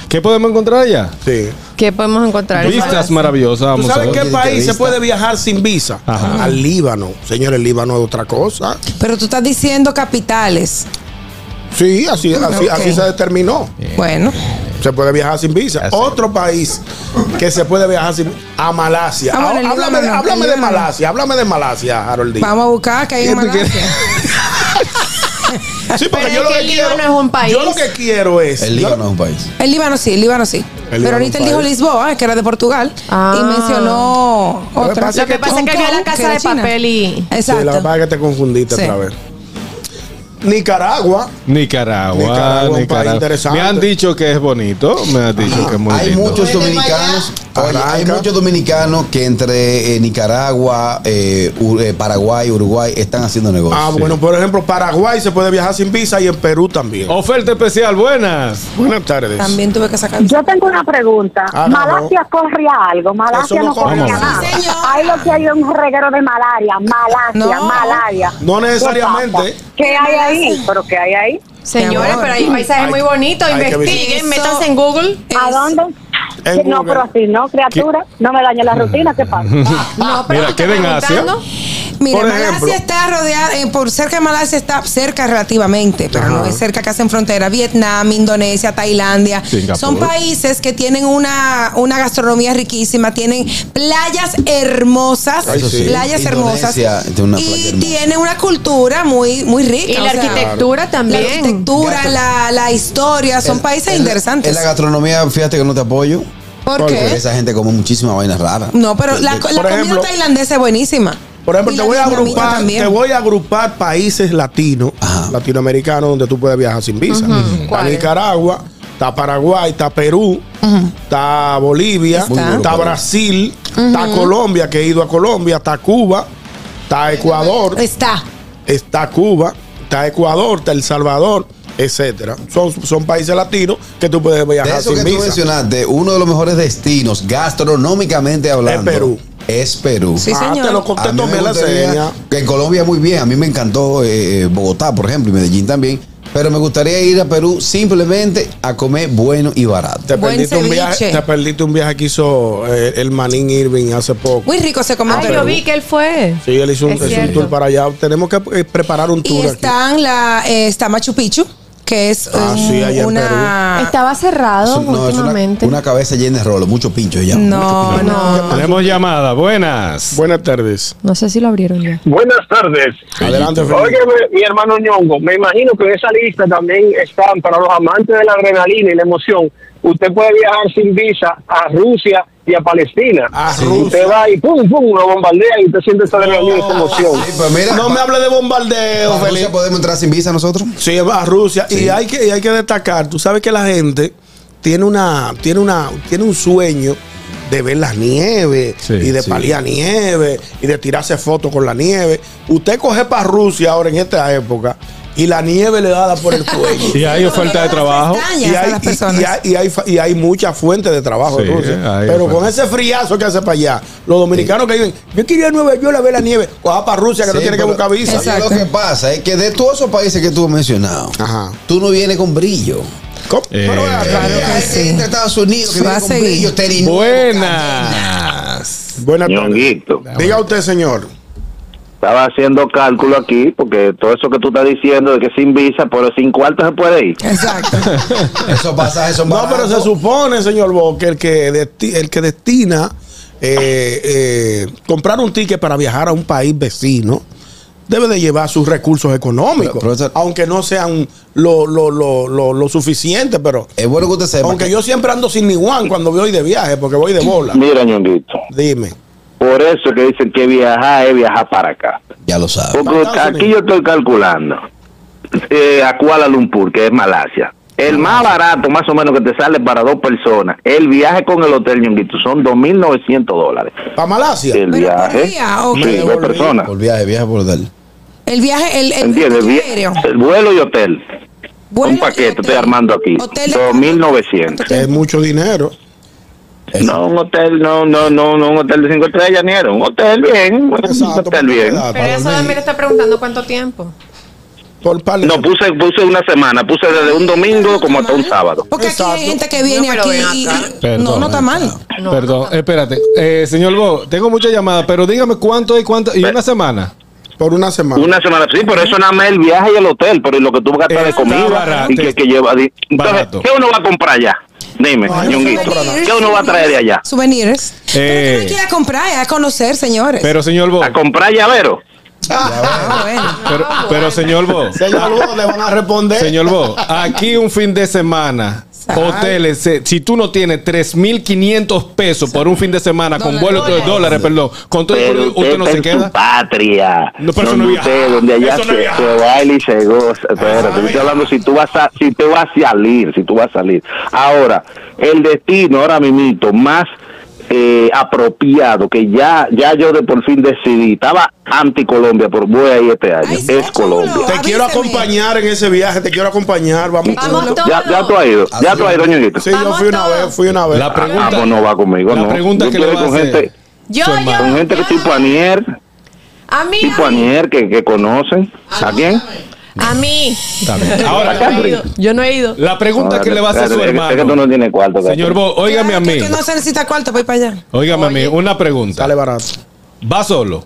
Speaker 2: ¿Qué podemos encontrar allá?
Speaker 4: Sí.
Speaker 3: ¿Qué podemos encontrar?
Speaker 2: Vistas maravillosas.
Speaker 4: ¿Tú
Speaker 2: Vamos a
Speaker 4: sabes
Speaker 2: ver.
Speaker 4: qué
Speaker 17: Oye,
Speaker 4: país
Speaker 17: entrevista.
Speaker 4: se puede viajar sin visa?
Speaker 2: Ajá.
Speaker 4: Al Líbano. Señores, el Líbano es otra cosa.
Speaker 5: Pero tú estás diciendo capitales.
Speaker 4: Sí, así, así,
Speaker 5: Ok.
Speaker 4: así se determinó.
Speaker 5: Bueno.
Speaker 4: Se puede viajar sin visa.
Speaker 2: Así.
Speaker 4: Otro país que se puede viajar sin a Malasia.
Speaker 5: Ah, bueno, el
Speaker 4: Ah, háblame,
Speaker 5: Líbano no,
Speaker 4: háblame
Speaker 5: el
Speaker 4: de
Speaker 5: Líbano no.
Speaker 4: Malasia, háblame de Malasia, Harold. Díaz.
Speaker 5: Vamos a buscar que hay en
Speaker 2: ¿Qué tú quieres?
Speaker 5: Malasia.
Speaker 4: Sí, porque
Speaker 3: Pero
Speaker 4: yo
Speaker 3: es
Speaker 4: lo
Speaker 3: que
Speaker 4: que
Speaker 3: el
Speaker 4: quiero
Speaker 3: Líbano es un país.
Speaker 4: Yo lo que quiero es
Speaker 17: El
Speaker 4: yo-
Speaker 17: Líbano es un país.
Speaker 5: El Líbano sí, el Líbano sí.
Speaker 4: Líbano
Speaker 5: Pero ahorita él
Speaker 4: es un
Speaker 5: dijo
Speaker 4: país.
Speaker 5: Lisboa, que era de Portugal,
Speaker 3: Ah.
Speaker 5: y mencionó
Speaker 4: Lo que
Speaker 5: otra.
Speaker 4: pasa
Speaker 3: Lo que pasa es que
Speaker 5: Hong
Speaker 3: vio la
Speaker 5: Kong,
Speaker 3: casa
Speaker 5: era
Speaker 3: de
Speaker 5: China.
Speaker 3: papel y.
Speaker 4: Sí, la
Speaker 5: Exacto.
Speaker 4: verdad es que te confundiste
Speaker 5: Sí.
Speaker 4: otra vez. Nicaragua.
Speaker 2: Nicaragua.
Speaker 4: Nicaragua, un país
Speaker 2: Nicaragua.
Speaker 4: interesante.
Speaker 2: Me han dicho que es bonito. Me han dicho que es muy
Speaker 17: hay
Speaker 2: lindo.
Speaker 17: muchos dominicanos, oye, hay
Speaker 4: Arranca.
Speaker 17: muchos dominicanos que entre eh, Nicaragua, eh, Ur- eh, Paraguay, Uruguay están haciendo negocios.
Speaker 4: Ah, bueno, por ejemplo, Paraguay se puede viajar sin visa y en Perú también.
Speaker 2: Oferta especial, buenas.
Speaker 4: Buenas tardes.
Speaker 5: También tuve que sacar.
Speaker 9: Yo tengo una pregunta.
Speaker 4: Ah, no,
Speaker 9: Malasia corre a algo.
Speaker 4: Eso
Speaker 9: Malasia
Speaker 4: no
Speaker 9: no corre
Speaker 2: corre.
Speaker 9: a nada.
Speaker 5: Sí, señor.
Speaker 9: Hay lo que hay es un reguero de malaria. Malasia,
Speaker 5: No.
Speaker 9: malaria.
Speaker 4: No necesariamente.
Speaker 9: ¿Qué pasa? ¿Qué hay ahí? ¿Pero qué hay ahí?
Speaker 3: Señores,
Speaker 5: amor.
Speaker 3: pero hay paisajes
Speaker 4: Hay-
Speaker 3: muy bonitos.
Speaker 4: hay que
Speaker 3: Investiguen,
Speaker 5: visitar.
Speaker 3: métanse en Google.
Speaker 9: ¿A
Speaker 5: Es-
Speaker 9: dónde?
Speaker 4: En
Speaker 9: no,
Speaker 4: Google. Mm.
Speaker 9: pero así no, criatura. No me dañe la rutina. ¿Qué pasa?
Speaker 4: Ah,
Speaker 3: No, pero
Speaker 2: Mira,
Speaker 3: tú estás
Speaker 2: queda en Asia.
Speaker 3: preguntando.
Speaker 5: Mira,
Speaker 4: Por
Speaker 5: Malasia
Speaker 4: ejemplo.
Speaker 5: está rodeada, eh, por cerca de Malasia está cerca relativamente, pero no es cerca que hacen frontera. Vietnam, Indonesia, Tailandia.
Speaker 2: Singapur.
Speaker 5: Son países que tienen una, una gastronomía riquísima, tienen playas hermosas,
Speaker 17: Eso sí.
Speaker 5: playas hermosas,
Speaker 17: Indonesia tiene una playa
Speaker 5: y
Speaker 17: hermosa.
Speaker 5: tiene una cultura muy, muy rica.
Speaker 3: Y
Speaker 5: o
Speaker 3: la
Speaker 5: sea,
Speaker 3: arquitectura
Speaker 5: La
Speaker 3: también.
Speaker 5: arquitectura, la, la historia, son
Speaker 17: El-
Speaker 5: países
Speaker 17: el-
Speaker 5: interesantes.
Speaker 17: En la gastronomía, fíjate que no te apoyo.
Speaker 5: ¿Por
Speaker 17: Porque
Speaker 5: qué?
Speaker 17: esa gente come muchísimas vainas raras.
Speaker 5: No, pero la, la
Speaker 4: Por
Speaker 5: comida
Speaker 4: ejemplo-
Speaker 5: tailandesa es buenísima.
Speaker 4: Por ejemplo,
Speaker 5: Y
Speaker 4: te
Speaker 5: la
Speaker 4: voy a
Speaker 5: vietnamita
Speaker 4: agrupar,
Speaker 5: también.
Speaker 4: te voy a agrupar países latinos,
Speaker 17: Ajá.
Speaker 4: latinoamericanos, donde tú puedes viajar sin visa. Está
Speaker 3: ¿Cuáles?
Speaker 4: Nicaragua, está Paraguay, está Perú, está Bolivia,
Speaker 5: Está.
Speaker 4: está, Brasil, está Colombia, que he ido a Colombia, está Cuba, está Está Ecuador.
Speaker 5: Está.
Speaker 4: Está Cuba, está Ecuador, está El Salvador, etcétera. Son, son países latinos que tú puedes viajar
Speaker 17: De eso
Speaker 4: sin
Speaker 17: que tú
Speaker 4: visa.
Speaker 17: mencionaste, uno de los mejores destinos gastronómicamente hablando. Es Perú. Es Perú.
Speaker 4: Sí, Ah, señor. te lo conté,
Speaker 17: A mí me
Speaker 4: tomé la
Speaker 17: gustaría-
Speaker 4: seña.
Speaker 17: Que en Colombia muy bien. A mí me encantó eh, Bogotá, por ejemplo, y Medellín también. Pero me gustaría ir a Perú simplemente a comer bueno y barato.
Speaker 4: Te perdiste, un viaje, te perdiste un viaje que hizo eh, el Manín Irving hace poco.
Speaker 5: Muy rico se come.
Speaker 3: Ay, yo vi que él fue.
Speaker 4: Sí, él hizo un,
Speaker 3: Es
Speaker 4: hizo un
Speaker 3: cierto.
Speaker 4: tour para allá. Tenemos que eh, preparar un
Speaker 5: Y
Speaker 4: tour aquí.
Speaker 5: están la, eh, está Machu Picchu, que es
Speaker 17: Ah,
Speaker 5: un-
Speaker 17: sí, allá en
Speaker 5: una... Estaba
Speaker 3: cerrado
Speaker 17: No, es una, una cabeza llena de rolo, mucho pincho ya.
Speaker 5: No,
Speaker 2: no. Tenemos llamada. Buenas.
Speaker 4: Buenas tardes.
Speaker 3: No sé si lo abrieron ya.
Speaker 16: Buenas tardes.
Speaker 4: Adelante,
Speaker 16: Oye, mi hermano Ñongo, me imagino que en esa lista también están para los amantes de la adrenalina y la emoción. Usted puede viajar sin visa a Rusia y a Palestina. Usted va y pum, pum, lo bombardea y usted siente esa adrenalina y esa emoción.
Speaker 4: no me hable de bombardeo,
Speaker 17: ¿A Rusia
Speaker 4: Felipe.
Speaker 17: podemos entrar sin visa nosotros?
Speaker 4: Sí, va a Rusia. Y, hay que, y hay que destacar, tú sabes que la gente tiene una, tiene una, tiene un sueño de ver las nieves y de
Speaker 17: sí.
Speaker 4: paliar nieve y de tirarse fotos con la nieve. Usted coge para Rusia ahora en esta época y la nieve le da por el cuello.
Speaker 2: Y hay oferta de trabajo.
Speaker 4: Y hay, y- y hay- y hay fa- y hay muchas fuentes de trabajo.
Speaker 2: Sí,
Speaker 4: entonces.
Speaker 2: hay
Speaker 4: Pero con
Speaker 2: fuentes.
Speaker 4: ese friazo que hace para allá, los dominicanos que viven, yo quería ir a Nueva York a ver la nieve, coja para Rusia que no
Speaker 17: Sí,
Speaker 4: tiene que
Speaker 17: pero-
Speaker 4: buscar visa.
Speaker 17: Lo que pasa es que de todos esos países que tú has mencionado, tú no vienes con brillo.
Speaker 2: Eh,
Speaker 4: ah,
Speaker 17: De Estados Unidos, que
Speaker 4: Va
Speaker 17: viene
Speaker 4: a
Speaker 17: con
Speaker 4: seguir.
Speaker 17: brillo, terino,
Speaker 2: Buenas.
Speaker 4: Buenas
Speaker 7: Ñonguito.
Speaker 4: Diga usted, señor.
Speaker 7: Estaba haciendo cálculo aquí, porque todo eso que tú estás diciendo de que sin visa, pero sin cuarto se puede ir.
Speaker 5: Exacto.
Speaker 17: Esos pasajes son
Speaker 4: No, pero se supone, señor Bo, que el que, desti- el que destina eh, eh, comprar un ticket para viajar a un país vecino debe de llevar sus recursos económicos, aunque no sean lo, lo, lo, lo- lo suficiente, pero...
Speaker 17: Es bueno que usted sepa
Speaker 4: Aunque yo siempre ando sin ni Juan cuando voy de viaje, porque voy de bola.
Speaker 7: Mira, Ñonguito.
Speaker 4: Dime.
Speaker 7: Por eso que dicen que viajar es viajar para acá.
Speaker 17: Ya lo sabes.
Speaker 7: Porque aquí yo estoy calculando eh, a Kuala Lumpur, que es Malasia. El más barato, más o menos, que te sale para dos personas, el viaje con el hotel Ñonguito, son 2.900 dólares.
Speaker 4: ¿Para Malasia?
Speaker 7: El viaje.
Speaker 5: día, ok.
Speaker 7: Sí, dos personas.
Speaker 17: Por viaje, viaje por hotel.
Speaker 5: El viaje, el, el
Speaker 7: ¿Entiendes?
Speaker 5: viaje
Speaker 7: Vie-
Speaker 5: aéreo.
Speaker 7: El vuelo y hotel.
Speaker 5: Vuelo
Speaker 7: Un paquete, estoy armando aquí.
Speaker 5: Hotel.
Speaker 7: 2.900.
Speaker 4: Es mucho dinero.
Speaker 7: No, un hotel, no, no, no, no, un hotel de cinco estrellas, ni era. Un hotel bien, un hotel bien.
Speaker 3: Pero eso también está preguntando cuánto tiempo.
Speaker 7: No, puse, puse una semana, puse desde un domingo como hasta un sábado.
Speaker 5: Porque aquí hay gente que viene aquí y- y- no, no está mal.
Speaker 2: Perdón, espérate. Eh, señor Bo, tengo muchas llamadas, pero dígame cuánto y cuánto. ¿Y una semana?
Speaker 4: Por una semana.
Speaker 7: Una semana, sí, por eso nada más el viaje y el hotel, pero lo que tú gastas de comida
Speaker 2: barato,
Speaker 7: y que, que lleva. di- Entonces,
Speaker 2: barato.
Speaker 7: ¿qué uno va a comprar allá? Dime, Ñonguito, ¿qué uno va a traer de allá?
Speaker 5: Souvenirs. Hay que ir a comprar, a conocer, señores.
Speaker 2: Eh, pero, señor Bo. A
Speaker 7: comprar llavero.
Speaker 5: Ah, bueno.
Speaker 2: Pero, pero señor Bo.
Speaker 4: Señor Bo, le van a responder.
Speaker 2: Señor Bo, aquí un fin de semana. Hoteles, eh, si tú no tienes 3.500 pesos por un fin de semana con vuelo de dólares, perdón, con todo
Speaker 7: Pero
Speaker 2: incluido,
Speaker 7: usted,
Speaker 2: usted no
Speaker 7: está
Speaker 2: se
Speaker 7: en su
Speaker 2: queda.
Speaker 7: patria.
Speaker 2: No, pero eso
Speaker 7: donde
Speaker 2: no es
Speaker 7: usted,
Speaker 2: viajar.
Speaker 7: donde allá
Speaker 2: Eso no
Speaker 7: se,
Speaker 2: es viajar.
Speaker 7: se baila y se goza. Espérate, yo estoy hablando si tú vas a, si te vas a salir, si tú vas a salir. Ahora, el destino ahora mismo más eh, apropiado que ya ya yo de por fin decidí estaba anti Colombia por voy a ir este año es Colombia
Speaker 4: Te quiero acompañar en ese viaje, te quiero acompañar. Vamos,
Speaker 7: ya, ya tú has ido ya tú has ido ñoñito
Speaker 4: Sí, yo fui una vez, fui una vez.
Speaker 7: Ah, vamos, no va conmigo
Speaker 2: la
Speaker 7: no
Speaker 2: pregunta
Speaker 7: Yo
Speaker 2: que le
Speaker 7: quiero
Speaker 2: voy a
Speaker 7: con
Speaker 2: hacer,
Speaker 7: gente
Speaker 3: Yo,
Speaker 7: con
Speaker 3: yo,
Speaker 7: gente que tipo Anier
Speaker 3: a mí,
Speaker 7: tipo Anier que, que conocen a quién
Speaker 3: a mí.
Speaker 2: bien. Ahora,
Speaker 3: yo no he ido. Yo no he ido.
Speaker 2: La pregunta que le va a hacer su
Speaker 7: Es que- es que tú
Speaker 2: hermano.
Speaker 7: no tienes cuarto.
Speaker 2: Señor
Speaker 7: Gato.
Speaker 2: Bo, óigame a mí.
Speaker 5: Que no se necesita cuarto para ir para allá.
Speaker 2: Óigame a mí, una pregunta. Sale
Speaker 4: barato.
Speaker 2: ¿Va solo?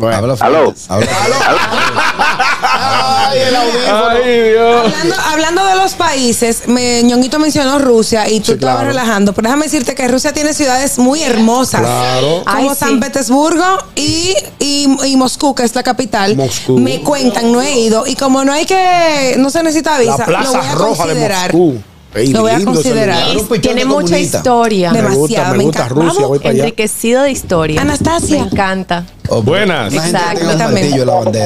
Speaker 17: Habla
Speaker 2: Aló.
Speaker 4: Ay, el audífono.
Speaker 5: Hablando, hablando de los países, me, Ñonguito mencionó Rusia y tú estabas
Speaker 4: claro.
Speaker 5: relajando, pero déjame decirte que Rusia tiene ciudades muy hermosas,
Speaker 4: Claro.
Speaker 5: como
Speaker 4: Ay,
Speaker 5: San Petersburgo y, y- y Moscú, que es la capital.
Speaker 4: Moscú.
Speaker 5: Me cuentan, no he ido y como no hay que, no se necesita visa,
Speaker 4: La
Speaker 5: lo voy
Speaker 4: Plaza
Speaker 5: a
Speaker 4: Roja de
Speaker 5: considerar.
Speaker 4: Moscú. Ey,
Speaker 5: Lo voy a
Speaker 4: lindo ese
Speaker 5: considerar.
Speaker 4: lugar.
Speaker 3: Tiene mucha
Speaker 4: comunista.
Speaker 3: historia.
Speaker 4: Me gusta, Demasiado, me me gusta encanta. Rusia,
Speaker 3: Vamos,
Speaker 4: voy para allá.
Speaker 3: Enriquecido de historia.
Speaker 5: Anastasia.
Speaker 3: Me encanta.
Speaker 2: Buenas.
Speaker 3: Exactamente.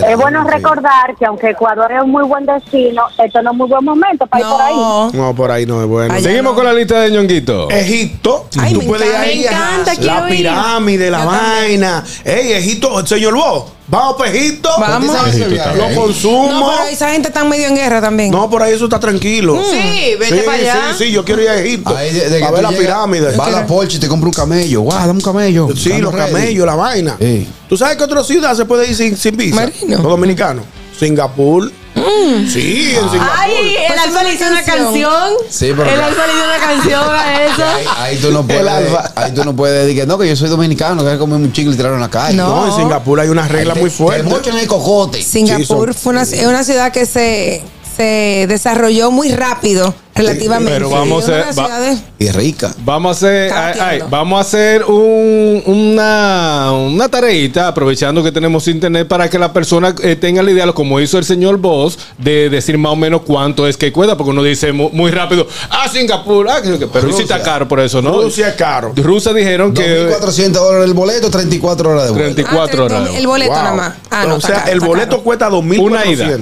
Speaker 9: Es bueno recordar que aunque Ecuador es un muy buen destino, esto no es muy buen momento para ir por ahí.
Speaker 4: No, por ahí no es bueno.
Speaker 2: Seguimos con la lista de ñonguito.
Speaker 4: Egipto.
Speaker 2: Ay,
Speaker 4: tú
Speaker 2: me
Speaker 4: puedes
Speaker 2: encanta.
Speaker 4: ir
Speaker 2: Me
Speaker 4: ahí a
Speaker 2: encanta,
Speaker 4: la
Speaker 2: quiero ir.
Speaker 4: pirámide, la
Speaker 2: Yo
Speaker 4: vaina. Ey, Egipto, señor Bo, vamos para Egipto.
Speaker 5: Vamos.
Speaker 4: ¿Sabes ese
Speaker 5: Egipto está
Speaker 4: viaje?
Speaker 5: bien.
Speaker 4: Lo consumo.
Speaker 5: No, pero esa gente está medio en guerra también.
Speaker 4: No, por ahí eso está tranquilo.
Speaker 5: Mm. Sí, vete
Speaker 4: Sí,
Speaker 5: para allá.
Speaker 4: Sí, sí, yo quiero ir a Egipto.
Speaker 17: Ahí de- de que
Speaker 4: a
Speaker 17: tú
Speaker 4: ver la
Speaker 17: llegas,
Speaker 4: pirámide.
Speaker 17: Va a la Porsche y te compra un camello. Guau, dame un camello.
Speaker 4: Sí,
Speaker 17: Estamos
Speaker 4: los
Speaker 17: ready.
Speaker 4: camellos, la vaina.
Speaker 17: Sí.
Speaker 4: ¿Tú sabes que otra ciudad se puede ir sin, sin visa? Los dominicanos. Singapur.
Speaker 5: Mm.
Speaker 4: Sí,
Speaker 5: Ah,
Speaker 4: en Singapur.
Speaker 3: Ay, el alfa le hizo Pues una canción.
Speaker 17: Sí, pero
Speaker 3: El
Speaker 17: ya-
Speaker 3: alfa le hizo una canción a eso.
Speaker 17: Ahí tú no puedes, ahí tú no puedes decir que no, que yo soy dominicano, que hay que comer un chicle y tirarlo en la calle.
Speaker 4: No, en Singapur hay unas reglas muy fuertes.
Speaker 17: Te mochan el cocote.
Speaker 5: Singapur fue una, es una ciudad que se, se desarrolló muy rápido, relativamente.
Speaker 2: Pero vamos
Speaker 5: Es
Speaker 2: a
Speaker 5: una
Speaker 2: ser-
Speaker 5: ciudad
Speaker 2: va-
Speaker 5: de-
Speaker 17: Y rica.
Speaker 2: Vamos a hacer, ay, ay, vamos a hacer un- una, una tareita, aprovechando que tenemos internet, para que la persona eh, tenga la idea, como hizo el señor Boss, de decir más o menos cuánto es que cuesta, porque uno dice mu- muy, rápido, ah, Singapur, ah, que- que- pero y si está caro por eso, ¿no?
Speaker 4: Rusia es caro.
Speaker 2: Rusia dijeron que
Speaker 17: 400 dólares el boleto, 34 horas de vuelta.
Speaker 2: 34 horas.
Speaker 5: El boleto nada más. Ah, no,
Speaker 4: o
Speaker 5: está
Speaker 4: sea,
Speaker 5: caro,
Speaker 4: el
Speaker 5: está
Speaker 4: boleto
Speaker 5: caro.
Speaker 4: cuesta 2.400.
Speaker 2: Una ida.
Speaker 4: Ida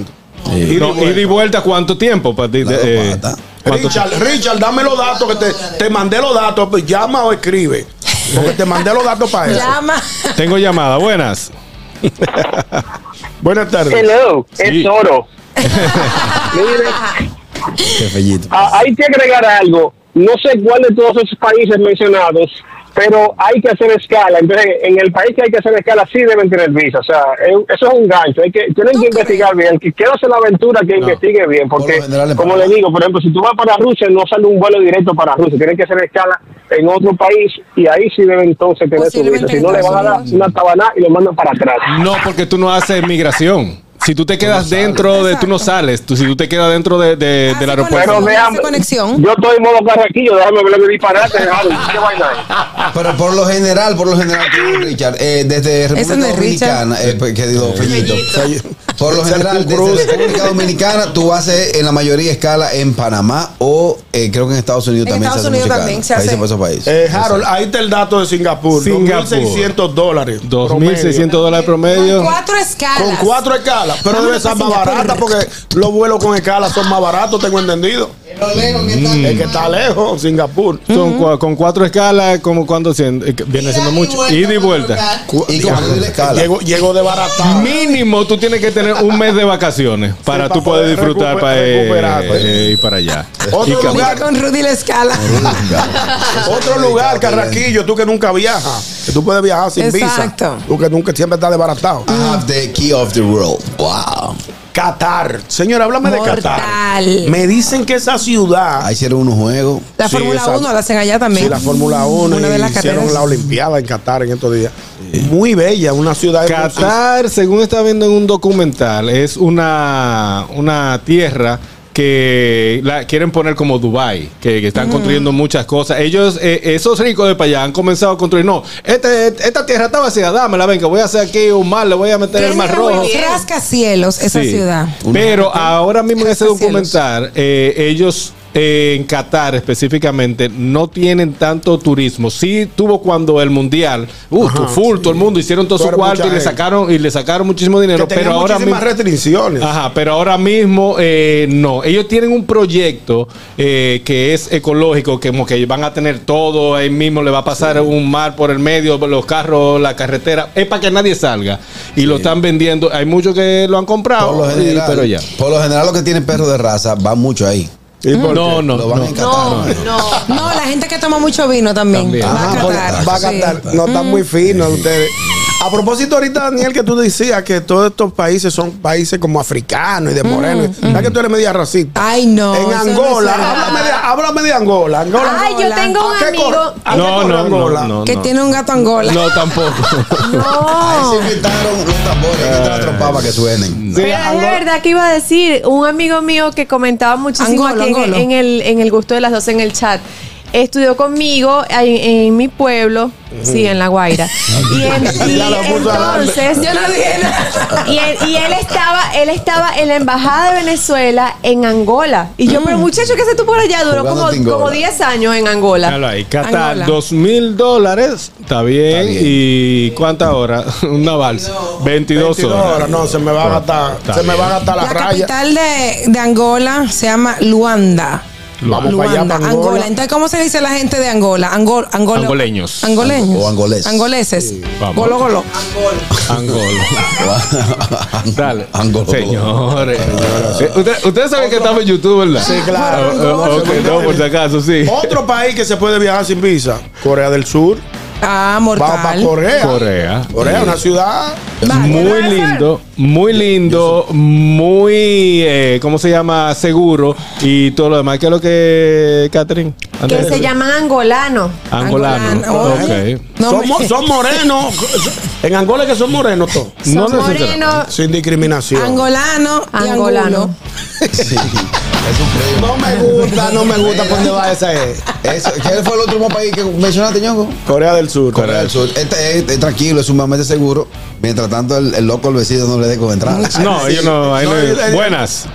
Speaker 4: y
Speaker 2: No, ida y vuelta, ¿cuánto tiempo? para ti? Eh, ¿cuánto
Speaker 4: Richard, Richard, dame los datos que te, te mandé los datos. Pues llama o escribe. Porque te mandé los datos para eso.
Speaker 5: Llama.
Speaker 2: Tengo llamada, buenas.
Speaker 4: Buenas tardes.
Speaker 16: Hello,
Speaker 2: Sí.
Speaker 16: es oro. Ah, hay que agregar algo. No sé cuál de todos esos países mencionados, pero hay que hacer escala. Entonces, en el país que hay que hacer escala, sí deben tener visa. O sea, eh, eso es un gancho. Hay que, tienen que investigar bien. El que quiera hacer la aventura, que investigue bien. Porque, como le digo, por ejemplo, si tú vas para Rusia, no sale un vuelo directo para Rusia. Tienen que hacer escala en otro país y ahí sí deben entonces tener su visa. Si no, le van a dar una tabaná y lo mandan para atrás.
Speaker 2: No, porque tú no haces migración. Si tú te quedas dentro de, tú no sales. Tú, si tú te quedas dentro de, de- del aeropuerto.
Speaker 16: Pero vean, yo estoy en modo carraquillo, déjame hablar de disparate, Harold, ¿qué vaina es?
Speaker 17: Pero por lo general, por lo general, tú, Richard, eh, desde República
Speaker 5: no es
Speaker 17: Dominicana, eh, pues, que digo, Fellito. Por lo general, desde República Dominicana, tú haces en la mayoría escala en Panamá o eh, creo que en Estados Unidos
Speaker 5: En
Speaker 17: también
Speaker 5: Estados
Speaker 17: se hace
Speaker 5: Unidos
Speaker 17: mucho
Speaker 5: también
Speaker 17: escala.
Speaker 5: se hace.
Speaker 17: Países por esos países.
Speaker 4: Eh, Harold, ahí está el dato de Singapur.
Speaker 2: Singapur.
Speaker 4: 2.600 dólares.
Speaker 2: 2.600 dólares promedio.
Speaker 5: Cuatro escalas.
Speaker 4: Con cuatro escalas. Pero debe ser más barata porque los vuelos con escalas son más baratos, tengo entendido. Mm. Es que está lejos, Singapur.
Speaker 2: Son cua- con cuatro escalas, como cuando cien- eh, que viene siendo mucho. Ida y vuelta.
Speaker 17: Cu- diablo,
Speaker 4: Llegó, llegó de barata.
Speaker 2: Mínimo, tú tienes que tener un mes de vacaciones para
Speaker 4: para
Speaker 2: tú poder
Speaker 4: poder
Speaker 2: disfrutar
Speaker 4: recuper-
Speaker 2: para eh,
Speaker 4: recuperarte.
Speaker 2: eh, ir para allá.
Speaker 4: Otro
Speaker 2: Y cam-
Speaker 4: lugar.
Speaker 5: Con Rudy la escala.
Speaker 4: Otro lugar, Carraquillo, tú que nunca viajas, que tú puedes viajar sin
Speaker 5: Exacto.
Speaker 4: visa, tú que nunca siempre estás desbaratado.
Speaker 17: I have the key of the world. Wow.
Speaker 4: Qatar, señor, háblame de Qatar.
Speaker 5: Mortal.
Speaker 4: Me dicen que esa ciudad,
Speaker 17: Ahí hicieron unos juegos.
Speaker 5: La
Speaker 4: Sí,
Speaker 5: Fórmula
Speaker 4: exacto.
Speaker 5: 1 la hacen allá también.
Speaker 4: sí, la Fórmula 1,
Speaker 5: Una de las
Speaker 4: hicieron
Speaker 5: carreras.
Speaker 4: la Olimpiada en Qatar en estos días. Muy bella, una ciudad hermosa.
Speaker 2: Qatar, según está viendo en un documental, es una, una tierra que la quieren poner como Dubai, que, que están construyendo muchas cosas. Ellos, eh, esos ricos de para allá, han comenzado a construir. No, este- esta tierra está vacía, dámela, venga, voy a hacer aquí un mar, le voy a meter el mar rojo.
Speaker 5: Rascacielos, esa
Speaker 2: Sí.
Speaker 5: ciudad.
Speaker 2: Pero ahora mismo en ese
Speaker 5: Rascacielos.
Speaker 2: documental, eh, ellos eh, en Qatar específicamente no tienen tanto turismo. Sí tuvo cuando el mundial, uh,
Speaker 4: Ajá,
Speaker 2: full, todo el mundo hicieron todo su
Speaker 4: Fueron
Speaker 2: cuarto
Speaker 4: mucha
Speaker 2: y le
Speaker 4: gente.
Speaker 2: sacaron y le sacaron muchísimo
Speaker 4: Que
Speaker 2: dinero,
Speaker 4: tenía
Speaker 2: pero ahora mismo Ah,
Speaker 4: muchísimas restricciones.
Speaker 2: Ajá, pero ahora mismo eh, no. Ellos tienen un proyecto eh, que es ecológico, que como que van a tener todo, ahí mismo le va a pasar un mar por el medio, los carros, la carretera, es para que nadie salga. Y lo están vendiendo. Hay muchos que lo han comprado,
Speaker 17: Por lo
Speaker 2: y-
Speaker 17: general,
Speaker 2: pero ya.
Speaker 17: por lo general, los que tienen perros de raza van mucho ahí.
Speaker 4: ¿Y por
Speaker 2: No,
Speaker 4: qué?
Speaker 2: no,
Speaker 17: Lo van
Speaker 2: no.
Speaker 17: a encantar. ¿no?
Speaker 5: No, la gente que toma mucho vino también.
Speaker 2: También.
Speaker 5: Va
Speaker 4: Ah,
Speaker 5: a
Speaker 4: por-
Speaker 5: Qatar.
Speaker 4: va a
Speaker 5: sí.
Speaker 4: Qatar. No, están muy finos ustedes. A propósito, ahorita, Daniel, que tú decías que todos estos países son países como africanos y de morenos. ¿Sabes que tú eres media racista?
Speaker 5: Mm, Ay, no.
Speaker 4: en
Speaker 5: eso no
Speaker 4: Angola,
Speaker 5: es verdad.
Speaker 4: háblame, de, háblame de Angola. Angola
Speaker 3: Ay, yo tengo un
Speaker 4: ¿A qué cor-
Speaker 3: amigo.
Speaker 4: a qué
Speaker 2: No,
Speaker 4: corre
Speaker 2: no, no,
Speaker 4: Angola?
Speaker 2: no,
Speaker 5: Que
Speaker 2: no.
Speaker 5: tiene un gato Angola.
Speaker 2: No, tampoco.
Speaker 17: Ahí
Speaker 3: No.
Speaker 17: se inventaron los tambores, aquí están las trompas para que suenen.
Speaker 4: Sí,
Speaker 3: Pero es
Speaker 4: Angola-
Speaker 3: verdad que iba a decir un amigo mío que comentaba muchísimo
Speaker 5: Angolo,
Speaker 3: aquí en-
Speaker 5: Angolo.
Speaker 3: En, el, en el gusto de las dos en el chat. estudió conmigo en, en mi pueblo, sí, en La Guaira. Y, en- y
Speaker 4: Ya lo puso adelante.
Speaker 3: entonces,
Speaker 4: Yo no dije nada.
Speaker 3: Y él, y él estaba, él estaba en la embajada de Venezuela en Angola. Y yo, pero muchacho, ¿qué haces tú por allá? Duró
Speaker 2: Jugando
Speaker 3: como,
Speaker 2: tingola.
Speaker 3: como 10 años en Angola.
Speaker 2: Déjalo ahí, que hasta
Speaker 3: Angola.
Speaker 2: dos mil dólares. Está bien. ¿Y cuántas horas? Una balsa. 22,
Speaker 4: 22
Speaker 2: horas.
Speaker 4: horas, no, se me va a gastar- se me va a gastar
Speaker 5: La capital de, de Angola se llama Luanda.
Speaker 4: Vamos para allá,
Speaker 5: Luanda,
Speaker 4: para
Speaker 5: Angola.
Speaker 4: Angola.
Speaker 5: Entonces, ¿cómo se dice la gente de Angola? Angol, angolo-
Speaker 2: Angoleños.
Speaker 5: Angoleños.
Speaker 2: O angoleses.
Speaker 5: Angoleses.
Speaker 2: Vamos.
Speaker 5: Golo, golo.
Speaker 2: Angola. Dale. Señores. Eh, usted- Ustedes saben que estamos en YouTube, ¿verdad?
Speaker 4: Sí, claro.
Speaker 2: Ah, ah, ok, no, por si acaso, sí.
Speaker 4: Otro país que se puede viajar sin visa, Corea del Sur.
Speaker 5: Ah,
Speaker 4: Vamos para Corea.
Speaker 2: Corea.
Speaker 4: Corea, una ciudad.
Speaker 2: Muy lindo, muy lindo, muy, eh, ¿cómo se llama? Seguro y todo lo demás. ¿Qué es lo que, Catherine?
Speaker 3: Que
Speaker 2: Andrés.
Speaker 3: se llaman angolanos.
Speaker 2: Angolano.
Speaker 3: Angolano.
Speaker 2: Ok.
Speaker 4: son, mo- son morenos. En Angola que son morenos todos.
Speaker 3: Son No necesariamente. morenos.
Speaker 4: Sin discriminación.
Speaker 5: Angolano. y
Speaker 3: Angolano.
Speaker 5: angulo.
Speaker 4: No me gusta, no me gusta por dónde va esa. eh.
Speaker 17: Eso, ¿Qué fue el otro país que mencionaste, ñongo?
Speaker 4: Corea del Sur.
Speaker 17: Corea del Sur. Este, este, tranquilo, es sumamente seguro. Mientras tanto, el, el loco, el vecino, no le dé con entrar.
Speaker 2: No, yo no, ahí no- buenas.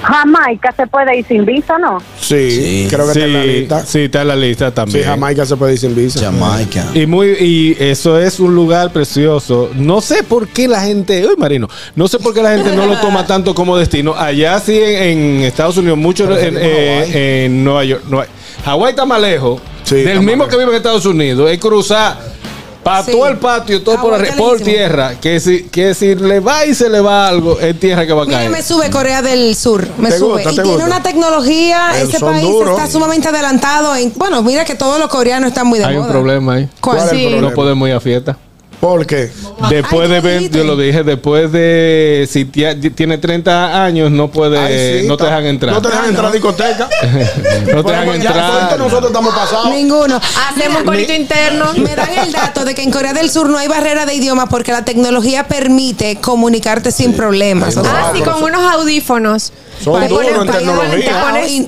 Speaker 9: Jamaica se puede ir sin visa, ¿no?
Speaker 4: Sí, creo que está en la lista.
Speaker 2: Sí, está en la lista también.
Speaker 4: Sí, Jamaica se puede ir sin visa.
Speaker 17: Jamaica.
Speaker 2: Y muy y eso es un lugar precioso. No sé por qué la gente, uy Marino, no sé por qué la gente no lo toma tanto como destino. Allá sí en, en Estados Unidos, mucho en, eh, en Nueva York. Nueva- Hawái está más lejos. del
Speaker 4: está más
Speaker 2: mismo que vive en Estados Unidos, es cruzar para
Speaker 5: Sí.
Speaker 2: todo el patio, todo por,
Speaker 5: Hawái
Speaker 2: arri- por
Speaker 5: lejísimo.
Speaker 2: tierra. Que si, que si le va y se le va algo, es tierra que va a
Speaker 5: Mira,
Speaker 2: caer.
Speaker 5: me sube Corea del Sur, me
Speaker 2: ¿Te
Speaker 5: sube.
Speaker 2: gusta,
Speaker 5: y
Speaker 2: te
Speaker 5: tiene
Speaker 2: gusta?
Speaker 5: una tecnología,
Speaker 2: Eh,
Speaker 5: ese
Speaker 2: son
Speaker 5: país
Speaker 2: duros.
Speaker 5: está sumamente adelantado. En, bueno, mira que todos los coreanos están muy de
Speaker 2: Hay
Speaker 5: moda.
Speaker 2: un problema ahí.
Speaker 5: ¿Cuál? ¿Cuál es el Sí. problema?
Speaker 2: No podemos ir a fiesta.
Speaker 4: ¿Por qué?
Speaker 2: Después de 20, yo lo dije, después de si tie- tiene 30 años no puede
Speaker 4: Ay, sí,
Speaker 2: Eh, no te
Speaker 4: está-
Speaker 2: dejan entrar.
Speaker 4: No te dejan entrar a discoteca.
Speaker 2: No te dejan
Speaker 4: Bueno, pues ya, suerte
Speaker 2: entrar.
Speaker 4: nosotros estamos pasados.
Speaker 5: Ninguno.
Speaker 3: Hacemos un corito interno.
Speaker 5: Me dan el dato de que en Corea del Sur no hay barrera de idioma porque la tecnología permite comunicarte sin problemas. O sea,
Speaker 3: Ah, sí, con unos audífonos.
Speaker 5: Son duros en
Speaker 3: te
Speaker 5: tecnología.
Speaker 3: pones-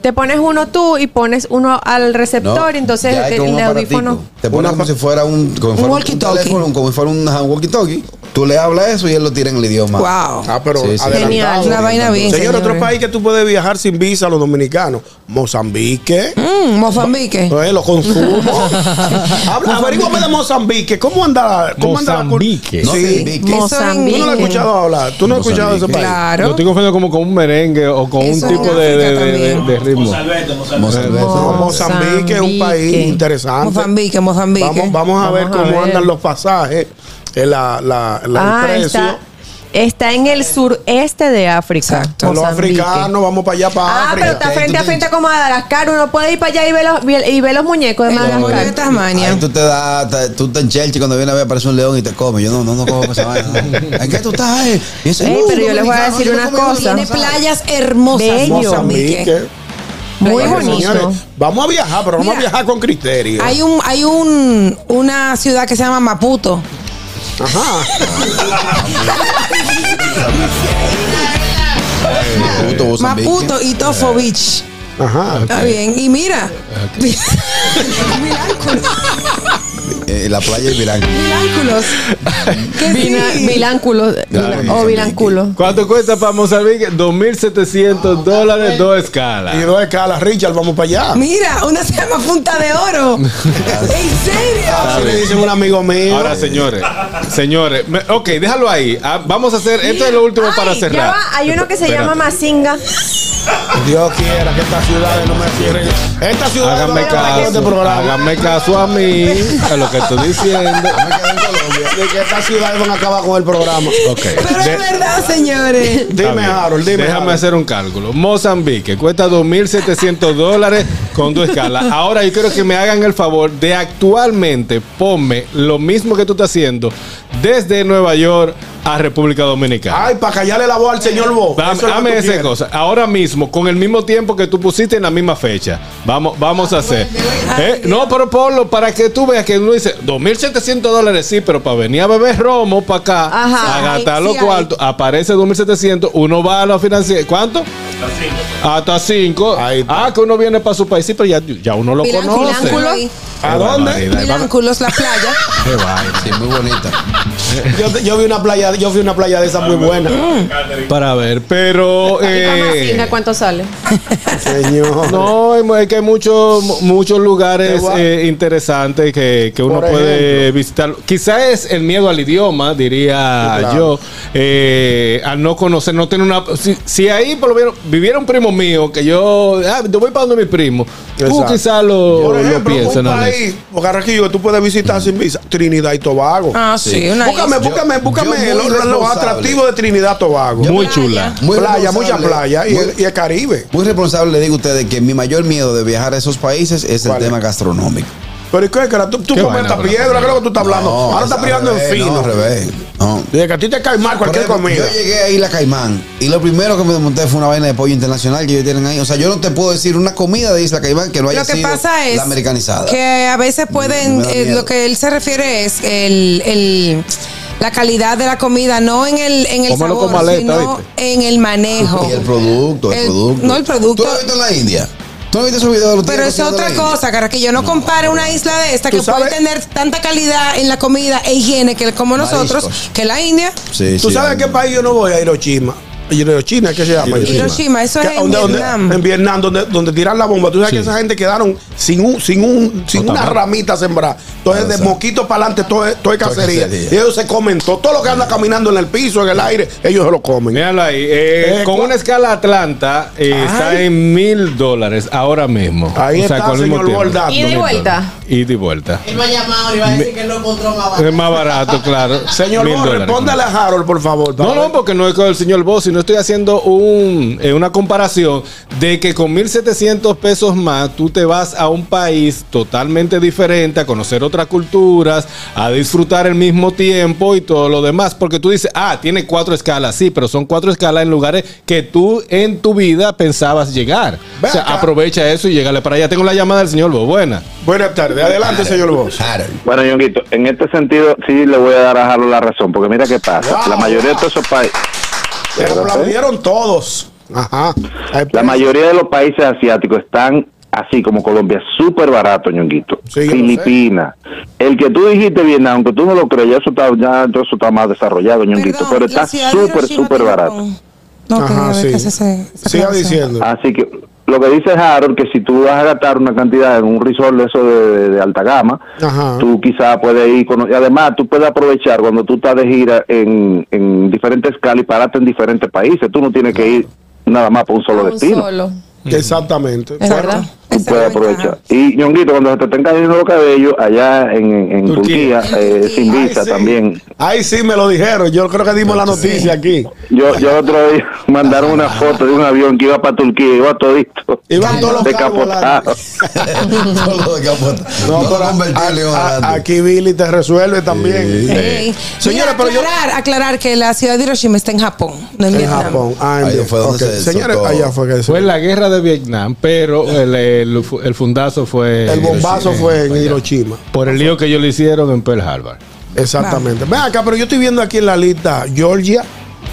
Speaker 3: te pones uno tú y pones uno al receptor, y entonces eh,
Speaker 17: ya hay
Speaker 3: el,
Speaker 17: como un
Speaker 3: audífono.
Speaker 17: aparatico. Te pones como si fuera un, como fuera un teléfono, como si fuera un ajá, un walkie-talkie. Tú le hablas eso y él lo tira en el idioma.
Speaker 5: Wow.
Speaker 4: Ah, pero
Speaker 17: Sí, sí.
Speaker 4: adelantado.
Speaker 5: Genial, una vaina bien,
Speaker 4: Señor, otro
Speaker 5: señores.
Speaker 4: país que tú puedes viajar sin visa, los dominicanos. Mozambique.
Speaker 5: Mm, Mozambique.
Speaker 4: Eh, los consumos. Habla, averígüame de Mozambique. ¿Cómo anda, cómo anda la cul-
Speaker 2: Mozambique.
Speaker 4: Sí.
Speaker 17: Mozambique.
Speaker 4: Tú no lo has escuchado hablar. Tú no has escuchado de ese país.
Speaker 5: Claro.
Speaker 2: Lo estoy confundiendo como con un merengue o con
Speaker 4: Eso
Speaker 2: un tipo de,
Speaker 4: en
Speaker 2: de,
Speaker 4: África
Speaker 2: de- de-
Speaker 4: también.
Speaker 2: de ritmo.
Speaker 4: No, Mozambique es un país interesante.
Speaker 5: Mozambique, Mozambique.
Speaker 4: Vamos, vamos a ver
Speaker 3: Vamos a
Speaker 4: cómo
Speaker 3: ver.
Speaker 4: andan los pasajes, eh, la, la, la-
Speaker 3: Ah,
Speaker 4: el precio.
Speaker 3: está, está en el sureste de África.
Speaker 4: Con los
Speaker 3: Mozambique.
Speaker 4: africanos, vamos para allá, para
Speaker 3: Ah,
Speaker 4: África.
Speaker 3: pero está frente a frente como Madagascar. Uno puede ir para allá y ver los, y- y ver los muñecos de Madagascar.
Speaker 5: Tasmania.
Speaker 17: Ahí tú te das, te- tú te encherches y cuando viene a ver aparece un león y te come. Yo no, no, no como esa vaina. ¿En qué tú estás? eh? Y ese,
Speaker 3: Ey,
Speaker 17: no,
Speaker 3: pero yo les voy a
Speaker 17: dominicano,
Speaker 3: decir
Speaker 17: yo no
Speaker 3: una
Speaker 17: comí
Speaker 3: cosa.
Speaker 5: Tiene playas hermosas.
Speaker 3: Bello.
Speaker 4: Mozambique.
Speaker 5: Muy
Speaker 4: Oye,
Speaker 5: bonito.
Speaker 4: vamos a viajar, pero vamos a viajar con criterio.
Speaker 5: Hay un, hay un, una ciudad que se llama Maputo.
Speaker 17: Maputo, Mozambique.
Speaker 5: Maputo y Tofo Beach.
Speaker 4: Ajá.
Speaker 5: Está bien. Y mira.
Speaker 17: Eh, la playa del Viranco.
Speaker 5: Bilánculos. Que
Speaker 3: Vina-
Speaker 5: sí.
Speaker 3: Bilánculos.
Speaker 17: Claro.
Speaker 3: O bilanculo.
Speaker 2: ¿Cuánto cuesta para Mozambique? 2.700 dólares, dos escalas.
Speaker 4: Y dos escalas, Richard, vamos para allá.
Speaker 5: Mira, una se llama Punta de Oro. ¿En serio?
Speaker 4: Así le dicen un amigo mío.
Speaker 2: Ahora, señores, señores, me- ok, déjalo ahí. Ah, vamos a hacer, esto es lo último para
Speaker 3: Ay, ya
Speaker 2: cerrar.
Speaker 3: va, hay uno que se llama
Speaker 2: Espérate.
Speaker 3: Mazinga.
Speaker 4: Dios quiera que estas ciudades no me cierren. Estas ciudades
Speaker 2: Háganme
Speaker 4: no me cierren este
Speaker 2: caso,
Speaker 4: programa.
Speaker 2: háganme caso a mí, a lo que estoy diciendo.
Speaker 4: De que estas ciudades van a acabar con el programa.
Speaker 2: Ok.
Speaker 5: Pero
Speaker 2: de-
Speaker 5: es verdad, señores.
Speaker 2: Está
Speaker 4: Dime,
Speaker 2: bien.
Speaker 4: Harold, dime.
Speaker 2: Déjame
Speaker 4: Harold.
Speaker 2: hacer un cálculo. Mozambique cuesta 2.700 dólares con dos escalas. Ahora yo quiero que me hagan el favor de actualmente ponme lo mismo que tú estás haciendo desde Nueva York a República Dominicana.
Speaker 4: Ay, para callarle la voz al señor Bo.
Speaker 2: Dame,
Speaker 4: Eso es lo
Speaker 2: dame
Speaker 4: que tú
Speaker 2: esa
Speaker 4: quieres.
Speaker 2: cosa. Ahora mismo, con el mismo tiempo que tú pusiste en la misma fecha. Vamos, vamos
Speaker 3: Ah,
Speaker 2: a hacer. Eh, No, pero ponlo para que tú veas que uno dice 2.700 dólares, sí, pero para venir a beber romo para acá,
Speaker 3: Ajá.
Speaker 2: a gastar
Speaker 3: Sí,
Speaker 2: los
Speaker 3: sí,
Speaker 2: cuartos, aparece 2.700, uno va a la financiera. ¿Cuánto? Hasta 5. Ah, que uno viene para su país, sí, pero ya, ya uno lo
Speaker 5: Pilán-
Speaker 2: conoce.
Speaker 5: Pilánculo.
Speaker 2: ¿A dónde?
Speaker 5: Pilánculos, la playa.
Speaker 2: Qué vaina.
Speaker 17: Sí, muy bonita.
Speaker 4: Yo, te- yo vi una playa, yo vi una playa de esa muy buena.
Speaker 3: Mm.
Speaker 2: Para ver, pero. eh,
Speaker 3: Venga, ¿cuánto sale?
Speaker 4: Señor.
Speaker 2: No, hay mu- es que hay muchos mu- muchos lugares
Speaker 4: Te voy a-
Speaker 2: eh, interesantes que, que uno
Speaker 4: Por
Speaker 2: puede visitar. Quizás es el miedo al idioma, diría
Speaker 4: Sí, claro.
Speaker 2: yo, eh, al no conocer, no tener una... Si, si ahí por lo menos viviera un primo mío, que yo... Ah, yo voy para donde mi primo. Tú
Speaker 4: Exacto.
Speaker 2: quizás lo,
Speaker 4: Por
Speaker 2: lo
Speaker 4: ejemplo,
Speaker 2: piensas,
Speaker 4: un
Speaker 2: ¿no?
Speaker 4: país, porque Carraquillo, que tú puedes visitar sin visa, Trinidad y Tobago.
Speaker 5: Ah, sí, una
Speaker 4: Búscame,
Speaker 5: isla.
Speaker 4: búscame,
Speaker 5: Yo-
Speaker 4: búscame
Speaker 5: yo muy
Speaker 4: los- los, los
Speaker 17: responsable.
Speaker 4: atractivos de Trinidad y Tobago.
Speaker 2: Muy chula.
Speaker 17: Muy
Speaker 4: playa,
Speaker 17: responsable.
Speaker 4: mucha playa y,
Speaker 17: Muy-
Speaker 4: el, y el Caribe.
Speaker 17: Muy responsable le digo a ustedes que mi mayor miedo de viajar a esos países es el tema gastronómico.
Speaker 4: Pero ¿y qué es que era? tú, tú
Speaker 17: Qué
Speaker 4: comes
Speaker 17: vaina,
Speaker 4: esta
Speaker 17: pero-
Speaker 4: piedra, creo que tú estás hablando.
Speaker 17: No,
Speaker 4: Ahora
Speaker 17: es
Speaker 4: estás
Speaker 17: al
Speaker 4: privando en
Speaker 17: revés,
Speaker 4: fino.
Speaker 17: No, al revés. No.
Speaker 4: Desde que a ti te cae mal cualquier
Speaker 17: Por ejemplo,
Speaker 4: comida.
Speaker 17: Yo llegué a Isla Caimán y lo primero que me monté fue una vaina de pollo internacional que ellos tienen ahí. O sea, yo no te puedo decir una comida de Isla Caimán que no haya
Speaker 5: Lo que
Speaker 17: sido
Speaker 5: pasa es
Speaker 17: la americanizada.
Speaker 5: Que a veces pueden,
Speaker 17: Me da
Speaker 5: eh,
Speaker 17: miedo.
Speaker 5: lo que él se refiere es el, el- la calidad de la comida, no en el, en el
Speaker 17: Cómelo
Speaker 5: sabor,
Speaker 17: con maleta,
Speaker 5: sino en el manejo.
Speaker 17: Y el producto, el,
Speaker 5: El-
Speaker 17: producto.
Speaker 5: no, el producto.
Speaker 17: ¿Tú lo has visto en la India? ¿Tú no viste esos videos de los
Speaker 5: Pero
Speaker 17: tigres
Speaker 5: es otra
Speaker 17: cociendo en la
Speaker 5: cosa, cara, que yo no compare una isla de esta
Speaker 4: ¿Tú
Speaker 5: que puede
Speaker 4: sabes?
Speaker 5: tener tanta calidad en la comida e higiene que como nosotros,
Speaker 4: Mariscos.
Speaker 5: que la India.
Speaker 17: Sí,
Speaker 4: ¿Tú
Speaker 17: sí,
Speaker 4: sabes
Speaker 17: hay-
Speaker 4: a qué país yo no voy a Hiroshima? Hiroshima, ¿qué se llama?
Speaker 5: Hiroshima. Hiroshima, eso
Speaker 4: Que-
Speaker 5: es en Vietnam.
Speaker 4: en Vietnam, donde, donde tiran la bomba. Tú sabes
Speaker 2: Sí.
Speaker 4: que esa gente quedaron sin un, sin un, sin una
Speaker 2: Totalmente.
Speaker 4: ramita sembrada. Entonces, de
Speaker 17: Exacto.
Speaker 4: mosquito para adelante, todo, es- todo es
Speaker 17: Todo es
Speaker 4: cacería.
Speaker 17: cacería.
Speaker 4: Y ellos se comen todo. Todo lo que anda caminando en el piso, en el aire, ellos se lo comen.
Speaker 2: Míralo ahí. eh,
Speaker 4: Eh,
Speaker 2: con
Speaker 4: ¿cuál?
Speaker 2: una escala Atlanta eh, está en mil dólares ahora mismo.
Speaker 4: Ahí está,
Speaker 2: con el mismo
Speaker 4: señor
Speaker 2: tiempo.
Speaker 4: Bordado.
Speaker 3: Ida y
Speaker 2: Mil
Speaker 3: vuelta.
Speaker 2: dólares. Ida y vuelta.
Speaker 18: Él va a llamar y va a decir que él lo encontró más barato.
Speaker 2: Es más barato, claro.
Speaker 4: Señor
Speaker 2: Mil
Speaker 4: Bo,
Speaker 2: dólares.
Speaker 4: respóndale a Harold, por favor. para
Speaker 2: No, no, porque no es con el señor Boss, sino estoy haciendo un, eh, una comparación de que con 1.700 pesos más tú te vas a un país totalmente diferente, a conocer otras culturas, a disfrutar el mismo tiempo y todo lo demás. Porque tú dices, ah, tiene cuatro escalas, sí, pero son cuatro escalas en lugares que tú en tu vida pensabas llegar.
Speaker 4: Ve
Speaker 2: o sea,
Speaker 4: acá.
Speaker 2: aprovecha eso y llégale para allá. Tengo la llamada del señor Boss, buena.
Speaker 4: Buenas tardes, adelante, señor Bosch.
Speaker 7: Bueno, Yonguito, en este sentido sí le voy a dar a Jalo la razón, porque mira qué pasa.
Speaker 4: Wow.
Speaker 7: La mayoría de todos esos países.
Speaker 4: Te aplaudieron todos. Ajá. Ay,
Speaker 7: La mayoría de los países asiáticos están así como Colombia, súper barato, ñonguito.
Speaker 4: Sí, yo lo sé.
Speaker 7: Filipinas. El que tú dijiste, Vietnam, aunque tú no lo creas, ya eso está, ya todo eso está más desarrollado, ñonguito,
Speaker 5: Perdón,
Speaker 7: pero
Speaker 5: la
Speaker 7: está
Speaker 5: ciudad de
Speaker 7: súper,
Speaker 5: Hiroshima
Speaker 7: súper
Speaker 5: tiene
Speaker 7: barato.
Speaker 5: con- No, que
Speaker 4: Ajá,
Speaker 5: a ver
Speaker 4: Ah, sí.
Speaker 5: qué hace ese- esa
Speaker 4: Siga
Speaker 5: relación.
Speaker 4: diciendo.
Speaker 7: Así que lo que dice Harold, que si tú vas a gastar una cantidad en un resort de eso de, de- de alta gama,
Speaker 4: Ajá.
Speaker 7: tú quizás puedes ir con... y además tú puedes aprovechar cuando tú estás de gira en, en diferentes escalas y pararte en diferentes países. Tú no tienes que ir nada más por un solo
Speaker 3: Un
Speaker 7: destino.
Speaker 3: solo.
Speaker 4: Exactamente.
Speaker 3: Es verdad.
Speaker 7: Tú puedes aprovechar. Y ñonguito, cuando se te estén cayendo los cabellos, allá en, en
Speaker 4: Turquía.
Speaker 7: Turquía, eh, sin
Speaker 4: Ay,
Speaker 7: visa
Speaker 4: sí.
Speaker 7: también.
Speaker 4: Ahí sí me lo dijeron. Yo creo que dimos la noticia aquí.
Speaker 7: Yo, yo otro día mandaron una foto de un avión que iba para Turquía, iba todito.
Speaker 4: Iban todos los carros
Speaker 7: Decapotado.
Speaker 17: Todo de capota.
Speaker 4: No,
Speaker 17: No
Speaker 4: pero
Speaker 17: lo convertí en león
Speaker 4: a- a-
Speaker 17: adelante.
Speaker 4: aquí Billy te resuelve también.
Speaker 5: Ey,
Speaker 4: Señores,
Speaker 5: mira,
Speaker 4: pero yo.
Speaker 5: aclarar, aclarar que la ciudad de Hiroshima está en Japón, no en,
Speaker 4: En
Speaker 5: Vietnam.
Speaker 4: Japón. Ah, en
Speaker 17: Ahí
Speaker 4: Vietnam.
Speaker 17: fue donde
Speaker 4: Ok.
Speaker 17: se
Speaker 4: Señores,
Speaker 17: soltó.
Speaker 4: allá fue que se-
Speaker 2: Fue la guerra de Vietnam, pero el, el- el fundazo fue...
Speaker 4: El bombazo
Speaker 2: Sí,
Speaker 4: fue en
Speaker 2: allá.
Speaker 4: Hiroshima.
Speaker 2: Por el lío que ellos le hicieron en Pearl Harbor.
Speaker 4: Exactamente. Ven acá, pero yo estoy viendo aquí en la lista Georgia.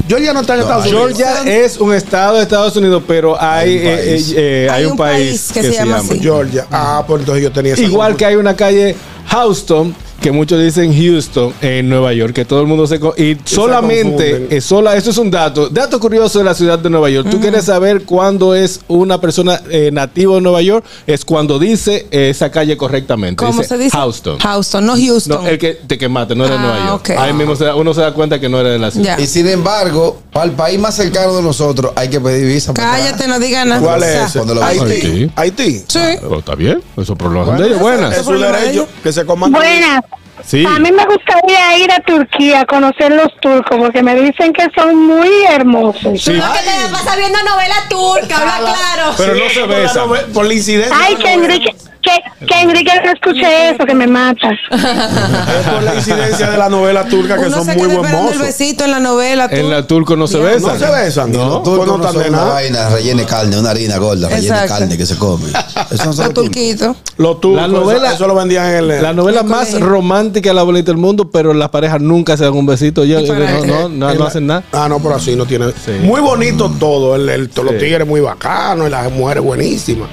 Speaker 4: Georgia no está en Estados Unidos.
Speaker 2: Georgia es un estado de Estados Unidos, pero hay, eh, eh, eh, hay un país que se llama. Yo-
Speaker 4: Georgia. Ah, pues entonces yo tenía esa
Speaker 2: Igual que hay una calle Houston, que muchos dicen Houston, en Nueva York, que todo el mundo se... co- Y solamente,
Speaker 4: confunden.
Speaker 2: eh, sola, eso es un dato, dato curioso de la ciudad de Nueva York. ¿Tú quieres saber cuándo es una persona eh, nativa de Nueva York? Es cuando dice eh, esa calle correctamente.
Speaker 5: ¿Cómo se dice?
Speaker 2: Houston.
Speaker 5: Houston, no Houston.
Speaker 2: No, el que te quemaste, no era de
Speaker 5: Ah,
Speaker 2: Nueva York.
Speaker 5: ok.
Speaker 2: Ahí mismo se da- uno se da cuenta que no era de la ciudad.
Speaker 5: Ya.
Speaker 17: Y sin embargo, para el país más cercano de nosotros hay que pedir visa. para
Speaker 5: Cállate, no digas nada.
Speaker 4: ¿Cuál
Speaker 5: O sea,
Speaker 4: es ese?
Speaker 17: Cuando lo
Speaker 4: Haití.
Speaker 2: Haití.
Speaker 4: Haití.
Speaker 5: Sí.
Speaker 2: Pero está bien, esos problemas son de ellos.
Speaker 4: Es
Speaker 2: Buenas.
Speaker 4: su
Speaker 5: problema de
Speaker 4: derecho
Speaker 5: ellos.
Speaker 4: que se coman.
Speaker 9: Buenas.
Speaker 2: Sí.
Speaker 9: A mí me gustaría ir a Turquía a conocer los turcos porque me dicen que son muy hermosos.
Speaker 2: Sí.
Speaker 3: Lo que te la pasa viendo novela turca, habla claro.
Speaker 2: Pero no se
Speaker 4: Por la
Speaker 2: besan.
Speaker 4: nove- Por la incidencia.
Speaker 9: Ay,
Speaker 4: de la
Speaker 9: que
Speaker 4: novela.
Speaker 9: Enrique, que, que Enrique no escuche eso, que me mata.
Speaker 4: Es por la incidencia de la novela turca que
Speaker 5: Uno
Speaker 4: son
Speaker 5: se queda
Speaker 4: muy buen
Speaker 5: esperando el
Speaker 4: mozos.
Speaker 5: besito en la novela. tú.
Speaker 2: En la turco no se
Speaker 5: Diablo.
Speaker 2: besan.
Speaker 4: No se besan.
Speaker 17: Y
Speaker 4: No,
Speaker 17: los turcos
Speaker 4: pues no
Speaker 17: no
Speaker 4: tan
Speaker 17: son
Speaker 4: de
Speaker 17: una
Speaker 4: nada.
Speaker 17: vaina rellena de carne, una harina gorda, rellena de
Speaker 5: Exacto.
Speaker 17: carne que se come. Eso no son
Speaker 5: Los turquitos.
Speaker 4: Los turcos,
Speaker 2: La novela-
Speaker 4: eso, eso lo vendían en el.
Speaker 2: La novela más romántica de la bolita del mundo, pero las parejas nunca se dan un besito. Yo,
Speaker 5: Y para este.
Speaker 2: no, no, no,
Speaker 4: en
Speaker 2: no
Speaker 4: la-
Speaker 2: hacen nada.
Speaker 4: Ah, no, pero así no tiene. Muy bonito todo. El, el- Los tigres muy bacanos y las mujeres buenísimas.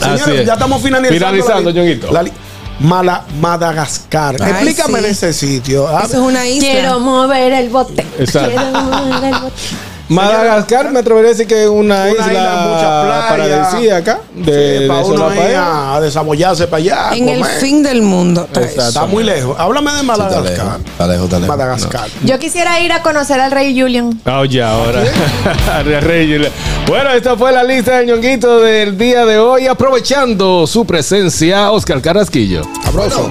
Speaker 2: Así
Speaker 4: Señores,
Speaker 2: es.
Speaker 4: ya estamos finalizando.
Speaker 2: Finalizando,
Speaker 4: la li-
Speaker 2: Ñonguito.
Speaker 4: la li- Mala Madagascar.
Speaker 5: Ay,
Speaker 4: Explícame
Speaker 5: sí.
Speaker 4: de ese sitio. Ah,
Speaker 5: Eso es una isla.
Speaker 3: Quiero mover el bote.
Speaker 2: Exacto.
Speaker 3: Quiero mover el bote.
Speaker 2: Madagascar, me atrevería a decir que es una, isla,
Speaker 4: muchas playas.
Speaker 2: paradisíaca de, de
Speaker 4: para eh, uno ah.
Speaker 2: zona
Speaker 4: ir
Speaker 2: playa.
Speaker 4: a, a desabollarse para allá. a
Speaker 5: En el
Speaker 4: comer.
Speaker 5: fin del mundo. está eso.
Speaker 4: Está muy lejos. Háblame de
Speaker 17: Está lejos,
Speaker 4: Madagascar.
Speaker 17: está lejos, está lejos.
Speaker 4: Madagascar.
Speaker 3: Yo quisiera ir a conocer al rey Julian.
Speaker 2: Ah, Oye, ahora. Re- re- re- bueno, esta fue la lista de ñonguito del día de hoy. Aprovechando su presencia, Oscar Carrasquillo.
Speaker 17: Sabroso.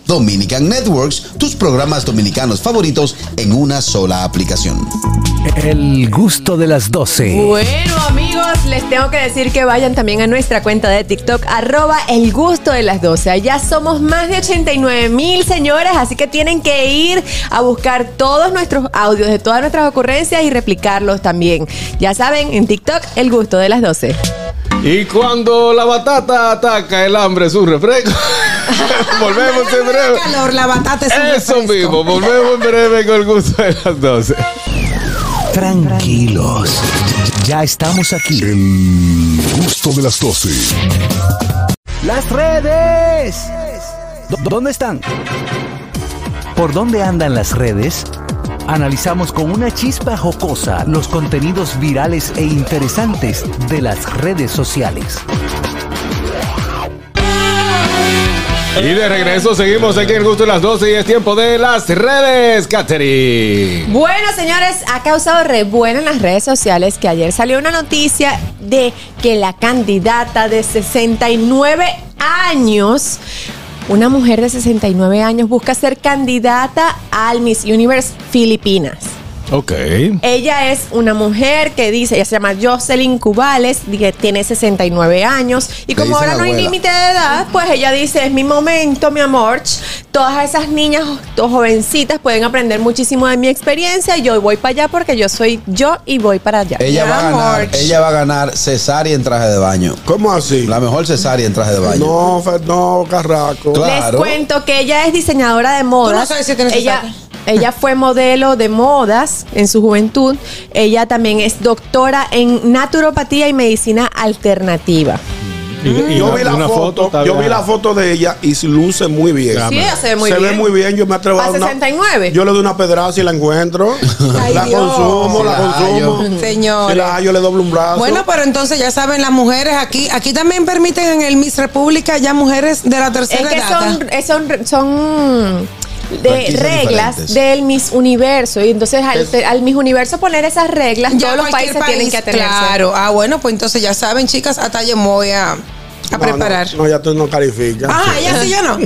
Speaker 17: Dominican Networks, tus programas dominicanos favoritos en una sola aplicación.
Speaker 1: El gusto de las
Speaker 2: Eh.
Speaker 1: 12.
Speaker 3: Bueno, amigos, les tengo que decir que vayan también a nuestra cuenta de TikTok, arroba el gusto de las 12. Allá somos más de 89 mil señores, así que tienen que ir a buscar todos nuestros audios de todas nuestras ocurrencias y replicarlos también. Ya saben, en TikTok, el gusto de las 12.
Speaker 2: Y cuando la batata ataca, el hambre es un refresco. volvemos en breve.
Speaker 5: Calor, la batata es un
Speaker 2: Eso
Speaker 5: refresco.
Speaker 2: mismo, volvemos en breve con el gusto de las 12.
Speaker 1: Tranquilos. Ya estamos aquí.
Speaker 11: El gusto de las 12.
Speaker 1: Las redes. ¿Dó- ¿Dónde están? ¿Por dónde andan las redes? Analizamos con una chispa jocosa los contenidos virales e interesantes de las redes sociales.
Speaker 2: Y de regreso seguimos aquí en el gusto de las 12 y es tiempo de las redes, Katherine.
Speaker 3: Bueno, señores, ha causado revuelo en las redes sociales que ayer salió una noticia de que la candidata de 69 años, una mujer de 69 años, busca ser candidata al Miss Universe Filipinas.
Speaker 2: Ok.
Speaker 3: Ella es una mujer que dice, ella se llama Jocelyn Cubales, que tiene 69 años. Y
Speaker 17: Le
Speaker 3: como
Speaker 17: dicen
Speaker 3: ahora no hay
Speaker 17: abuela.
Speaker 3: límite de edad, pues ella dice, es mi momento, mi amor. Todas esas niñas o jovencitas pueden aprender muchísimo de mi experiencia. y Yo voy para allá porque yo soy yo y voy para allá.
Speaker 17: Ella
Speaker 3: Mi
Speaker 17: va a
Speaker 3: amor.
Speaker 17: ganar, ella va a ganar cesárea en traje de baño.
Speaker 4: ¿Cómo así?
Speaker 17: La mejor cesárea en traje de baño.
Speaker 4: No, Fer- no, Carraco.
Speaker 17: Claro.
Speaker 3: Les cuento que ella es diseñadora de modas.
Speaker 5: Tú no sabes si tienes
Speaker 3: ella,
Speaker 5: esa
Speaker 3: ella fue modelo de modas en su juventud. Ella también es doctora en naturopatía y medicina alternativa.
Speaker 4: Yo vi la foto, yo vi la foto de ella y luce muy bien.
Speaker 3: Sí, ella se ve muy bien.
Speaker 4: Se ve muy bien, yo me atrevo
Speaker 3: ¿A
Speaker 4: a dar una-
Speaker 3: 69?
Speaker 4: Yo le doy una pedrada si la encuentro.
Speaker 5: Ay,
Speaker 4: la
Speaker 5: Dios.
Speaker 4: consumo, la
Speaker 17: Si la
Speaker 4: consumo.
Speaker 5: hallo. Mm, Señores.
Speaker 4: Si la hallo, le doblo un brazo.
Speaker 5: Bueno, pero entonces ya saben, las mujeres aquí, aquí también permiten en el Miss República ya mujeres de la
Speaker 3: Es
Speaker 5: tercera
Speaker 3: que
Speaker 5: edad.
Speaker 3: son, eh, son, son de
Speaker 17: Franquicias
Speaker 3: reglas
Speaker 17: diferentes.
Speaker 3: del Miss Universo. Y entonces al,
Speaker 4: Es-
Speaker 3: te- al Miss Universo poner esas reglas,
Speaker 5: Ya
Speaker 3: todos los
Speaker 5: cualquier
Speaker 3: países tienen que
Speaker 5: país,
Speaker 3: atenerse.
Speaker 5: Claro. Ah, bueno, pues entonces ya saben, chicas, hasta yo me voy a, a
Speaker 4: No, no,
Speaker 5: preparar.
Speaker 4: No, ya tú no calificas.
Speaker 5: Ah, ya sí, ya no.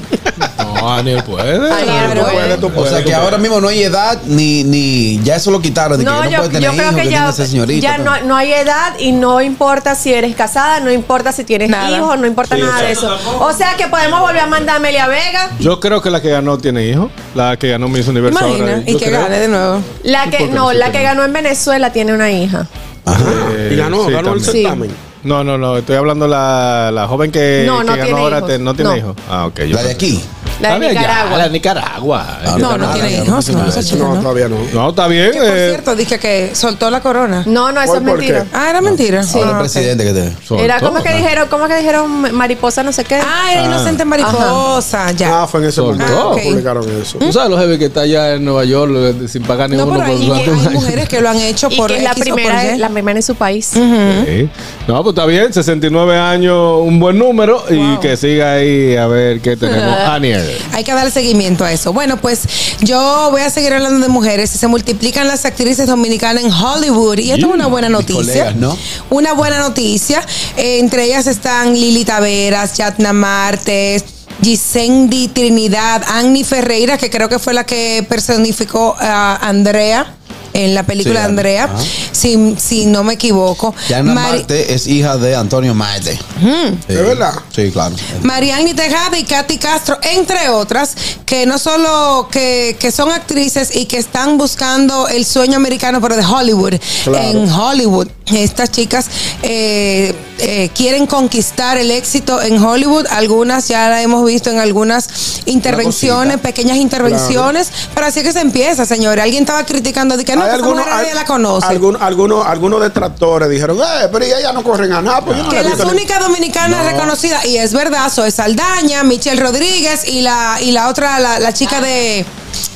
Speaker 2: No, Aniel puede.
Speaker 5: Claro.
Speaker 4: Tú puedes, tú
Speaker 17: O
Speaker 4: puedes,
Speaker 17: sea
Speaker 4: tú
Speaker 17: que ahora
Speaker 4: puedes.
Speaker 17: mismo no hay edad ni ni ya eso lo quitaron. de que
Speaker 3: No,
Speaker 17: no
Speaker 3: yo,
Speaker 17: puede tener
Speaker 3: yo creo
Speaker 17: hijos,
Speaker 3: que
Speaker 17: tiene
Speaker 3: ya,
Speaker 17: que ser señorita, pues.
Speaker 3: ya no, no hay edad y no importa si eres casada, no importa si tienes
Speaker 5: Nada.
Speaker 3: hijos, no importa nada de eso. O sea que podemos volver a mandar a Amelia Vega.
Speaker 2: Yo creo que la que ganó tiene hijo. La que ganó Miss Universo.
Speaker 5: Imagina,
Speaker 2: ahora,
Speaker 5: y
Speaker 2: yo
Speaker 5: que
Speaker 2: creo.
Speaker 5: gane de nuevo.
Speaker 3: La que,
Speaker 2: ¿Por qué
Speaker 3: no,
Speaker 2: no se
Speaker 3: la que
Speaker 2: tiene?
Speaker 3: ganó en Venezuela tiene una hija.
Speaker 4: Ajá. Y ganó,
Speaker 2: Eh, Sí,
Speaker 4: ganó el
Speaker 2: también.
Speaker 4: certamen.
Speaker 2: No, no, no. Estoy hablando la, la joven que,
Speaker 3: No, no
Speaker 2: que ganó
Speaker 3: tiene
Speaker 2: ahora.
Speaker 3: hijos.
Speaker 2: te- no tiene
Speaker 3: No.
Speaker 2: hijos. Ah, ok. yo
Speaker 17: la de
Speaker 2: pensé-
Speaker 17: aquí.
Speaker 3: La de
Speaker 2: allá,
Speaker 3: Nicaragua.
Speaker 2: Ah, La de Nicaragua.
Speaker 17: Ah,
Speaker 5: No, no
Speaker 17: nada,
Speaker 5: tiene
Speaker 17: ya no
Speaker 5: hijos,
Speaker 17: pasa
Speaker 5: no,
Speaker 17: nada.
Speaker 5: esa chica
Speaker 4: No,
Speaker 5: no.
Speaker 4: todavía no.
Speaker 2: No, está bien.
Speaker 5: Que por
Speaker 2: eh,
Speaker 5: cierto, dije que soltó la corona.
Speaker 3: No, no, eso
Speaker 4: ¿Por-
Speaker 3: es
Speaker 4: por qué?
Speaker 3: mentira.
Speaker 5: Ah, era mentira.
Speaker 17: Ahora
Speaker 5: Ah,
Speaker 17: el
Speaker 5: ok.
Speaker 17: presidente que te.
Speaker 2: son
Speaker 3: Era como
Speaker 2: todos,
Speaker 3: que
Speaker 2: ¿no?
Speaker 3: dijeron, como que dijeron mariposa no sé qué.
Speaker 5: Ah, era inocente mariposa. Ya.
Speaker 4: Ah, fue en ese
Speaker 2: Soltó.
Speaker 4: momento
Speaker 5: Ah,
Speaker 4: que
Speaker 5: ok.
Speaker 4: publicaron eso.
Speaker 2: Tú sabes los jefes que está allá en Nueva York eh, sin pagar
Speaker 5: no,
Speaker 2: ninguno
Speaker 5: pero hay,
Speaker 2: durante un
Speaker 5: hay
Speaker 2: año.
Speaker 5: mujeres que lo han hecho
Speaker 3: y
Speaker 5: por
Speaker 3: que es la
Speaker 5: X o por
Speaker 3: primera,
Speaker 5: Y.
Speaker 3: la primera en su país.
Speaker 2: Sí. No, pues está bien, 69 años, un buen número y que siga ahí a ver qué tenemos. Aniel.
Speaker 5: Hay que dar seguimiento a eso. Bueno, pues yo voy a seguir hablando de mujeres. Se multiplican las actrices dominicanas en Hollywood. Y esto es una buena noticia.
Speaker 17: colegas, ¿no?
Speaker 5: Una buena noticia. Eh, entre ellas están Lili Taveras, Yatna Martes. Gisendi Trinidad, Annie Ferreira, que creo que fue la que personificó a Andrea en la película
Speaker 17: Sí,
Speaker 5: de Andrea,
Speaker 17: ajá.
Speaker 5: si, si no me equivoco.
Speaker 17: Yana
Speaker 5: Mari-
Speaker 17: Marte es hija de Antonio Marte.
Speaker 3: Hmm.
Speaker 5: Ujú.
Speaker 17: ¿Es verdad? Sí, claro.
Speaker 5: Marianne Tejada y Katy Castro, entre otras, que no solo que, que son actrices y que están buscando el sueño americano, pero de Hollywood.
Speaker 8: Claro.
Speaker 5: En Hollywood, estas chicas eh, eh, quieren conquistar el éxito en Hollywood. Algunas ya la hemos visto en algunas intervenciones, pequeñas intervenciones, pero así es que se empieza, señores. Alguien estaba criticando de que no,
Speaker 4: Hay
Speaker 5: que esa
Speaker 4: algunos,
Speaker 5: mujer nadie
Speaker 4: hay-
Speaker 5: la conoce.
Speaker 4: algún- algunos, algunos detractores dijeron, eh, pero ellas no corren a nada. Pues yo no
Speaker 5: Que
Speaker 4: la he
Speaker 5: las
Speaker 4: visto ni-
Speaker 5: únicas dominicanas
Speaker 4: No.
Speaker 5: reconocidas, y es verdad, Zoe Saldaña, Michelle Rodríguez y la, y la otra, la, la chica de.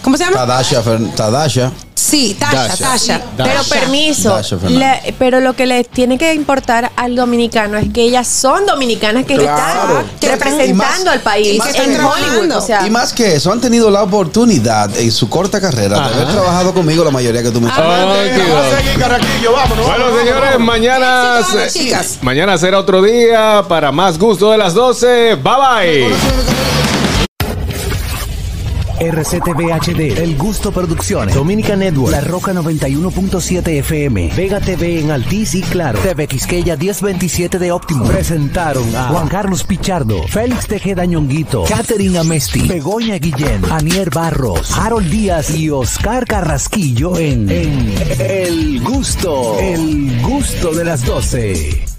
Speaker 5: ¿Cómo se llama?
Speaker 17: Tadasha, Fer- Tadasha.
Speaker 5: Sí, Tasha,
Speaker 17: Dasha.
Speaker 5: Tasha.
Speaker 3: Pero
Speaker 17: Dasha.
Speaker 3: permiso,
Speaker 17: Dasha Fernández.
Speaker 3: la- pero lo que les tiene que importar al dominicano es que ellas son dominicanas que
Speaker 17: Claro.
Speaker 3: están representando al
Speaker 17: Y
Speaker 3: país
Speaker 17: más que-
Speaker 3: en Hollywood. O sea,
Speaker 17: Y más que eso, han tenido la oportunidad en su corta carrera de haber trabajado conmigo la mayoría que tú me
Speaker 2: Bueno, señores, mañana, se- mañana será otro día para más gusto de las 12. Bye bye.
Speaker 1: RCTV HD, El Gusto Producciones, Dominica Network, La Roca 91.7 FM, Vega TV en Altiz y Claro, TV Quisqueya 1027 de Optimo. Presentaron a Juan Carlos Pichardo, Félix Tejeda Ñonguito, Katherine Amesti, Begoña Guillén, Anier Barros, Harold Díaz y Oscar Carrasquillo en, en El Gusto, El Gusto de las 12.